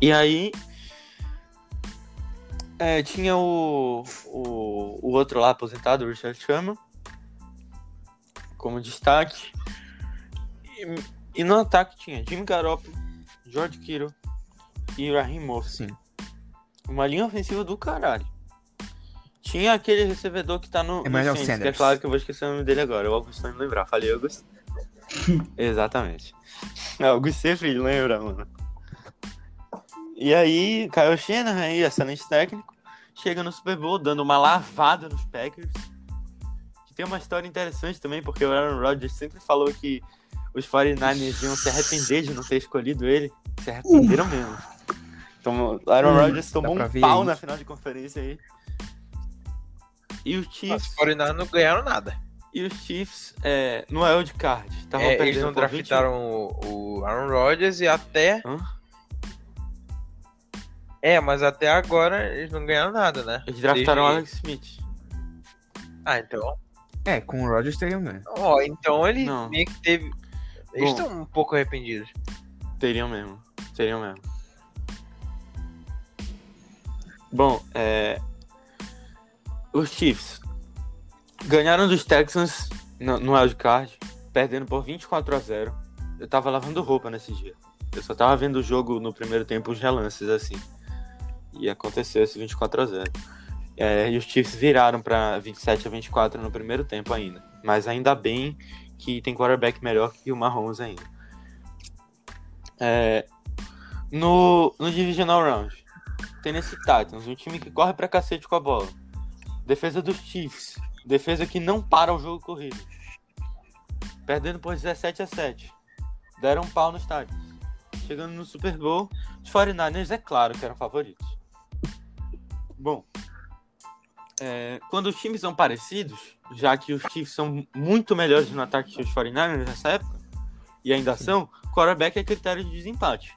Speaker 2: E aí. é, tinha o, o, o outro lá aposentado, o Richard Chama, como destaque. E, e no ataque tinha Jimmy Garoppolo, George Kittle e Raheem Morris.
Speaker 3: Sim.
Speaker 2: Uma linha ofensiva do caralho. Tinha aquele recebedor que tá no. no
Speaker 3: Emmanuel
Speaker 2: Saints, que é
Speaker 3: Sanders.
Speaker 2: claro que eu vou esquecer o nome dele agora. O Augusto vai me lembrar. Falei, Augusto. Exatamente. O Augusto sempre lembra, mano. E aí, Kyle Shanahan aí, excelente técnico, chega no Super Bowl dando uma lavada nos Packers. Que tem uma história interessante também, porque o Aaron Rodgers sempre falou que os 49ers iam se arrepender de não ter escolhido ele. Se
Speaker 1: Uh.
Speaker 2: arrependeram mesmo. Tomou, Aaron
Speaker 4: Hum,
Speaker 2: Rodgers tomou
Speaker 3: pra
Speaker 2: um
Speaker 3: ver
Speaker 2: pau
Speaker 3: aí.
Speaker 2: na final de conferência aí. E os
Speaker 1: Os
Speaker 2: Chiefs,
Speaker 1: 49 não ganharam nada.
Speaker 2: e os Chiefs é, no wild card. Estavam
Speaker 1: É,
Speaker 2: perdendo
Speaker 1: eles não
Speaker 2: por 20.
Speaker 1: draftaram o, o Aaron Rodgers e até.
Speaker 2: Hã?
Speaker 1: É, mas até agora eles não ganharam nada, né?
Speaker 2: Eles draftaram o
Speaker 1: Desde-
Speaker 2: Alex Smith.
Speaker 1: Ah, então.
Speaker 3: É, com o Rodgers teriam ganho.
Speaker 1: Ó, então ele
Speaker 2: Não.
Speaker 1: meio que teve. Eles
Speaker 2: Bom.
Speaker 1: estão um pouco arrependidos.
Speaker 2: Teriam mesmo. Teriam mesmo. Bom, é... Os Chiefs ganharam dos Texans no, no wildcard, perdendo por 24 a 0. Eu tava lavando roupa nesse dia. Eu só tava vendo o jogo no primeiro tempo, os relances, assim. E aconteceu esse 24 a 0. É, e os Chiefs viraram pra 27 a 24 no primeiro tempo ainda. Mas ainda bem que tem quarterback melhor que o Mahomes ainda. É, no, no Divisional Round, Tennessee Titans, um time que corre pra cacete com a bola. Defesa dos Chiefs, defesa que não para o jogo corrido. Perdendo por 17 a 7. Deram um pau nos Titans. Chegando no Super Bowl, os 49ers é claro que eram favoritos. Bom, é, quando os times são parecidos, já que os Chiefs são muito melhores no ataque que os 49ers nessa época, e ainda são, quarterback é critério de desempate.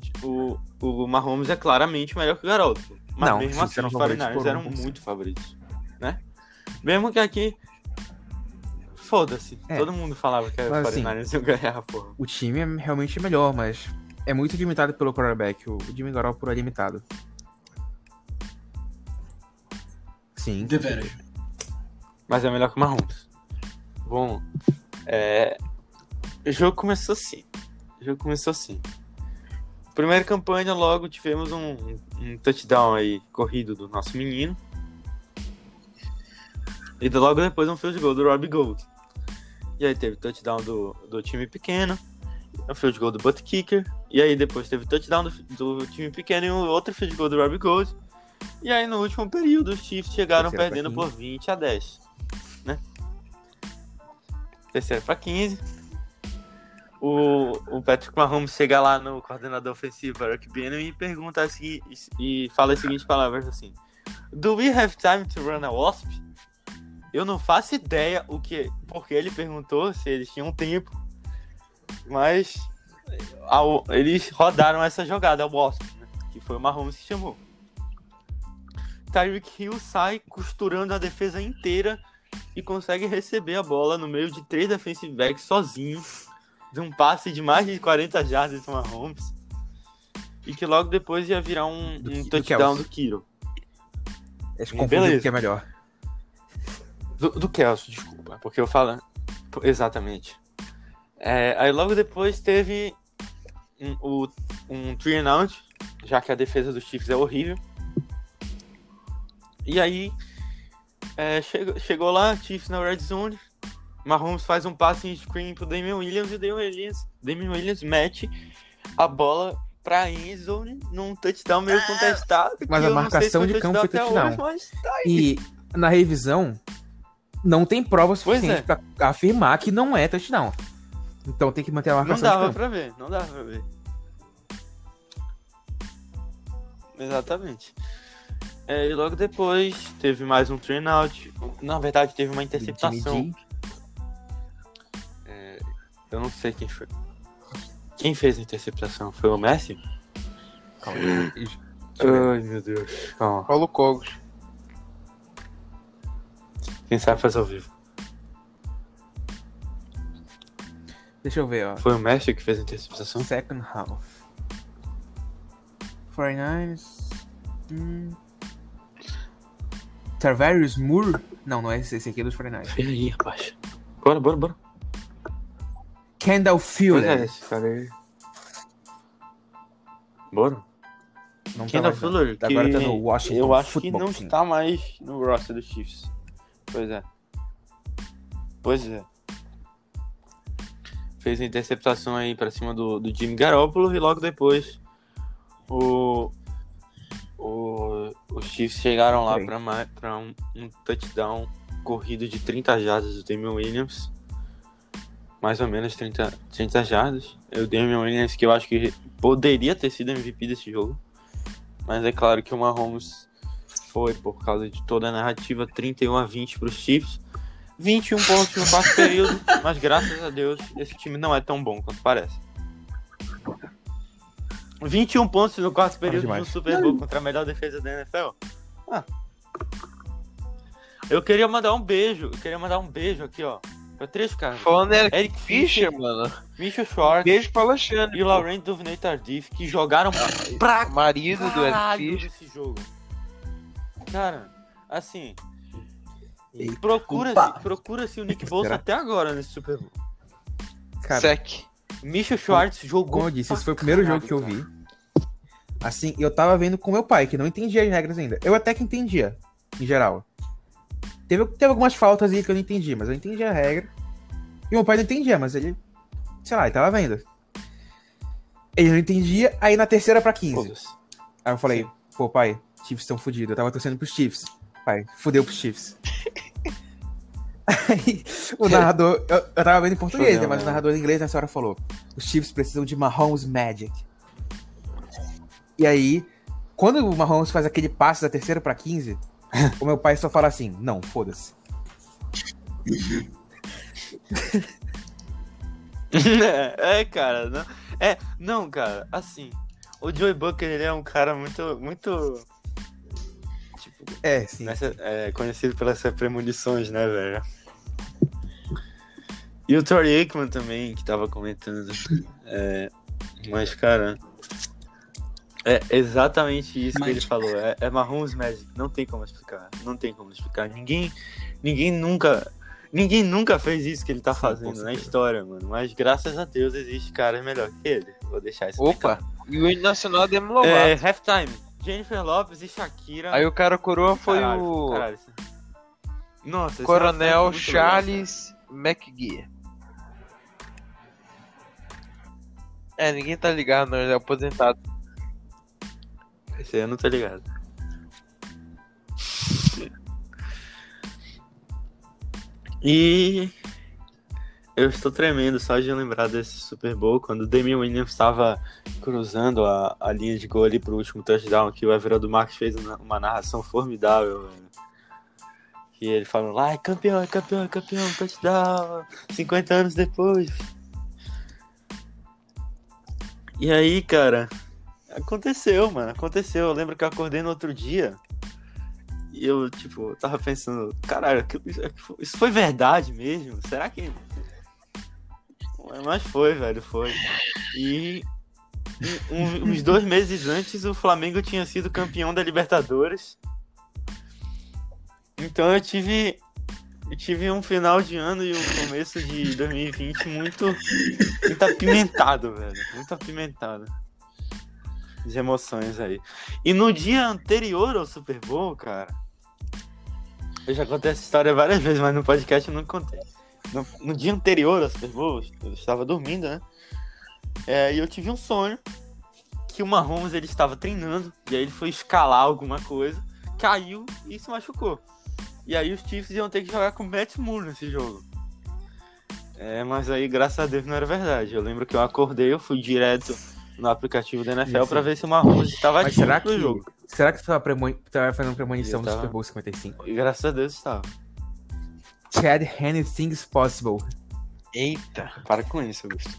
Speaker 2: Tipo, o Mahomes é claramente melhor que o Garoppolo. Mas
Speaker 3: Não,
Speaker 2: mesmo
Speaker 3: eles
Speaker 2: assim,
Speaker 3: eram
Speaker 2: os
Speaker 3: favoritos
Speaker 2: 49ers
Speaker 3: por um
Speaker 2: eram
Speaker 3: ponto.
Speaker 2: muito favoritos, né? Mesmo que aqui, foda-se,
Speaker 3: É.
Speaker 2: todo mundo falava que era
Speaker 3: Mas,
Speaker 2: os
Speaker 3: assim,
Speaker 2: 49ers iam ganhar, porra.
Speaker 3: O time é realmente melhor, mas é muito limitado pelo quarterback. O Jimmy Garoppolo é limitado. Sim.
Speaker 4: Deveras.
Speaker 2: Mas é melhor que o Mahomes. Bom, é... o jogo começou assim. O jogo começou assim. Primeira campanha, logo tivemos um, um touchdown aí corrido do nosso menino. E logo depois um field goal do Rob Gold. E aí teve touchdown do, do time pequeno, um field goal do Butt Kicker. E aí depois teve touchdown do, do time pequeno e um outro field goal do Rob Gold. E aí no último período os Chiefs chegaram
Speaker 3: Terceira
Speaker 2: perdendo
Speaker 3: pra 15.
Speaker 2: por 20 a 10. Né? Terceiro pra 15. O, o Patrick Mahomes chega lá no coordenador ofensivo Eric Bieniemy e pergunta assim, e, e fala as seguintes palavras assim: Do we have time to run a wasp? Eu não faço ideia o que. Porque ele perguntou se eles tinham tempo. Mas ao- eles rodaram essa jogada, o Wasp, né? Que foi o Mahomes que chamou. Tyreek Hill sai costurando a defesa inteira e consegue receber a bola no meio de três defensive backs sozinho. De um passe de mais de 40 jardas do Mahomes. E que logo depois ia virar um,
Speaker 3: Do
Speaker 2: um
Speaker 3: Ki- do
Speaker 2: touchdown
Speaker 3: Kelce.
Speaker 2: do Kiro.
Speaker 3: Eles
Speaker 2: Hum,
Speaker 3: confundem
Speaker 2: beleza.
Speaker 3: o que é melhor.
Speaker 2: Do, do Kelso, desculpa, porque eu falo. Pô, Exatamente. É, aí logo depois teve um, o, um three and out, já que a defesa dos Chiefs é horrível. E aí é, chegou, chegou lá, Chiefs na red zone. Mahomes faz um passe em screen pro Damian Williams e o Damian Williams, Damian Williams mete a bola pra end zone num touchdown meio contestado. que
Speaker 3: Mas a
Speaker 2: eu não sei se
Speaker 3: marcação
Speaker 2: foi
Speaker 3: de campo foi
Speaker 2: até
Speaker 3: touchdown.
Speaker 2: hoje, mas tá aí.
Speaker 3: E na revisão, não tem prova
Speaker 2: Pois
Speaker 3: suficiente
Speaker 2: é.
Speaker 3: pra afirmar que não é touchdown. Então tem que manter a
Speaker 2: Não
Speaker 3: marcação de
Speaker 2: dava
Speaker 3: campo.
Speaker 2: pra ver, não dava pra ver. Exatamente. É, e logo depois teve mais um turnout. Na verdade, teve uma
Speaker 3: Do time
Speaker 2: interceptação. É,
Speaker 3: de-
Speaker 2: Eu não sei quem foi. Quem fez a interceptação? Foi o Messi?
Speaker 3: Calma aí. Deixa eu ver.
Speaker 2: Ai, meu Deus. Calma.
Speaker 1: Paulo Cogos.
Speaker 2: Quem sabe faz ao vivo.
Speaker 3: Deixa eu ver, ó.
Speaker 2: Foi o Messi que fez a interceptação?
Speaker 3: Second half. 49ers. Hum. Tarvarius Moore? Não, não é esse, esse aqui é dos 49ers.
Speaker 2: Vem aí, rapaz. Bora, bora, bora.
Speaker 3: Kendall
Speaker 2: Pois é,
Speaker 3: Fuller.
Speaker 2: esse cara aí. Bora.
Speaker 3: Não tá
Speaker 2: Kendall
Speaker 3: mais, não.
Speaker 2: Fuller, que
Speaker 3: Agora tá no Washington
Speaker 2: eu acho que
Speaker 3: Football
Speaker 2: não
Speaker 3: Team.
Speaker 2: está mais no roster dos Chiefs. Pois é. Pois é. Fez a interceptação aí pra cima do, do Jimmy Garoppolo e logo depois o, o, os Chiefs chegaram lá
Speaker 3: Peraí.
Speaker 2: pra, ma- pra um, um touchdown corrido de 30 jardas do Damian Williams. Mais ou menos 30, 30 jardas. É O Damian Williams que eu acho que poderia ter sido MVP desse jogo. Mas é claro que o Mahomes foi por causa de toda a narrativa 31 a 20 para os Chiefs. 21 pontos no quarto período, mas graças a Deus esse time não é tão bom quanto parece. 21 pontos no quarto período no
Speaker 3: demais.
Speaker 2: Super Bowl contra a melhor defesa da NFL. Ah. Eu queria mandar um beijo, eu queria mandar um beijo aqui, ó, É o três, cara.
Speaker 1: Falando em Eric
Speaker 2: Eric
Speaker 1: Fischer,
Speaker 2: Fischer,
Speaker 1: mano.
Speaker 2: Michael Schwartz
Speaker 1: Beijo pro Alexandre.
Speaker 2: e Laurent Duvernay Tardif, que jogaram pra
Speaker 1: Marido do
Speaker 2: Ah, caralho
Speaker 1: Eric Fischer.
Speaker 2: desse jogo. Cara, assim.
Speaker 4: Eita, opa.
Speaker 2: Procura-se procura o Nick Bolsa
Speaker 3: Será?
Speaker 2: até agora nesse Super Bowl.
Speaker 3: Cara,
Speaker 1: Sec.
Speaker 2: Michel Schwartz jogou.
Speaker 3: Como eu disse, esse
Speaker 2: pra
Speaker 3: foi o primeiro
Speaker 2: caralho,
Speaker 3: jogo que eu
Speaker 2: cara.
Speaker 3: vi. Assim, eu tava vendo com meu pai, que não entendia as regras ainda. Eu até que entendia, em geral. Teve, teve algumas faltas aí que eu não entendi, mas eu entendi a regra. E meu pai não entendia, mas ele. Sei lá, ele tava vendo. Ele não entendia, aí na terceira pra 15.
Speaker 2: Foda-se.
Speaker 3: Aí eu falei, pô, pai, Chiefs estão fudidos. Eu tava torcendo pros Chiefs. Pai, fudeu pros Chiefs. Aí, o narrador, eu, eu tava vendo em português,
Speaker 2: Fudeu,
Speaker 3: né, mas
Speaker 2: né?
Speaker 3: o narrador em inglês nessa hora falou: os Chiefs precisam de Mahomes Magic. E aí, quando o Mahomes faz aquele passe da terceira pra 15, o meu pai só fala assim: não, foda-se.
Speaker 2: é, cara, não, é, não, cara, assim, o Joey Bucker, ele é um cara muito, muito, tipo,
Speaker 3: É, sim.
Speaker 2: nessa- é, conhecido pelas suas premonições, né, velho? E o Troy Aikman também, que tava comentando, é, mas, cara, é exatamente isso que ele falou, é, é Mahomes Magic, não tem como explicar, não tem como explicar, ninguém, ninguém nunca, Ninguém nunca fez isso que ele tá fazendo na
Speaker 3: certeza.
Speaker 2: história, mano. Mas graças a Deus existe caras melhor que ele. Vou deixar isso. bem
Speaker 1: Opa. E o hino nacional é Demi
Speaker 2: claro.
Speaker 1: Lovato.
Speaker 2: É, halftime. Jennifer Lopes e Shakira.
Speaker 1: Aí o cara coroa foi
Speaker 2: Caralho,
Speaker 1: o
Speaker 2: caralho, isso- Nossa, esse halftime
Speaker 1: Coronel
Speaker 2: foi muito
Speaker 1: Charles McGee. É, ninguém tá ligado, não. Ele é aposentado.
Speaker 2: legal. Esse aí eu não tô ligado. E eu estou tremendo só de lembrar desse Super Bowl quando o Demi Williams estava cruzando a, a linha de gol ali pro último touchdown que o Everaldo Marques fez uma, uma narração formidável, velho. Que ele falando lá, é campeão, é campeão, é campeão, touchdown, 50 anos depois. E aí, cara, aconteceu, mano, aconteceu. Eu lembro que eu acordei no outro dia e eu, tipo, tava pensando, caralho, aquilo- isso é foi verdade mesmo? Será que. Mas foi, velho, foi. E um- um- uns dois meses antes o Flamengo tinha sido campeão da Libertadores. Então eu tive. Eu tive um final de ano e um começo de 2020 muito. Muito apimentado, velho. Muito apimentado. De emoções aí. E no dia anterior ao Super Bowl, cara. Eu já contei essa história várias vezes, mas no podcast eu não contei. No, no dia anterior ao Super Bowl, eu estava dormindo, né? É, e eu tive um sonho que o Mahomes ele estava treinando, e aí ele foi escalar alguma coisa, caiu e se machucou. E aí os Chiefs iam ter que jogar com o Matt Moore nesse jogo. É, mas aí, graças a Deus, não era verdade. Eu lembro que eu acordei, eu fui direto no aplicativo da NFL
Speaker 3: Isso.
Speaker 2: pra ver se o Mahomes estava
Speaker 3: Mas
Speaker 2: ativo
Speaker 3: será
Speaker 2: no
Speaker 3: que-
Speaker 2: jogo.
Speaker 3: Será que tu tava, premoni- tava fazendo
Speaker 2: Eu
Speaker 3: premonição do
Speaker 2: tava.
Speaker 3: Super Bowl 55?
Speaker 2: E graças a Deus tá. estava.
Speaker 3: Chad, anything's possible.
Speaker 1: Eita.
Speaker 2: Para com isso, Augusto.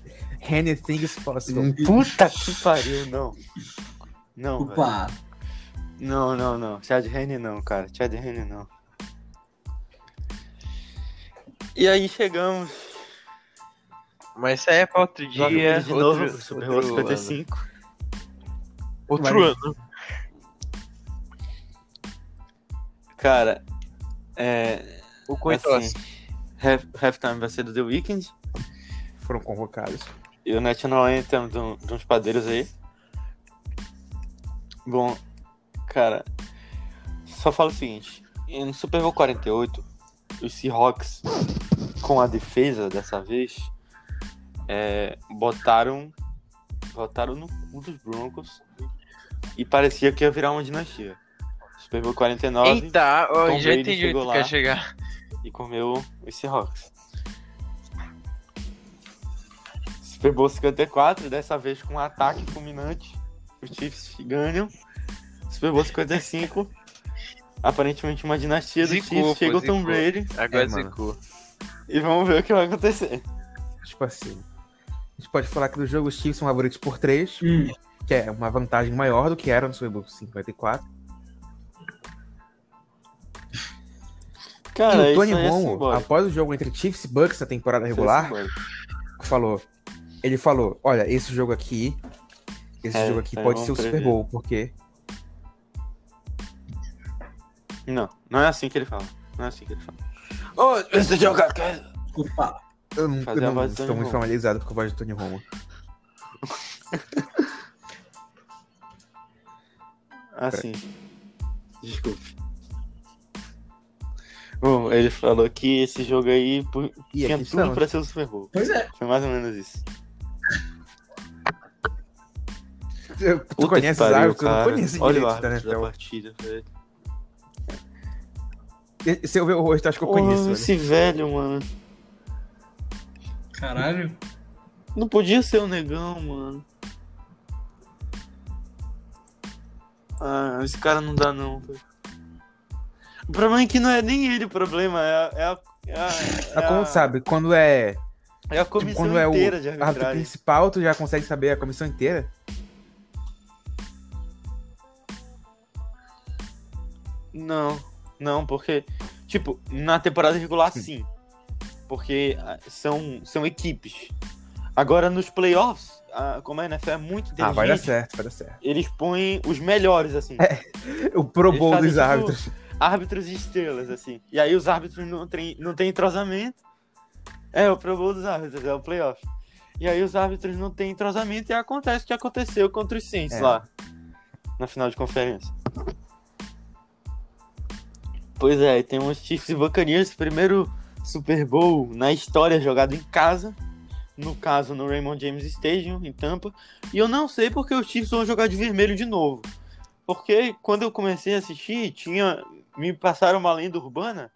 Speaker 3: Anything's possible.
Speaker 2: Hum, Puta que pariu, não. Não, velho.
Speaker 4: Opa,
Speaker 2: não, não, não. Chad Henne não, cara. Chad Henne não. E aí chegamos.
Speaker 1: Mas isso aí é pra outro dia.
Speaker 2: novamente de
Speaker 1: outro,
Speaker 2: novo, Super Bowl
Speaker 1: outro
Speaker 2: 55.
Speaker 1: Outro
Speaker 3: Vai.
Speaker 2: assim,
Speaker 1: ano.
Speaker 2: Cara, é.
Speaker 1: O Coitosse.
Speaker 2: assim, half- Halftime vai ser do The Weeknd.
Speaker 3: Foram convocados.
Speaker 2: E o National Anthem de, um- de uns padeiros aí. Bom, cara, só falo o seguinte: e no Super Bowl 48, os Seahawks, com a defesa dessa vez, é, botaram, botaram no cu dos Broncos e parecia que ia virar uma dinastia. Super Bowl 49
Speaker 1: Eita, ó,
Speaker 2: Tom
Speaker 1: já
Speaker 2: Brady
Speaker 1: entendi onde
Speaker 2: chegou
Speaker 1: tu
Speaker 2: lá.
Speaker 1: quer chegar.
Speaker 2: e comeu os Seahawks. Super Bowl 54, dessa vez com um ataque fulminante. Os Chiefs ganham. Super Bowl 55. Aparentemente uma dinastia dos
Speaker 1: Zicou,
Speaker 2: Chiefs.
Speaker 1: pô,
Speaker 2: Chega o Tom
Speaker 1: zicou.
Speaker 2: Brady.
Speaker 1: Agora
Speaker 3: É, mano.
Speaker 1: zicou.
Speaker 2: E vamos ver o que vai acontecer.
Speaker 3: Tipo assim. A gente pode falar que no jogo os Chiefs são favoritos por 3,
Speaker 4: hum,
Speaker 3: que é uma vantagem maior do que era no Super Bowl 54.
Speaker 2: Cara,
Speaker 3: e o Tony
Speaker 2: isso aí é
Speaker 3: Romo,
Speaker 2: simbólico.
Speaker 3: após o jogo entre Chiefs e Bucks na temporada
Speaker 2: Isso é
Speaker 3: regular,
Speaker 2: simbólico.
Speaker 3: falou. Ele falou: olha, esse jogo aqui. Esse
Speaker 2: É,
Speaker 3: jogo aqui
Speaker 2: é,
Speaker 3: pode
Speaker 2: vamos
Speaker 3: ser o Super
Speaker 2: prever.
Speaker 3: Bowl, porque.
Speaker 2: Não, não é assim que ele fala. Não é assim que ele fala. Oh, esse jogo aqui.
Speaker 4: Opa,
Speaker 3: Eu não,
Speaker 2: Fazer
Speaker 3: eu
Speaker 2: a
Speaker 3: não
Speaker 2: voz do
Speaker 3: estou
Speaker 2: Tony
Speaker 3: muito
Speaker 2: Romo.
Speaker 3: familiarizado com a voz do Tony Romo.
Speaker 2: Assim. Desculpe. Bom, ele falou que esse jogo aí pu-
Speaker 3: E
Speaker 2: tinha
Speaker 3: aqui
Speaker 2: tudo
Speaker 3: estamos.
Speaker 2: pra ser o Super Bowl.
Speaker 4: pois é.
Speaker 2: Foi mais ou menos isso.
Speaker 3: Tu
Speaker 2: Puta que
Speaker 3: conhece os
Speaker 2: pariu,
Speaker 3: árbitros? Eu não
Speaker 2: cara.
Speaker 3: conheço
Speaker 2: Olha o
Speaker 3: direito né? da
Speaker 2: árbitro da
Speaker 3: NFL.
Speaker 2: partida, velho.
Speaker 3: E- Se eu ver o rosto, acho que eu conheço.
Speaker 2: Porra,
Speaker 3: né?
Speaker 2: esse velho, mano.
Speaker 4: Caralho.
Speaker 2: Não podia ser o negão, mano. Ah, esse cara não dá não. velho. O problema é que não é nem ele o problema, é a. É a, é a-
Speaker 3: Mas como
Speaker 2: é a-
Speaker 3: tu sabe, quando é.
Speaker 2: É a
Speaker 3: Tipo,
Speaker 2: comissão
Speaker 3: quando é o
Speaker 2: inteira de
Speaker 3: árbitro
Speaker 2: arbitragem.
Speaker 3: principal, tu já consegue saber a comissão inteira?
Speaker 2: Não, não, porque. Tipo, na temporada regular sim. Porque ah, são, são equipes. Agora nos playoffs, a, como a NFL é muito inteligente,
Speaker 3: Ah, vai dar certo, vai dar certo.
Speaker 2: eles põem os melhores, assim.
Speaker 3: O Pro
Speaker 2: Eles
Speaker 3: Bowl
Speaker 2: fazem,
Speaker 3: dos
Speaker 2: tipo,
Speaker 3: árbitros.
Speaker 2: árbitros e estrelas, assim. E aí os árbitros não têm não tem entrosamento. É o Pro Bowl dos árbitros, é o playoff. E aí os árbitros não têm entrosamento e acontece o que aconteceu contra os Saints
Speaker 3: É.
Speaker 2: lá. Na final de conferência. Pois é, e tem uns Chiefs e Buccaneers, primeiro Super Bowl na história jogado em casa. No caso, no Raymond James Stadium, em Tampa. E eu não sei porque os Chiefs vão jogar de vermelho de novo. Porque quando eu comecei a assistir, tinha me passaram uma lenda urbana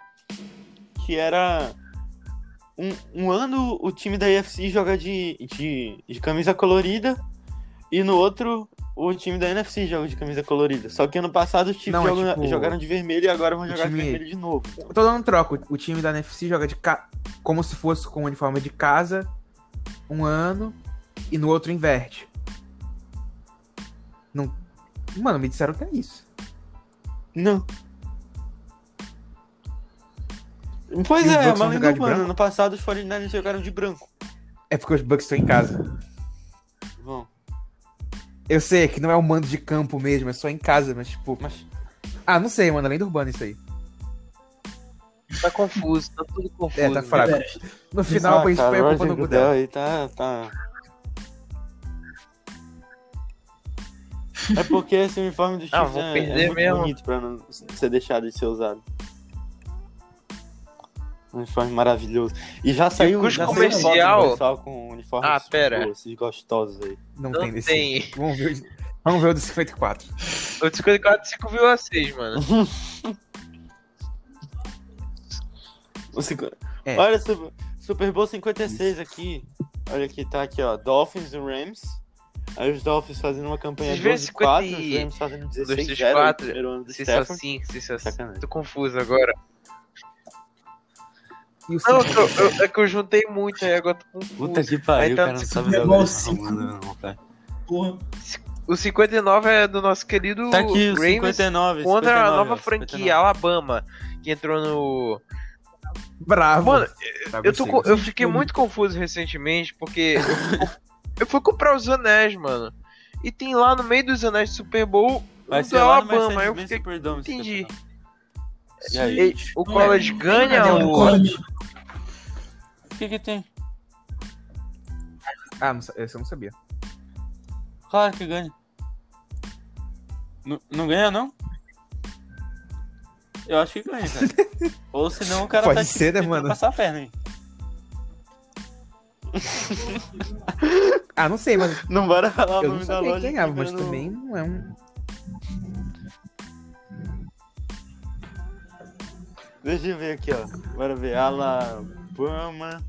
Speaker 2: que era um, um ano o time da UFC joga de, de, de camisa colorida e no outro o time da NFC joga de camisa colorida. Só que ano passado os times
Speaker 3: Não, é
Speaker 2: jogam-
Speaker 3: tipo,
Speaker 2: jogaram de vermelho e agora vão
Speaker 3: o
Speaker 2: jogar
Speaker 3: time-
Speaker 2: de vermelho de novo.
Speaker 3: Eu tô dando troco. O time da NFC joga de ca... como se fosse com o uniforme de casa um ano e no outro inverte. Não... Mano, me disseram que é isso.
Speaker 2: Não. Pois
Speaker 3: E os
Speaker 2: é, é
Speaker 3: Bucks
Speaker 2: uma
Speaker 3: vão
Speaker 2: lenda
Speaker 3: jogar de
Speaker 2: urbana.
Speaker 3: branco?
Speaker 2: Ano passado os 49ers jogaram de branco.
Speaker 3: É porque os Bucks estão em casa.
Speaker 2: Vão.
Speaker 3: Eu sei que não é o mando de campo mesmo, é só em casa, mas tipo.
Speaker 2: Mas
Speaker 3: Ah, não sei, mano, além do urbano isso aí.
Speaker 1: Tá confuso, tá tudo confuso.
Speaker 3: É, tá fraco.
Speaker 4: Pera,
Speaker 3: No final,
Speaker 2: Ah,
Speaker 3: pra gente
Speaker 2: cara,
Speaker 3: põe a culpa
Speaker 2: Roger
Speaker 3: no
Speaker 2: Goodell
Speaker 3: Gudel.
Speaker 2: aí tá, tá. É porque esse uniforme do Chiefs
Speaker 1: Ah, vou
Speaker 2: é- é,
Speaker 1: perder
Speaker 2: muito
Speaker 1: mesmo.
Speaker 2: bonito pra não ser deixado de ser usado. Um uniforme maravilhoso. E já saiu
Speaker 1: custo
Speaker 2: já saiu
Speaker 1: comercial?
Speaker 2: foto do pessoal com uniforme
Speaker 1: Ah, pera.
Speaker 2: esses gostosos aí.
Speaker 3: Não,
Speaker 1: Não
Speaker 3: tem desse.
Speaker 1: tem.
Speaker 3: Vamos ver o de- Vamos ver o de 54.
Speaker 1: O 54 5,6, mano.
Speaker 2: Uhum. O cinqu-
Speaker 3: É.
Speaker 2: Olha, Super, Super Bowl 56 aqui. Olha aqui, tá aqui, ó. Dolphins e Rams. Aí os Dolphins fazendo uma campanha
Speaker 1: Vocês viram
Speaker 2: 12 4
Speaker 1: 50
Speaker 2: os
Speaker 1: e- um,
Speaker 2: Rams fazendo 16 0
Speaker 1: 2-4,
Speaker 2: primeiro ano do
Speaker 1: é
Speaker 2: Stafford.
Speaker 1: 6,5, 6,5.
Speaker 2: Sacanagem.
Speaker 1: assim. Tô confuso agora.
Speaker 3: E o
Speaker 1: Não, eu
Speaker 3: 55.
Speaker 1: tô- eu- é que eu juntei muito aí, agora tô confuso.
Speaker 2: Puta que
Speaker 1: Aí
Speaker 2: pariu, o
Speaker 1: tá
Speaker 2: cara não
Speaker 1: no
Speaker 2: sabe
Speaker 4: Super
Speaker 2: jogar
Speaker 4: Bowl
Speaker 2: não,
Speaker 4: cinco.
Speaker 2: mano, não, cara.
Speaker 4: Porra.
Speaker 1: O 59 é do nosso querido
Speaker 2: Tá aqui o
Speaker 1: Ravens
Speaker 2: 59.
Speaker 1: contra
Speaker 2: 59,
Speaker 1: a nova
Speaker 2: ó,
Speaker 1: franquia
Speaker 2: 59.
Speaker 1: Alabama, que entrou no.
Speaker 3: Bravo.
Speaker 1: Mano,
Speaker 3: Tá,
Speaker 1: Eu, tô,
Speaker 3: gostei,
Speaker 1: co-
Speaker 3: gostei.
Speaker 1: eu fiquei muito confuso recentemente, porque eu, fui co- eu fui comprar os anéis, mano. E tem lá no meio dos anéis do Super Bowl
Speaker 2: Vai
Speaker 1: o
Speaker 2: ser
Speaker 1: do
Speaker 2: lá no
Speaker 1: Alabama. Aí eu
Speaker 2: Mercedes-Benz
Speaker 1: fiquei.
Speaker 2: Superdome,
Speaker 1: entendi.
Speaker 2: esse campeonato. E aí?
Speaker 1: e- o
Speaker 2: é
Speaker 1: college ganha
Speaker 4: Cadê o
Speaker 1: o.
Speaker 4: college?
Speaker 2: O que que tem?
Speaker 3: Ah, não sa- esse eu não sabia.
Speaker 2: Claro que ganha. Não, não ganha, não? Eu acho que ganha, cara. Ou senão o cara
Speaker 3: Pode
Speaker 2: tá
Speaker 3: ser, né,
Speaker 2: tentando
Speaker 3: mano?
Speaker 2: passar a perna aí.
Speaker 3: Ah, não sei, mas
Speaker 2: Não bora falar o
Speaker 3: eu não
Speaker 2: nome da
Speaker 3: sabia
Speaker 2: loja.
Speaker 3: quem ganhava, mas
Speaker 2: fica no-
Speaker 3: também não é um.
Speaker 2: Deixa eu ver aqui, ó. Bora ver. Alabama.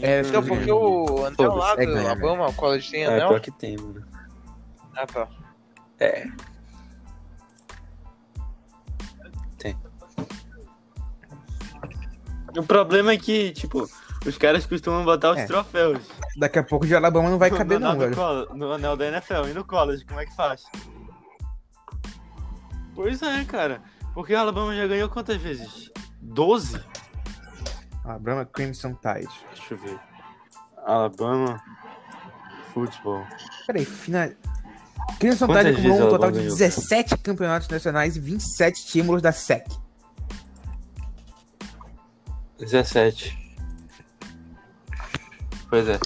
Speaker 3: É,
Speaker 1: Então,
Speaker 2: né?
Speaker 1: porque o anel lá
Speaker 3: Foda-se, é
Speaker 1: do
Speaker 3: ganha, tá.
Speaker 1: Alabama, o college tem
Speaker 2: É,
Speaker 1: anel.
Speaker 2: pior que tem, mano.
Speaker 1: Ah, tá.
Speaker 2: O problema é que, tipo, os caras costumam botar os
Speaker 3: É.
Speaker 2: troféus.
Speaker 3: Daqui a pouco de Alabama não vai
Speaker 2: no
Speaker 3: caber,
Speaker 2: anel
Speaker 3: não,
Speaker 2: do
Speaker 3: velho.
Speaker 2: colo- No anel da NFL e no college, como é que faz? Pois é, cara. Porque o Alabama já ganhou quantas vezes? 12?
Speaker 3: Alabama Ah, Crimson Tide.
Speaker 2: Deixa eu ver. Alabama Futebol.
Speaker 3: Peraí, final. Crimson
Speaker 2: Quantas
Speaker 3: Tide
Speaker 2: vezes
Speaker 3: acumulou um
Speaker 2: Alabama
Speaker 3: total de
Speaker 2: ganhou?
Speaker 3: 17 campeonatos nacionais e 27 tímulos da SEC.
Speaker 2: 17. Pois é.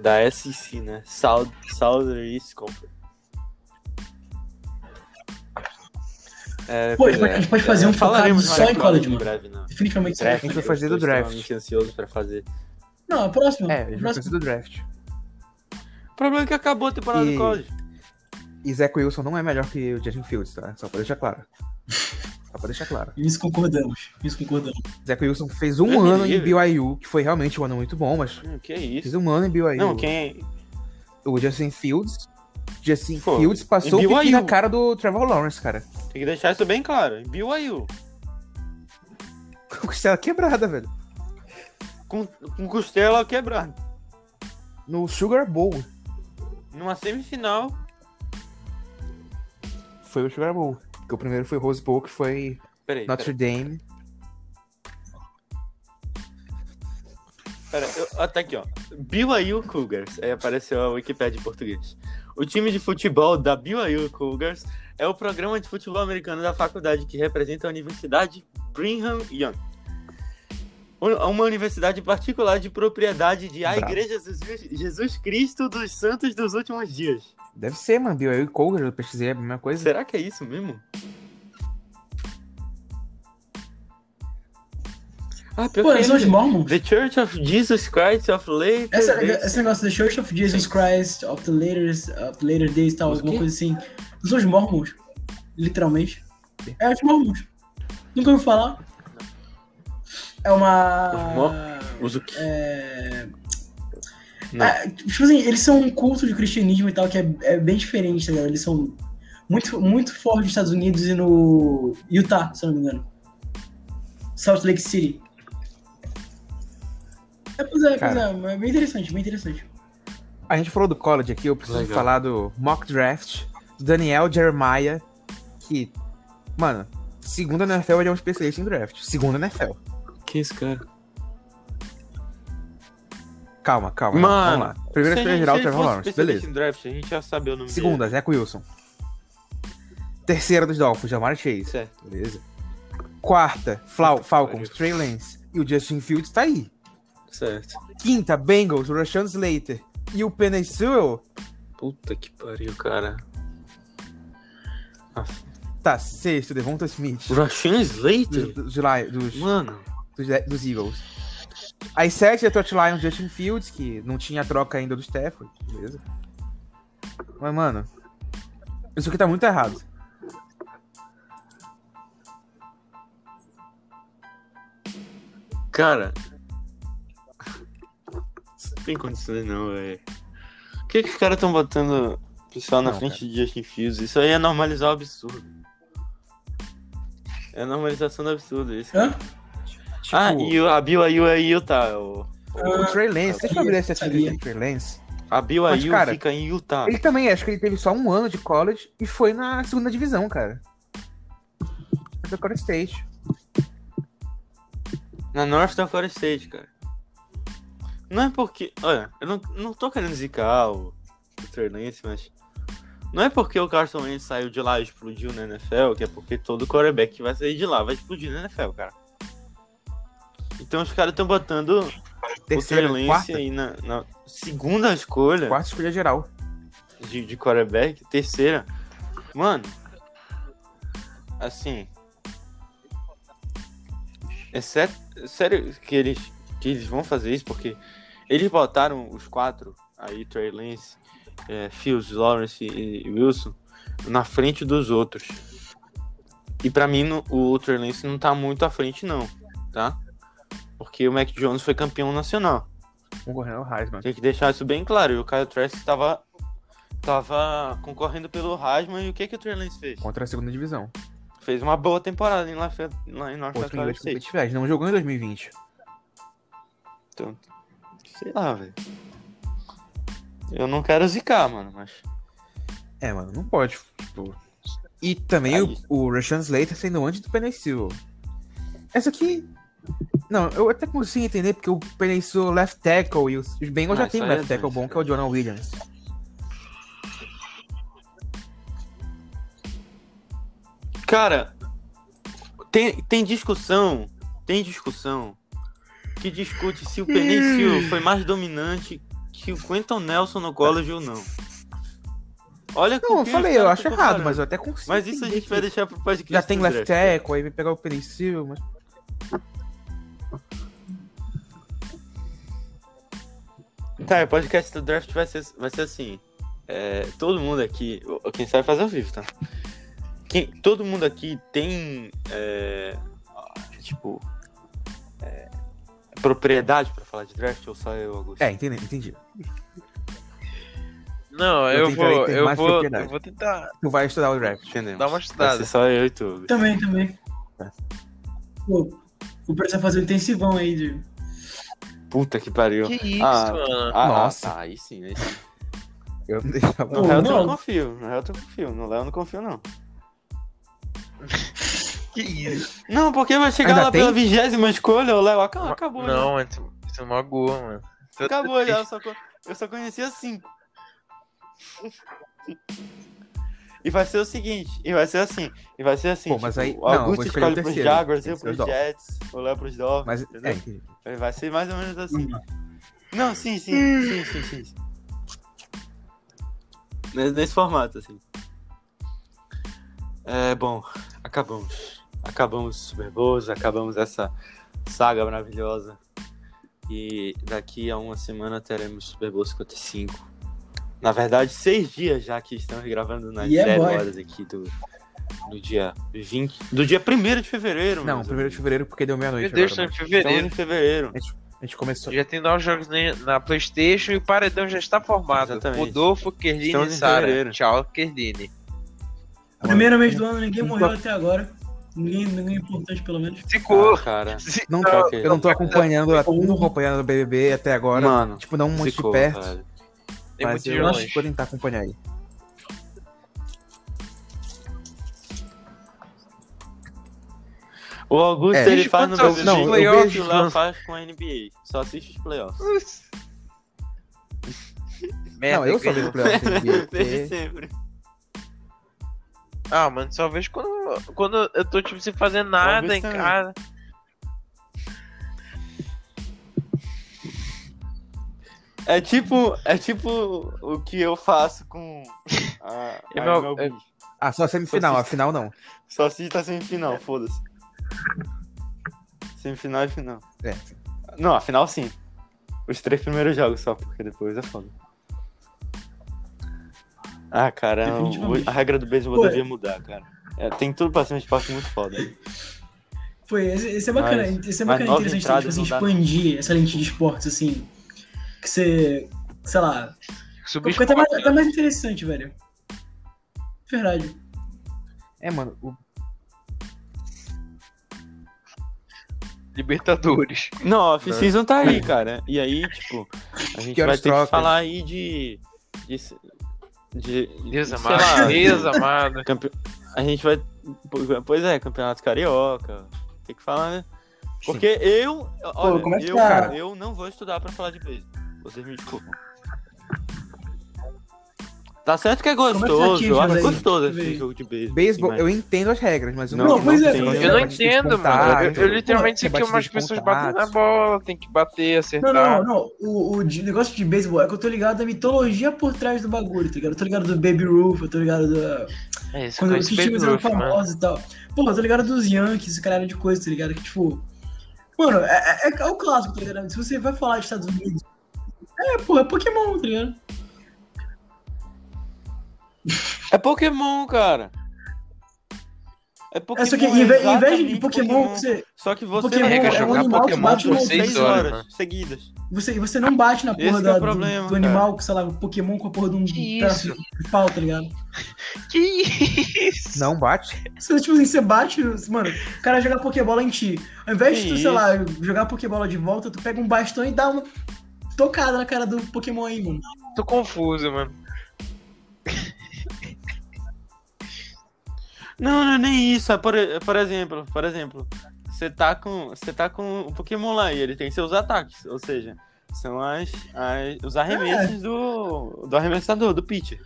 Speaker 2: Da SEC, né? South, Southeast Conference. É,
Speaker 4: Pô, a gente pode- a gente pode fazer um focado
Speaker 2: falaremos
Speaker 4: só
Speaker 2: mais
Speaker 4: em
Speaker 2: pro
Speaker 4: college,
Speaker 2: Alabama em breve, né? não.
Speaker 4: Definitivamente
Speaker 3: É, a
Speaker 4: sim.
Speaker 3: gente vai fazer do
Speaker 2: Eu tô
Speaker 3: draft.
Speaker 2: extremamente ansioso pra fazer.
Speaker 4: Não, o próximo.
Speaker 3: É, a gente vai
Speaker 4: próximo.
Speaker 3: fazer do draft.
Speaker 2: O problema é que acabou a temporada
Speaker 3: E-
Speaker 2: do college.
Speaker 3: E Zach Wilson não é melhor que o Justin Fields, tá? Só pra deixar claro. Só pra deixar claro.
Speaker 4: Nisso concordamos. Nisso concordamos.
Speaker 3: Zach Wilson fez um
Speaker 2: Deus me
Speaker 3: ano em
Speaker 2: livre.
Speaker 3: BYU, que foi realmente um ano muito bom, mas
Speaker 2: Hum, que isso.
Speaker 3: fez um ano em BYU.
Speaker 2: Não, quem
Speaker 3: O Justin Fields. Justin
Speaker 2: Pô,
Speaker 3: Fields passou
Speaker 2: em
Speaker 3: o pique na
Speaker 2: BYU.
Speaker 3: cara do Trevor Lawrence, cara.
Speaker 2: tem que deixar isso bem claro. Em BYU,
Speaker 3: Com costela quebrada, velho.
Speaker 2: com, com costela quebrada.
Speaker 3: No Sugar Bowl.
Speaker 2: Numa semifinal,
Speaker 3: Foi o Sugar Bowl. Porque o primeiro foi Rose Bowl, que foi
Speaker 2: Peraí,
Speaker 3: Notre
Speaker 2: peraí,
Speaker 3: Dame.
Speaker 2: peraí. Eu- ó, tá aqui, ó. BYU Cougars. Aí apareceu a Wikipedia em português. O time de futebol da BYU Cougars é o programa de futebol americano da faculdade que representa a Universidade Brigham Young. Um- Uma universidade particular de propriedade de a
Speaker 3: Bravo.
Speaker 2: Igreja Jesus, Jesus Cristo dos Santos dos Últimos Dias.
Speaker 3: Deve ser, mano. BYU e Colgate, eu pesquisei a mesma coisa.
Speaker 2: Será que é isso mesmo? Ah, pior
Speaker 4: Pô,
Speaker 2: que
Speaker 4: eles são os
Speaker 2: é.
Speaker 4: Mormons.
Speaker 2: The Church of Jesus Christ of Latter
Speaker 4: Essa-
Speaker 2: Day
Speaker 4: esse negócio The Church of Jesus Christ, of the Later, of the later Days e tal,
Speaker 3: Os
Speaker 4: alguma
Speaker 3: quê?
Speaker 4: coisa assim. Não são os Mormons, literalmente. É os Mormons. Nunca ouviu falar? É
Speaker 2: Os Mor-
Speaker 4: uma.
Speaker 2: Usa o quê?
Speaker 4: É...
Speaker 2: Não.
Speaker 4: Ah, tipo assim, eles são um culto de cristianismo e tal, que é, é bem diferente, tá ligado? Eles são muito, muito fortes nos Estados Unidos e no Utah, se eu não me engano. Salt Lake City. É, pois é,
Speaker 3: Cara.
Speaker 4: pois é, é bem interessante, bem interessante.
Speaker 3: A gente falou do college aqui, eu preciso
Speaker 2: Legal.
Speaker 3: falar do mock draft do Daniel Jeremiah, que, mano, segundo a NFL, ele é um especialista em draft. Segundo a NFL.
Speaker 2: Que isso, cara?
Speaker 3: Calma, calma.
Speaker 2: Mano,
Speaker 3: vamos lá. Primeira escolha geral, Trevor Lawrence. Beleza.
Speaker 2: Em draft, a gente já sabia o nome
Speaker 3: Segunda, Zach Wilson. Terceira dos Dolphins, Jamar
Speaker 2: dele.
Speaker 3: Chase.
Speaker 2: Certo.
Speaker 3: Beleza. Quarta, Flau-
Speaker 2: Puta que
Speaker 3: Falcons,
Speaker 2: pariu.
Speaker 3: Trey Lance. E o Justin Fields tá aí.
Speaker 2: Certo.
Speaker 3: Quinta, Bengals, Rashawn Slater. E o Penny Sewell
Speaker 2: Puta que pariu, cara. Nossa.
Speaker 3: tá sexto, Devonta Smith.
Speaker 2: Rashan
Speaker 3: Dos,
Speaker 2: Slater?
Speaker 3: dos, Li- dos,
Speaker 2: Mano.
Speaker 3: dos, dos Eagles. As sete, Detroit Lions, Justin Fields, que não tinha troca ainda do Stafford, beleza. Mas, mano, isso aqui tá muito errado.
Speaker 2: Cara. Isso Não tem condições não, velho. Por que, que os caras estão botando o pessoal na
Speaker 3: Não,
Speaker 2: frente de Justin Fields? Isso aí é normalizar o absurdo. É a normalização do absurdo isso.
Speaker 4: Hã?
Speaker 3: Tipo,
Speaker 2: Ah, e o- a BYU é Utah. O,
Speaker 3: o Trey Lance, deixa eu abrir essa
Speaker 4: Sabia.
Speaker 3: estatística do Trey Lance.
Speaker 2: a
Speaker 3: Mas,
Speaker 2: BYU
Speaker 3: cara,
Speaker 2: fica em Utah.
Speaker 3: Ele também, acho que ele teve só um ano de college e foi na segunda divisão, cara. Dakota State.
Speaker 2: Na North Dakota State, cara. Não é porque. Olha, eu não, não tô querendo zicar o, o Trey Lance, mas. Não é porque o Carson Wentz saiu de lá e explodiu na NFL, que é porque todo quarterback que vai sair de lá vai explodir na NFL, cara. Então os caras estão botando
Speaker 3: Terceira,
Speaker 2: o Trey Lance
Speaker 3: quarta,
Speaker 2: aí na, na segunda escolha
Speaker 3: quarta escolha geral.
Speaker 2: de, de quarterback, terceira. Mano, assim. É sé- sério que eles, que eles vão fazer isso, porque eles botaram os quatro, aí Trey Lance, é, Fields, Lawrence e Wilson, na frente dos outros. E pra mim no- o Trey Lance não tá muito à frente, não, tá? Porque o Mac Jones foi campeão nacional.
Speaker 3: Concorrendo ao Heisman.
Speaker 2: Tem que deixar isso bem claro. E o Kyle Trask tava, tava concorrendo pelo Heisman. E o que, que o Trey Lance fez?
Speaker 3: Contra a segunda divisão.
Speaker 2: Fez uma boa temporada em, Laf- lá em North
Speaker 3: Outro
Speaker 2: Dakota
Speaker 3: nível de
Speaker 2: State.
Speaker 3: competitividade. Não jogou em 2020.
Speaker 2: Então, sei lá, velho. Eu não quero zicar, mano, mas...
Speaker 3: É, mano, não pode. Tipo, E também o,
Speaker 2: Aí.
Speaker 3: o Rashawn Slater sendo antes do Penny Sewell. Essa aqui. Não, eu até consigo entender porque o Penny Sewell left tackle e os os Bengals
Speaker 2: Ah,
Speaker 3: já tem
Speaker 2: isso
Speaker 3: um
Speaker 2: aí é
Speaker 3: left tackle
Speaker 2: dois,
Speaker 3: bom, que é o Jonah Williams.
Speaker 2: Cara, tem, tem discussão, tem discussão que discute se o Penicil foi mais dominante que o Quentin Nelson no college ou não. Olha com
Speaker 3: Não, eu
Speaker 2: quem
Speaker 3: falei,
Speaker 2: os
Speaker 3: eu
Speaker 2: caras
Speaker 3: acho
Speaker 2: tá tão
Speaker 3: errado,
Speaker 2: comparando.
Speaker 3: mas eu até consigo.
Speaker 2: Mas isso a
Speaker 3: entender
Speaker 2: gente vai
Speaker 3: que
Speaker 2: deixar pro podcast.
Speaker 3: Já tem
Speaker 2: do
Speaker 3: left
Speaker 2: draft.
Speaker 3: tackle, aí vai pegar o Penny Sewell, mas.
Speaker 2: Tá, o podcast do draft vai ser, vai ser assim. É, todo mundo aqui. o- Quem sabe fazer ao vivo, tá? Quem, todo mundo aqui tem. é, tipo. é, propriedade pra falar de draft ou só eu, Augusto?
Speaker 3: É, entendi, entendi.
Speaker 1: Não,
Speaker 3: Eu
Speaker 1: eu,
Speaker 3: tenho
Speaker 1: vou,
Speaker 3: caráter
Speaker 1: eu
Speaker 3: mais
Speaker 1: vou,
Speaker 3: propriedade.
Speaker 1: eu vou tentar
Speaker 3: Tu vai estudar o draft.
Speaker 2: Entendemos.
Speaker 1: Dá uma estudada.
Speaker 2: Vai ser só eu e tu. Augusto.
Speaker 4: Também, também. Pô, vou precisar fazer um intensivão aí de.
Speaker 2: Puta que pariu.
Speaker 1: Que isso,
Speaker 2: Ah,
Speaker 1: mano.
Speaker 2: Ah,
Speaker 3: Nossa.
Speaker 2: ah, tá, aí sim, aí sim.
Speaker 3: Eu não deixava.
Speaker 2: No
Speaker 4: Pô,
Speaker 2: Léo eu não
Speaker 4: não.
Speaker 2: confio. No Léo eu não confio. No Léo eu não confio, não.
Speaker 1: Que isso?
Speaker 2: Não, porque vai chegar
Speaker 3: Ainda
Speaker 2: lá
Speaker 3: tem?
Speaker 2: pela vigésima escolha, o Léo acabou, acabou. né?
Speaker 1: Não, isso isso é uma goa, mano. Tô-
Speaker 2: Acabou
Speaker 1: tô
Speaker 2: já, eu
Speaker 1: triste.
Speaker 2: só, co- eu só conhecia cinco. E vai ser o seguinte, e vai ser assim, e vai ser assim.
Speaker 3: Pô, mas aí-
Speaker 2: o
Speaker 3: não, eu
Speaker 2: Augusto
Speaker 3: vou escolher
Speaker 2: escolhe
Speaker 3: o
Speaker 2: pros
Speaker 3: terceiro,
Speaker 2: Jaguars, eu
Speaker 3: tem que ser
Speaker 2: pros
Speaker 3: os Dolphins.
Speaker 2: Jets, o Léo pros Dolphins,
Speaker 3: Mas
Speaker 2: entendeu?
Speaker 3: é, entendi.
Speaker 2: Vai ser mais ou menos assim. Não, sim, sim, sim, sim, sim. sim. Nesse, nesse formato, assim. É, bom, acabamos. Acabamos os Super Bowls, acabamos essa saga maravilhosa. E daqui a uma semana teremos Super Bowl 55. Na verdade, seis dias já que estamos gravando nas
Speaker 4: Yeah,
Speaker 2: zero
Speaker 4: boy.
Speaker 2: horas aqui do, do dia 20. Do dia 1 de fevereiro,
Speaker 3: Não,
Speaker 2: meus
Speaker 3: 1 de
Speaker 2: amigos.
Speaker 3: fevereiro, porque deu meia-noite.
Speaker 1: Meu Deus,
Speaker 3: agora,
Speaker 1: estamos em fevereiro.
Speaker 3: mano.
Speaker 2: Estamos em fevereiro.
Speaker 3: A gente começou.
Speaker 1: Já tem novos jogos na- na Playstation e o paredão já está formado.
Speaker 2: Exatamente.
Speaker 1: Rodolfo, Kerline e
Speaker 2: Estamos em
Speaker 1: Sara.
Speaker 2: fevereiro.
Speaker 1: Tchau, Kerline.
Speaker 4: Primeiro mês do ano, ninguém morreu até agora. Ninguém, ninguém é importante, pelo menos.
Speaker 1: Se
Speaker 2: Ah,
Speaker 1: cura.
Speaker 2: cara.
Speaker 1: Se-
Speaker 3: Não,
Speaker 1: Não,
Speaker 3: eu não tô acompanhando, eu não tô acompanhando o BBB até agora.
Speaker 2: Mano,
Speaker 3: Tipo, não muito
Speaker 2: ficou,
Speaker 3: de perto,
Speaker 2: velho.
Speaker 1: tem
Speaker 3: mas
Speaker 1: muito
Speaker 3: eu acho
Speaker 1: longe.
Speaker 3: que vou tentar acompanhar aí.
Speaker 2: O Augusto,
Speaker 3: É.
Speaker 2: ele
Speaker 1: Assiste
Speaker 2: faz no
Speaker 1: quantos
Speaker 2: BBB
Speaker 3: não, eu
Speaker 2: o que
Speaker 1: vejo-
Speaker 2: o Léo faz com a NBA. Só assiste os playoffs.
Speaker 1: Merda,
Speaker 3: não, eu só
Speaker 1: ganhou.
Speaker 3: vejo o playoff da NBA,
Speaker 2: Desde
Speaker 3: porque-
Speaker 2: sempre.
Speaker 1: Ah, mano, só vejo quando, quando eu tô, tipo, sem fazer nada
Speaker 2: Talvez
Speaker 1: em
Speaker 2: também.
Speaker 1: casa.
Speaker 2: É tipo, é tipo o que eu faço com a, a
Speaker 1: É meu-
Speaker 2: MLB.
Speaker 3: Ah, só semifinal, a final não.
Speaker 2: Só assiste a semifinal, foda-se. Semifinal e final.
Speaker 3: É.
Speaker 2: Não, a final sim. Os três primeiros jogos só, porque depois é foda. Ah, cara, o-
Speaker 4: Definitivamente.
Speaker 2: a regra do beisebol
Speaker 4: Pô, é.
Speaker 2: devia mudar, cara. É, tem tudo pra ser um esporte muito foda.
Speaker 4: Foi, esse, esse é bacana,
Speaker 2: Mas-
Speaker 4: esse é
Speaker 2: mas
Speaker 4: bacana
Speaker 2: nove
Speaker 4: interessante
Speaker 2: entradas
Speaker 4: tipo, assim,
Speaker 2: não dá.
Speaker 4: expandir essa lente de esportes, assim. Que você. Sei lá.
Speaker 2: Tipo,
Speaker 1: Subir
Speaker 4: Ficou até mais, até mais interessante, velho. Verdade.
Speaker 3: É, mano, o-
Speaker 1: Libertadores.
Speaker 2: Não, a off-season tá aí, cara. E aí, tipo, a gente
Speaker 3: Que
Speaker 2: vai
Speaker 3: horas
Speaker 2: ter que
Speaker 3: troca?
Speaker 2: falar aí de. de, de, de
Speaker 1: Deus
Speaker 2: sei
Speaker 1: amado,
Speaker 2: lá,
Speaker 1: Deus amado.
Speaker 2: campe... A gente vai. Pois é, campeonato carioca. Tem que falar, né? Porque eu. Olha,
Speaker 4: como é que
Speaker 2: eu,
Speaker 4: tá?
Speaker 2: eu não vou estudar pra falar de beisebol. Vocês me desculpam. Tá certo que é
Speaker 4: é que tá
Speaker 2: gostoso, eu
Speaker 4: Champions
Speaker 2: acho
Speaker 4: aí?
Speaker 2: gostoso
Speaker 4: Deixa eu
Speaker 2: esse
Speaker 4: ver.
Speaker 2: jogo de beisebol.
Speaker 3: beisebol,
Speaker 2: mas-
Speaker 3: eu entendo as regras, mas eu
Speaker 2: Não,
Speaker 3: não
Speaker 2: pois é,
Speaker 3: entendo
Speaker 2: pois
Speaker 3: as
Speaker 2: é.
Speaker 1: Eu não
Speaker 3: regras, tem
Speaker 1: entendo, mano.
Speaker 3: descontar,
Speaker 1: Eu, eu
Speaker 3: tem-
Speaker 1: literalmente sei
Speaker 3: tem
Speaker 1: que
Speaker 3: batida
Speaker 1: umas
Speaker 3: de
Speaker 1: pessoas
Speaker 3: contato.
Speaker 1: batem na bola, tem que bater,
Speaker 4: Não,
Speaker 1: acertar.
Speaker 4: não, não. O, o de- negócio de beisebol é que eu tô ligado da mitologia por trás do bagulho, tá ligado? Eu tô ligado do Baby Roof, eu tô ligado da.
Speaker 1: É isso,
Speaker 4: Quando
Speaker 1: com
Speaker 4: os
Speaker 1: esse
Speaker 4: times
Speaker 1: Baby
Speaker 4: eram
Speaker 2: né?
Speaker 1: Ruth, mano.
Speaker 4: famosos e tal. Pô, eu tô ligado dos Yankees, esse caralho de coisa, tá ligado? Que tipo. Mano, é, é- é o clássico, tá ligado? Se você vai falar de Estados Unidos. É, pô, é Pokémon, tá ligado?
Speaker 2: É Pokémon, cara. É Pokémon.
Speaker 4: É só que em vez, em vez de
Speaker 2: exatamente
Speaker 4: Pokémon, Você,
Speaker 2: Só que você
Speaker 4: Pokémon
Speaker 2: vai
Speaker 1: é um
Speaker 2: jogar
Speaker 1: animal que
Speaker 2: Pokémon
Speaker 1: bate
Speaker 2: por
Speaker 1: no
Speaker 2: seis
Speaker 1: Pokémon.
Speaker 2: horas
Speaker 1: Mano.
Speaker 2: seguidas.
Speaker 4: você, você não bate na porra
Speaker 2: Esse que é
Speaker 4: da,
Speaker 2: o problema,
Speaker 4: do, do
Speaker 2: cara.
Speaker 4: animal, que sei lá, o Pokémon com a porra de um
Speaker 1: Que
Speaker 4: pedaço de pau, tá ligado?
Speaker 1: Que isso?
Speaker 3: Não bate.
Speaker 4: Você, tipo assim, você bate, mano, o cara joga Pokébola em ti. Ao invés
Speaker 2: Que
Speaker 4: de tu,
Speaker 2: isso?
Speaker 4: sei lá, jogar Pokébola de volta, tu pega um bastão e dá uma tocada na cara do Pokémon aí, mano.
Speaker 1: Tô confuso, mano.
Speaker 2: Não, não é nem isso. É por, por exemplo, por exemplo, você tá com. Você tá com o Pokémon lá e ele tem seus ataques. Ou seja, são as, as- os
Speaker 1: É.
Speaker 2: arremessos do, do arremessador, do pitcher.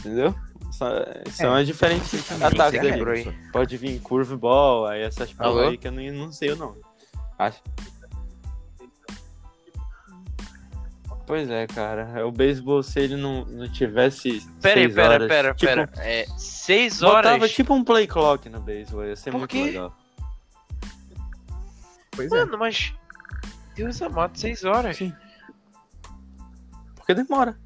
Speaker 2: Entendeu? São, É. são as diferentes né? ataques
Speaker 1: você
Speaker 2: aí.
Speaker 1: lembrou, hein?
Speaker 2: Pode vir curveball, aí essas
Speaker 1: Alô?
Speaker 2: palavras aí que eu nem, não sei o nome. Acho. Pois é, cara. O beisebol, se ele não, não tivesse.
Speaker 1: Pera aí,
Speaker 2: seis
Speaker 1: pera,
Speaker 2: horas,
Speaker 1: pera,
Speaker 2: tipo,
Speaker 1: pera. É, seis horas.
Speaker 2: Botava tipo um play clock no beisebol, ia ser
Speaker 1: Por
Speaker 2: muito
Speaker 1: quê?
Speaker 2: legal.
Speaker 3: Pois é.
Speaker 1: Mano, mas. Deus amado, seis horas.
Speaker 2: Sim. Porque demora.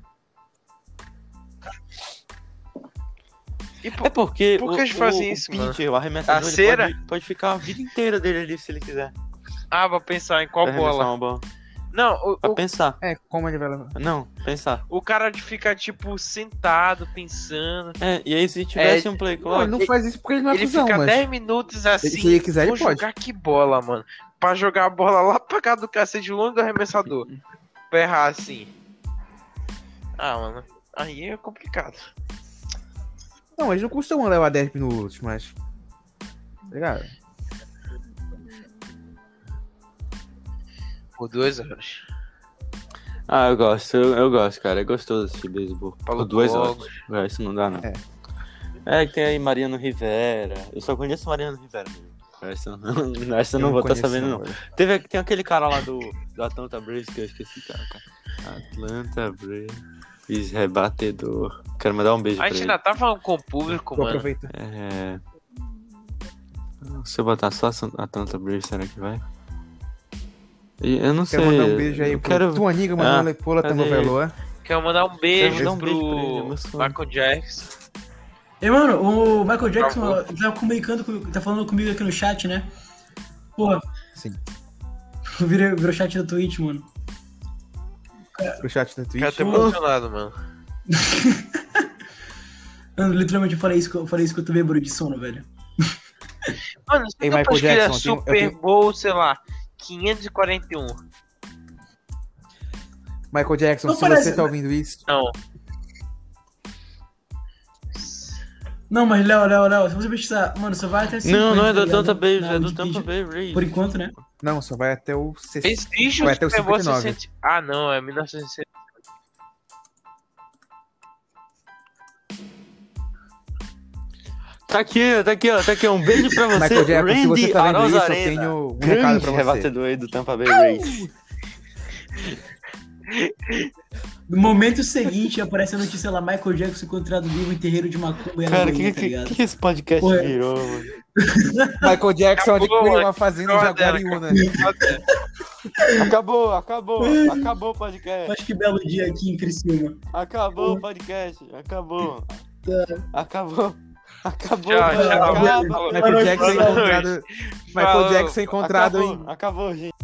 Speaker 1: E por-
Speaker 2: É porque
Speaker 1: Por que
Speaker 2: o,
Speaker 1: eles fazem
Speaker 2: o,
Speaker 1: isso,
Speaker 2: o
Speaker 1: mano?
Speaker 2: pitcher, o arremessador,
Speaker 1: A
Speaker 2: ele
Speaker 1: cera?
Speaker 2: Pode, pode ficar a vida inteira dele ali se ele quiser.
Speaker 1: Ah, vou pensar em qual
Speaker 2: pra arremessar
Speaker 1: bola.
Speaker 2: uma bola.
Speaker 1: Não, o,
Speaker 2: Pra
Speaker 1: o-
Speaker 2: pensar.
Speaker 3: É, como ele vai levar?
Speaker 2: Não, pensar.
Speaker 1: o cara de ficar, tipo, sentado, pensando.
Speaker 2: É, e aí se tivesse um play
Speaker 3: Não,
Speaker 2: clock...
Speaker 3: ele não faz isso porque ele não é
Speaker 1: ele
Speaker 3: cuzão,
Speaker 1: fica
Speaker 3: mas...
Speaker 1: 10 minutos assim.
Speaker 3: se ele quiser, ele
Speaker 1: vou
Speaker 3: pode.
Speaker 1: jogar que bola, mano. Pra jogar a bola lá pra cá do cacete, longe do arremessador. Pra errar assim. Ah, mano. Aí é complicado.
Speaker 3: Não, eles não costumam levar 10 minutos, mas... Tá ligado?
Speaker 1: Por duas horas.
Speaker 2: Ah, eu gosto, eu, eu gosto, cara. É gostoso assistir beisebol.
Speaker 1: Falou
Speaker 2: Por duas
Speaker 1: logo.
Speaker 2: horas. É, isso não dá, não.
Speaker 3: É.
Speaker 2: É, que tem aí Mariano Rivera. Eu só conheço Mariano Rivera mesmo. Essa eu não, essa eu não vou
Speaker 1: tá
Speaker 2: estar
Speaker 3: conheço,
Speaker 2: sabendo, não.
Speaker 3: velho.
Speaker 2: Teve, tem aquele cara lá do, do Atlanta Braves que eu esqueci, cara. cara. Atlanta Braves rebatedor. Quero mandar um beijo
Speaker 1: A
Speaker 2: pra
Speaker 1: gente
Speaker 2: ele.
Speaker 1: ainda tá falando com o público,
Speaker 3: Tô
Speaker 1: mano.
Speaker 3: aproveitando.
Speaker 2: É... Ah, Se eu botar só Atlanta Braves, será que vai? E- Eu não sei.
Speaker 3: Quero mandar um beijo aí
Speaker 2: eu
Speaker 3: pro
Speaker 2: quero...
Speaker 3: tua amiga
Speaker 2: Ah,
Speaker 3: Manuela Epola
Speaker 2: cadê
Speaker 3: Tangoveloa.
Speaker 1: Quero mandar um beijo
Speaker 2: Quero mandar um
Speaker 1: pro
Speaker 2: beijo pra ele, é meu sonho.
Speaker 1: Michael Jackson.
Speaker 4: E, mano, o Michael Jackson
Speaker 1: Por
Speaker 4: ó, tá comunicando comigo, tá falando comigo aqui no chat, né? Porra.
Speaker 3: Sim.
Speaker 4: Virou, virou chat do Twitch, mano.
Speaker 3: Pro chat da Twitch.
Speaker 1: Cara, tá emocionado, mano.
Speaker 4: Eu, literalmente eu falei isso, que eu falei isso que eu tô bêbado de sono, velho.
Speaker 1: Mano, tá se
Speaker 3: Ei,
Speaker 1: eu
Speaker 3: Michael
Speaker 1: pesquisar
Speaker 3: Jackson,
Speaker 1: é
Speaker 3: eu tenho- eu
Speaker 1: Super
Speaker 3: tenho-
Speaker 1: Bowl, sei lá, 541.
Speaker 3: Michael Jackson,
Speaker 4: Não
Speaker 3: se
Speaker 4: parece,
Speaker 3: você tá
Speaker 4: né?
Speaker 3: ouvindo isso,
Speaker 1: Não.
Speaker 4: Não, mas Léo, Léo, Léo, se você pesquisar, mano, só vai até 50,
Speaker 2: Não, não é
Speaker 4: tá
Speaker 2: do
Speaker 4: ligado?
Speaker 2: Atlanta Braves,
Speaker 4: Na
Speaker 2: é do
Speaker 4: Wikipedia,
Speaker 2: Tampa Bay Rays.
Speaker 4: Por enquanto, né?
Speaker 3: não, só vai até o 60.
Speaker 1: Existe
Speaker 3: Vai
Speaker 1: o
Speaker 3: até o
Speaker 1: Super Bowl
Speaker 3: 59.
Speaker 1: 60. Ah, não, é 1960.
Speaker 2: Tá aqui, tá aqui, ó, tá aqui. ó. Um beijo pra você,
Speaker 3: Michael Jackson,
Speaker 2: Randy
Speaker 3: se você tá vendo isso, eu
Speaker 2: Arozarena.
Speaker 3: tenho um recado
Speaker 2: Grande
Speaker 3: pra você.
Speaker 2: rebatedor aí do Tampa Bay Rays.
Speaker 4: No momento seguinte, aparece a notícia lá, Michael Jackson encontrado vivo em terreiro de macumba. e era
Speaker 2: Cara, o
Speaker 4: gay,
Speaker 2: que,
Speaker 4: tá
Speaker 2: que,
Speaker 4: ligado?
Speaker 2: que esse podcast
Speaker 4: Porra.
Speaker 2: virou, mano?
Speaker 3: Michael Jackson
Speaker 1: Acabou,
Speaker 3: é adquiriu
Speaker 1: mano.
Speaker 3: uma fazenda em
Speaker 1: Acabou,
Speaker 3: Jaguariúna.
Speaker 2: Acabou, acabou, acabou o podcast.
Speaker 4: Mas que belo dia aqui em Criciúma.
Speaker 2: Acabou o podcast, acabou.
Speaker 3: Tá.
Speaker 2: Acabou. Acabou.
Speaker 1: Tchau,
Speaker 2: mano,
Speaker 1: tchau.
Speaker 2: acaba.
Speaker 3: Michael Jackson é
Speaker 1: Boa noite.
Speaker 3: encontrado, Michael
Speaker 1: Falou.
Speaker 3: Jackson é encontrado em
Speaker 2: acabou, acabou, gente.